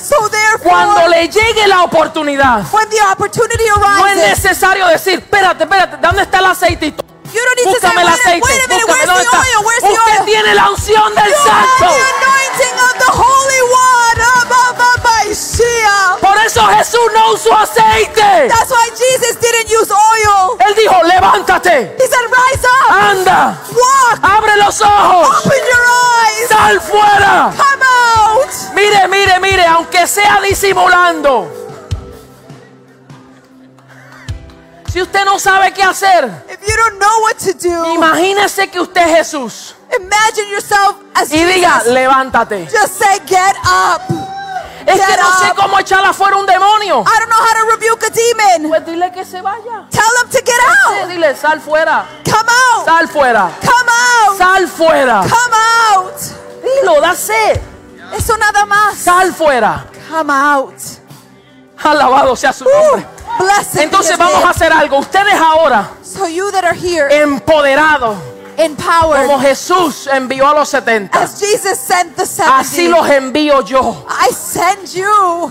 Speaker 2: So
Speaker 1: cuando
Speaker 2: therefore,
Speaker 1: le llegue la oportunidad,
Speaker 2: when the opportunity
Speaker 1: no es
Speaker 2: arises,
Speaker 1: necesario decir, espérate, espérate, ¿dónde está el aceitito?
Speaker 2: you don't need to say,
Speaker 1: Búscame el
Speaker 2: wait, a-
Speaker 1: aceite.
Speaker 2: wait a minute,
Speaker 1: Búscame,
Speaker 2: where's
Speaker 1: ¿dónde
Speaker 2: the
Speaker 1: está?
Speaker 2: oil? Where's the
Speaker 1: Usted
Speaker 2: oil?
Speaker 1: tiene la unción del
Speaker 2: You have
Speaker 1: santo.
Speaker 2: the anointing of the Holy One. Ah, Abba-ba-ba-shia.
Speaker 1: Por eso Jesús no usó aceite.
Speaker 2: That's why Jesus didn't use oil.
Speaker 1: Él dijo, levántate,
Speaker 2: He said, Rise up,
Speaker 1: Ah. anda,
Speaker 2: walk,
Speaker 1: abre los ojos,
Speaker 2: open your eyes,
Speaker 1: sal fuera.
Speaker 2: come out.
Speaker 1: Mire, mire, mire, aunque sea disimulando. Si usted no sabe qué hacer,
Speaker 2: If you don't know what to do,
Speaker 1: imagínese que usted es Jesús
Speaker 2: imagine yourself as
Speaker 1: y diga,
Speaker 2: Jesus.
Speaker 1: levántate.
Speaker 2: Just say, Get up.
Speaker 1: Es que no sé cómo echar afuera un demonio.
Speaker 2: I don't know how to rebuke a demon.
Speaker 1: Pues dile que se vaya.
Speaker 2: Tell him to get
Speaker 1: Sí,
Speaker 2: out.
Speaker 1: dile, sal fuera,
Speaker 2: Come out.
Speaker 1: sal fuera,
Speaker 2: Come out.
Speaker 1: sal fuera.
Speaker 2: Come out.
Speaker 1: Dilo, da sed,
Speaker 2: Eso nada más.
Speaker 1: sal fuera.
Speaker 2: Come out.
Speaker 1: Alabado sea su
Speaker 2: Uh,
Speaker 1: nombre.
Speaker 2: Blessed be
Speaker 1: Entonces
Speaker 2: his
Speaker 1: vamos
Speaker 2: name.
Speaker 1: a hacer algo. Ustedes ahora,
Speaker 2: So you that are here,
Speaker 1: empoderados, como
Speaker 2: empowered,
Speaker 1: Jesús envió Eh, a los 70.
Speaker 2: as Jesus sent the
Speaker 1: Así
Speaker 2: 70,
Speaker 1: los envío yo
Speaker 2: I send you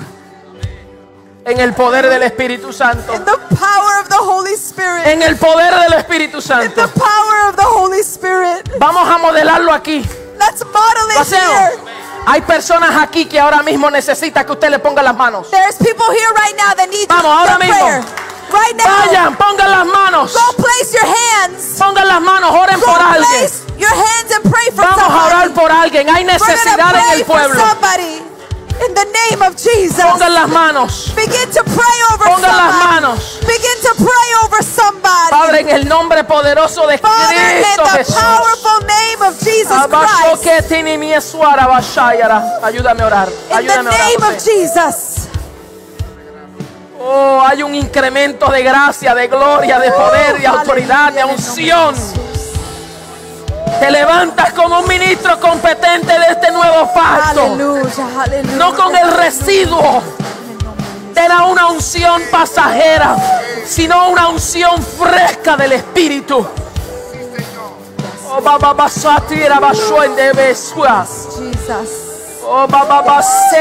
Speaker 1: en el poder del Espíritu Santo.
Speaker 2: in the power of the Holy Spirit.
Speaker 1: En el poder del Espíritu
Speaker 2: In the
Speaker 1: Santo.
Speaker 2: power of the Holy Spirit.
Speaker 1: Vamos a modelarlo aquí.
Speaker 2: Let's model
Speaker 1: Lo
Speaker 2: it
Speaker 1: hacemos.
Speaker 2: here.
Speaker 1: Hay personas aquí que ahora mismo necesitan que usted le ponga las manos.
Speaker 2: There's people here right now that need
Speaker 1: Vamos,
Speaker 2: your
Speaker 1: ahora mismo.
Speaker 2: prayer. Right now,
Speaker 1: Vayan, pongan las manos.
Speaker 2: go place your hands.
Speaker 1: Pongan las manos, oren
Speaker 2: Go
Speaker 1: por alguien.
Speaker 2: place your hands and pray for
Speaker 1: Vamos a orar
Speaker 2: somebody.
Speaker 1: por alguien. Hay
Speaker 2: We're gonna
Speaker 1: necesidad en
Speaker 2: pray
Speaker 1: el
Speaker 2: for
Speaker 1: pueblo.
Speaker 2: somebody. In the name of Jesus.
Speaker 1: Pongan las manos.
Speaker 2: Begin to pray over
Speaker 1: Pongan las
Speaker 2: somebody.
Speaker 1: manos.
Speaker 2: Begin to pray over somebody.
Speaker 1: Padre, en el nombre poderoso de
Speaker 2: Father, in
Speaker 1: Cristo
Speaker 2: the
Speaker 1: Jesús.
Speaker 2: powerful name of Jesus Christ.
Speaker 1: Abashoketinimiesuara bashayara. Ayúdame a orar.
Speaker 2: In
Speaker 1: Ayúdame
Speaker 2: the
Speaker 1: a orar.
Speaker 2: name
Speaker 1: José.
Speaker 2: of Jesus.
Speaker 1: Oh, hay un incremento de gracia, de gloria,
Speaker 2: Oh,
Speaker 1: de poder, de autoridad, de unción. Te levantas como un ministro competente de este nuevo pacto.
Speaker 2: Aleluya, aleluya.
Speaker 1: No con el residuo de la una unción pasajera, sino una unción fresca del Espíritu. Oh, bababasatira bashoendebesua.
Speaker 2: Jesus.
Speaker 1: Oh,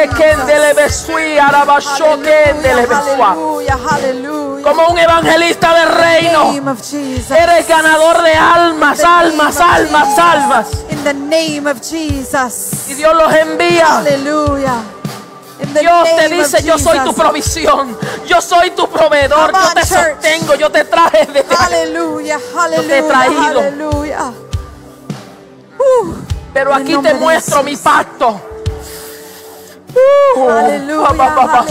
Speaker 1: bababasekendelebesui, arabashokendelebesua.
Speaker 2: Hallelujah, hallelujah.
Speaker 1: como un evangelista del reino.
Speaker 2: name of Jesus.
Speaker 1: Eres ganador de almas,
Speaker 2: In the name
Speaker 1: almas,
Speaker 2: of
Speaker 1: almas,
Speaker 2: Jesus.
Speaker 1: almas.
Speaker 2: In the name of Jesus.
Speaker 1: Y Dios los envía.
Speaker 2: Hallelujah. In the
Speaker 1: Dios te
Speaker 2: name
Speaker 1: dice,
Speaker 2: of
Speaker 1: yo soy tu
Speaker 2: Jesus.
Speaker 1: provisión, yo soy tu proveedor,
Speaker 2: Come
Speaker 1: yo
Speaker 2: on,
Speaker 1: te
Speaker 2: church.
Speaker 1: sostengo, yo te traje de...
Speaker 2: Aleluya,
Speaker 1: he
Speaker 2: aleluya,
Speaker 1: traído.
Speaker 2: aleluya. Uh,
Speaker 1: Pero
Speaker 2: En
Speaker 1: aquí
Speaker 2: nombre
Speaker 1: te
Speaker 2: de
Speaker 1: muestro
Speaker 2: Jesús.
Speaker 1: mi pacto. Uh, Oh,
Speaker 2: Aleluya, aleluya.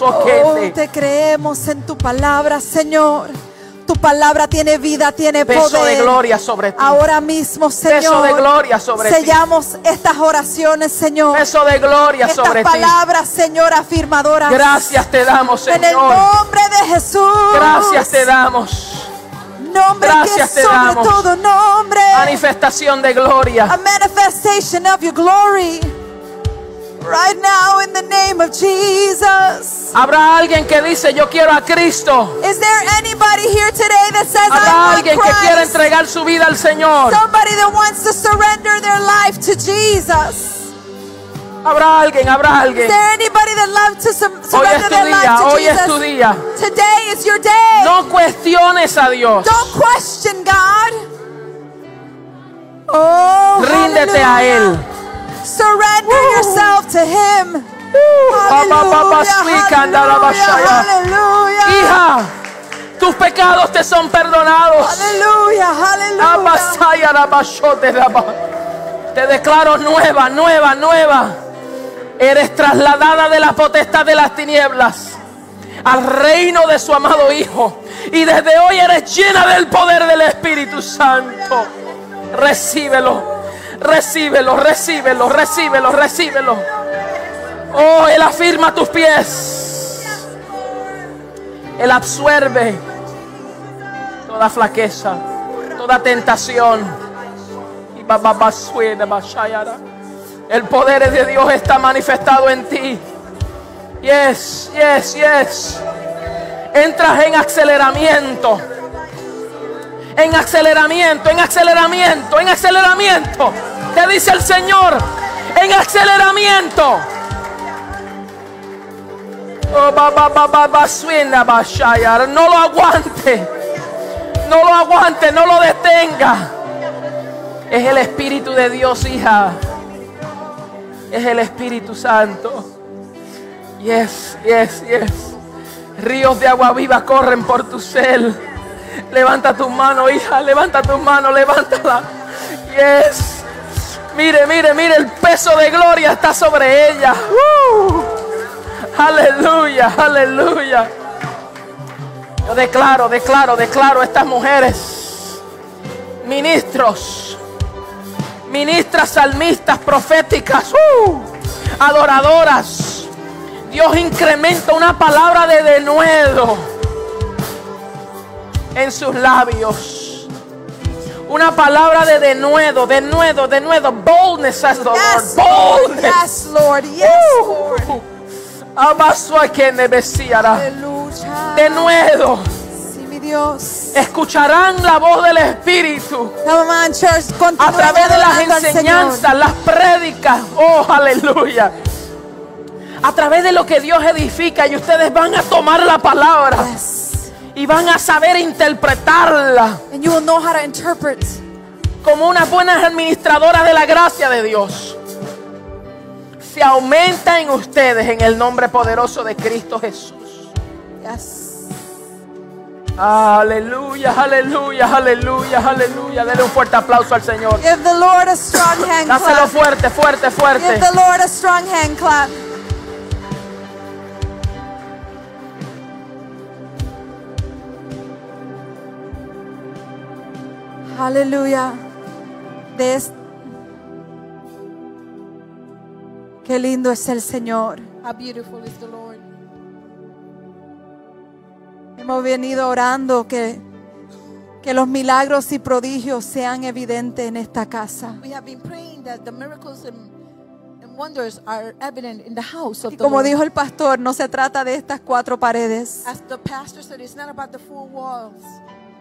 Speaker 2: oh,
Speaker 1: Aleluya.
Speaker 2: te creemos en tu palabra, Señor. Tu palabra tiene vida, tiene
Speaker 1: Peso de
Speaker 2: poder.
Speaker 1: gloria sobre ti.
Speaker 2: Ahora mismo, Señor,
Speaker 1: Peso de gloria sobre ti.
Speaker 2: sellamos estas oraciones, Señor.
Speaker 1: Peso de gloria
Speaker 2: estas
Speaker 1: sobre ti.
Speaker 2: palabras, Señor, afirmadoras.
Speaker 1: Gracias te damos,
Speaker 2: En el
Speaker 1: Señor.
Speaker 2: nombre de Jesús.
Speaker 1: Gracias te damos.
Speaker 2: Nombre
Speaker 1: Gracias
Speaker 2: que
Speaker 1: te
Speaker 2: es sobre
Speaker 1: damos.
Speaker 2: todo nombre.
Speaker 1: manifestación de
Speaker 2: a
Speaker 1: gloria.
Speaker 2: manifestation of your glory right now in the name of Jesus.
Speaker 1: Habrá alguien que dice, yo quiero a Cristo.
Speaker 2: Is there anybody here today that says,
Speaker 1: Habrá
Speaker 2: I want
Speaker 1: alguien que quiera
Speaker 2: Christ?
Speaker 1: entregar su vida al Señor.
Speaker 2: Somebody that wants to surrender their life to Jesus.
Speaker 1: Habrá alguien, habrá
Speaker 2: Is
Speaker 1: alguien.
Speaker 2: there anybody that loves to sur-
Speaker 1: Hoy es
Speaker 2: surrender
Speaker 1: tu
Speaker 2: their
Speaker 1: día,
Speaker 2: life to
Speaker 1: hoy es tu
Speaker 2: Jesus?
Speaker 1: día.
Speaker 2: Today is your day.
Speaker 1: No cuestiones a Dios.
Speaker 2: Don't question God. Oh,
Speaker 1: Ríndete a
Speaker 2: hallelujah.
Speaker 1: Él.
Speaker 2: Surrender yourself to Him.
Speaker 1: Papá, suica, andara, bashaya.
Speaker 2: hallelujah,
Speaker 1: Hija, tus pecados te son perdonados.
Speaker 2: hallelujah, hallelujah,
Speaker 1: Abasaya, rabashote, raba. Te declaro nueva, nueva, nueva. Eres trasladada de la potestad de las tinieblas al reino de su amado Hijo. Y desde hoy eres llena del poder del Espíritu Santo. Recíbelo, recíbelo, recíbelo, recíbelo, recíbelo. Oh, Él afirma tus pies. Él absorbe toda flaqueza, toda tentación. Y ba- ba- ba- suena, ba- shayara. El poder de Dios está manifestado en ti. Yes, yes, yes. Entras en aceleramiento. En aceleramiento, en aceleramiento, en aceleramiento. Te dice el Señor, en aceleramiento. Oh, ba, ba, ba, ba, ba, suena, ba, shayara. No lo aguante. No lo aguante, no lo detenga. Es el Espíritu de Dios, hija. Es el Espíritu Santo. Yes, yes, yes. Ríos de agua viva corren por tu cel. Levanta tus manos, hija. Levanta tus manos, levántala. Yes. Mire, mire, mire. El peso de gloria está sobre ella. Uh. Aleluya, aleluya. Yo declaro, declaro, declaro a estas mujeres, ministros, ministras, salmistas, proféticas, ¡uh! adoradoras. Dios incrementa una palabra de denuedo en sus labios. Una palabra de denuedo, denuedo, denuedo. Boldness, says the Lord.
Speaker 2: Yes, Lord.
Speaker 1: Boldness.
Speaker 2: Yes, Lord. Yes, Lord.
Speaker 1: Uh. Abasua que nebesiara. De
Speaker 2: Aleluya.
Speaker 1: nuevo,
Speaker 2: Sí, mi Dios.
Speaker 1: escucharán la voz del Espíritu
Speaker 2: Come on, church.
Speaker 1: a
Speaker 2: Continuemos
Speaker 1: través de las
Speaker 2: adorando al Señor.
Speaker 1: enseñanzas, las prédicas. Oh, aleluya. A través de lo que Dios edifica y ustedes van a tomar la palabra
Speaker 2: Yes.
Speaker 1: y van a saber interpretarla
Speaker 2: And you will know how to interpret.
Speaker 1: como unas buenas administradoras de la gracia de Dios. Se aumenta en ustedes en el nombre poderoso de Cristo Jesús.
Speaker 2: Yes.
Speaker 1: Aleluya, aleluya, aleluya, aleluya. Dele un fuerte aplauso al Señor.
Speaker 2: Give the Lord a strong hand
Speaker 1: Dáselo
Speaker 2: clap.
Speaker 1: fuerte, fuerte,
Speaker 2: Give
Speaker 1: fuerte.
Speaker 2: the Lord a strong hand clap. Aleluya. De es- Qué lindo es el Señor.
Speaker 4: How beautiful is the Lord.
Speaker 2: Hemos venido orando que, que los milagros y prodigios sean evidentes en esta casa.
Speaker 4: We have been praying that the miracles and, and wonders are evident in the house of
Speaker 2: Y
Speaker 4: the
Speaker 2: como
Speaker 4: Lord.
Speaker 2: dijo el pastor, no se trata de estas cuatro paredes.
Speaker 4: As the pastor said, it's not about the four walls.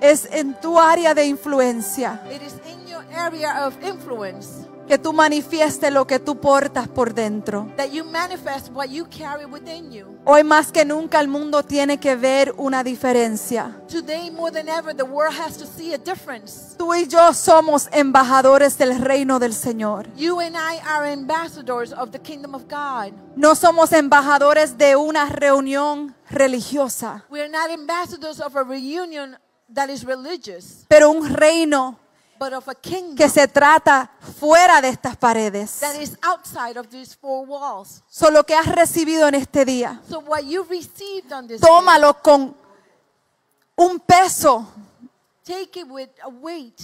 Speaker 2: Es en tu área de influencia.
Speaker 4: It is in your area of influence
Speaker 2: que tú manifiestes lo que tú portas por dentro.
Speaker 4: that you manifest what you carry within you.
Speaker 2: Hoy más que nunca el mundo tiene que ver una diferencia.
Speaker 4: Today, more than ever, the world has to see a difference.
Speaker 2: Tú y yo somos embajadores del reino del Señor.
Speaker 4: You and I are ambassadors of the kingdom of God.
Speaker 2: No somos embajadores de una reunión religiosa,
Speaker 4: We are not ambassadors of a reunion that is religious,
Speaker 2: pero un reino
Speaker 4: but of a kingdom
Speaker 2: que se trata fuera de estas paredes.
Speaker 4: that is outside of these four walls.
Speaker 2: Solo que has recibido en este día,
Speaker 4: So what you received on this day,
Speaker 2: tómalo con un peso
Speaker 4: take it with a weight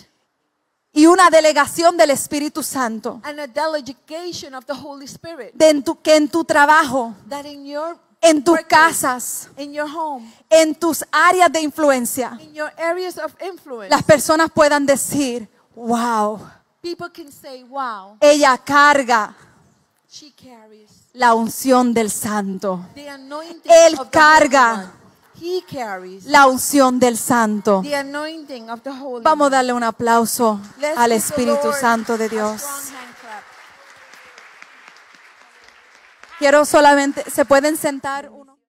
Speaker 2: y una delegación del Espíritu Santo,
Speaker 4: and a delegation of the Holy Spirit
Speaker 2: de en tu- que en tu trabajo
Speaker 4: that in your
Speaker 2: en tus
Speaker 4: workplace,
Speaker 2: casas,
Speaker 4: in your home,
Speaker 2: en tus áreas de influencia,
Speaker 4: in your areas of influence,
Speaker 2: las personas puedan decir, wow,
Speaker 4: people can say, "Wow,
Speaker 2: ella carga
Speaker 4: she carries
Speaker 2: la unción del santo,
Speaker 4: the anointing
Speaker 2: Él
Speaker 4: of the Holy
Speaker 2: carga.
Speaker 4: One. He carries
Speaker 2: la unción del santo.
Speaker 4: the anointing of the Holy
Speaker 2: Vamos a
Speaker 4: One.
Speaker 2: darle un aplauso
Speaker 4: Let's
Speaker 2: al
Speaker 4: give the
Speaker 2: Espíritu
Speaker 4: Lord
Speaker 2: Santo de
Speaker 4: a
Speaker 2: Dios.
Speaker 4: strong hand clap.
Speaker 2: Quiero solamente, se pueden sentar.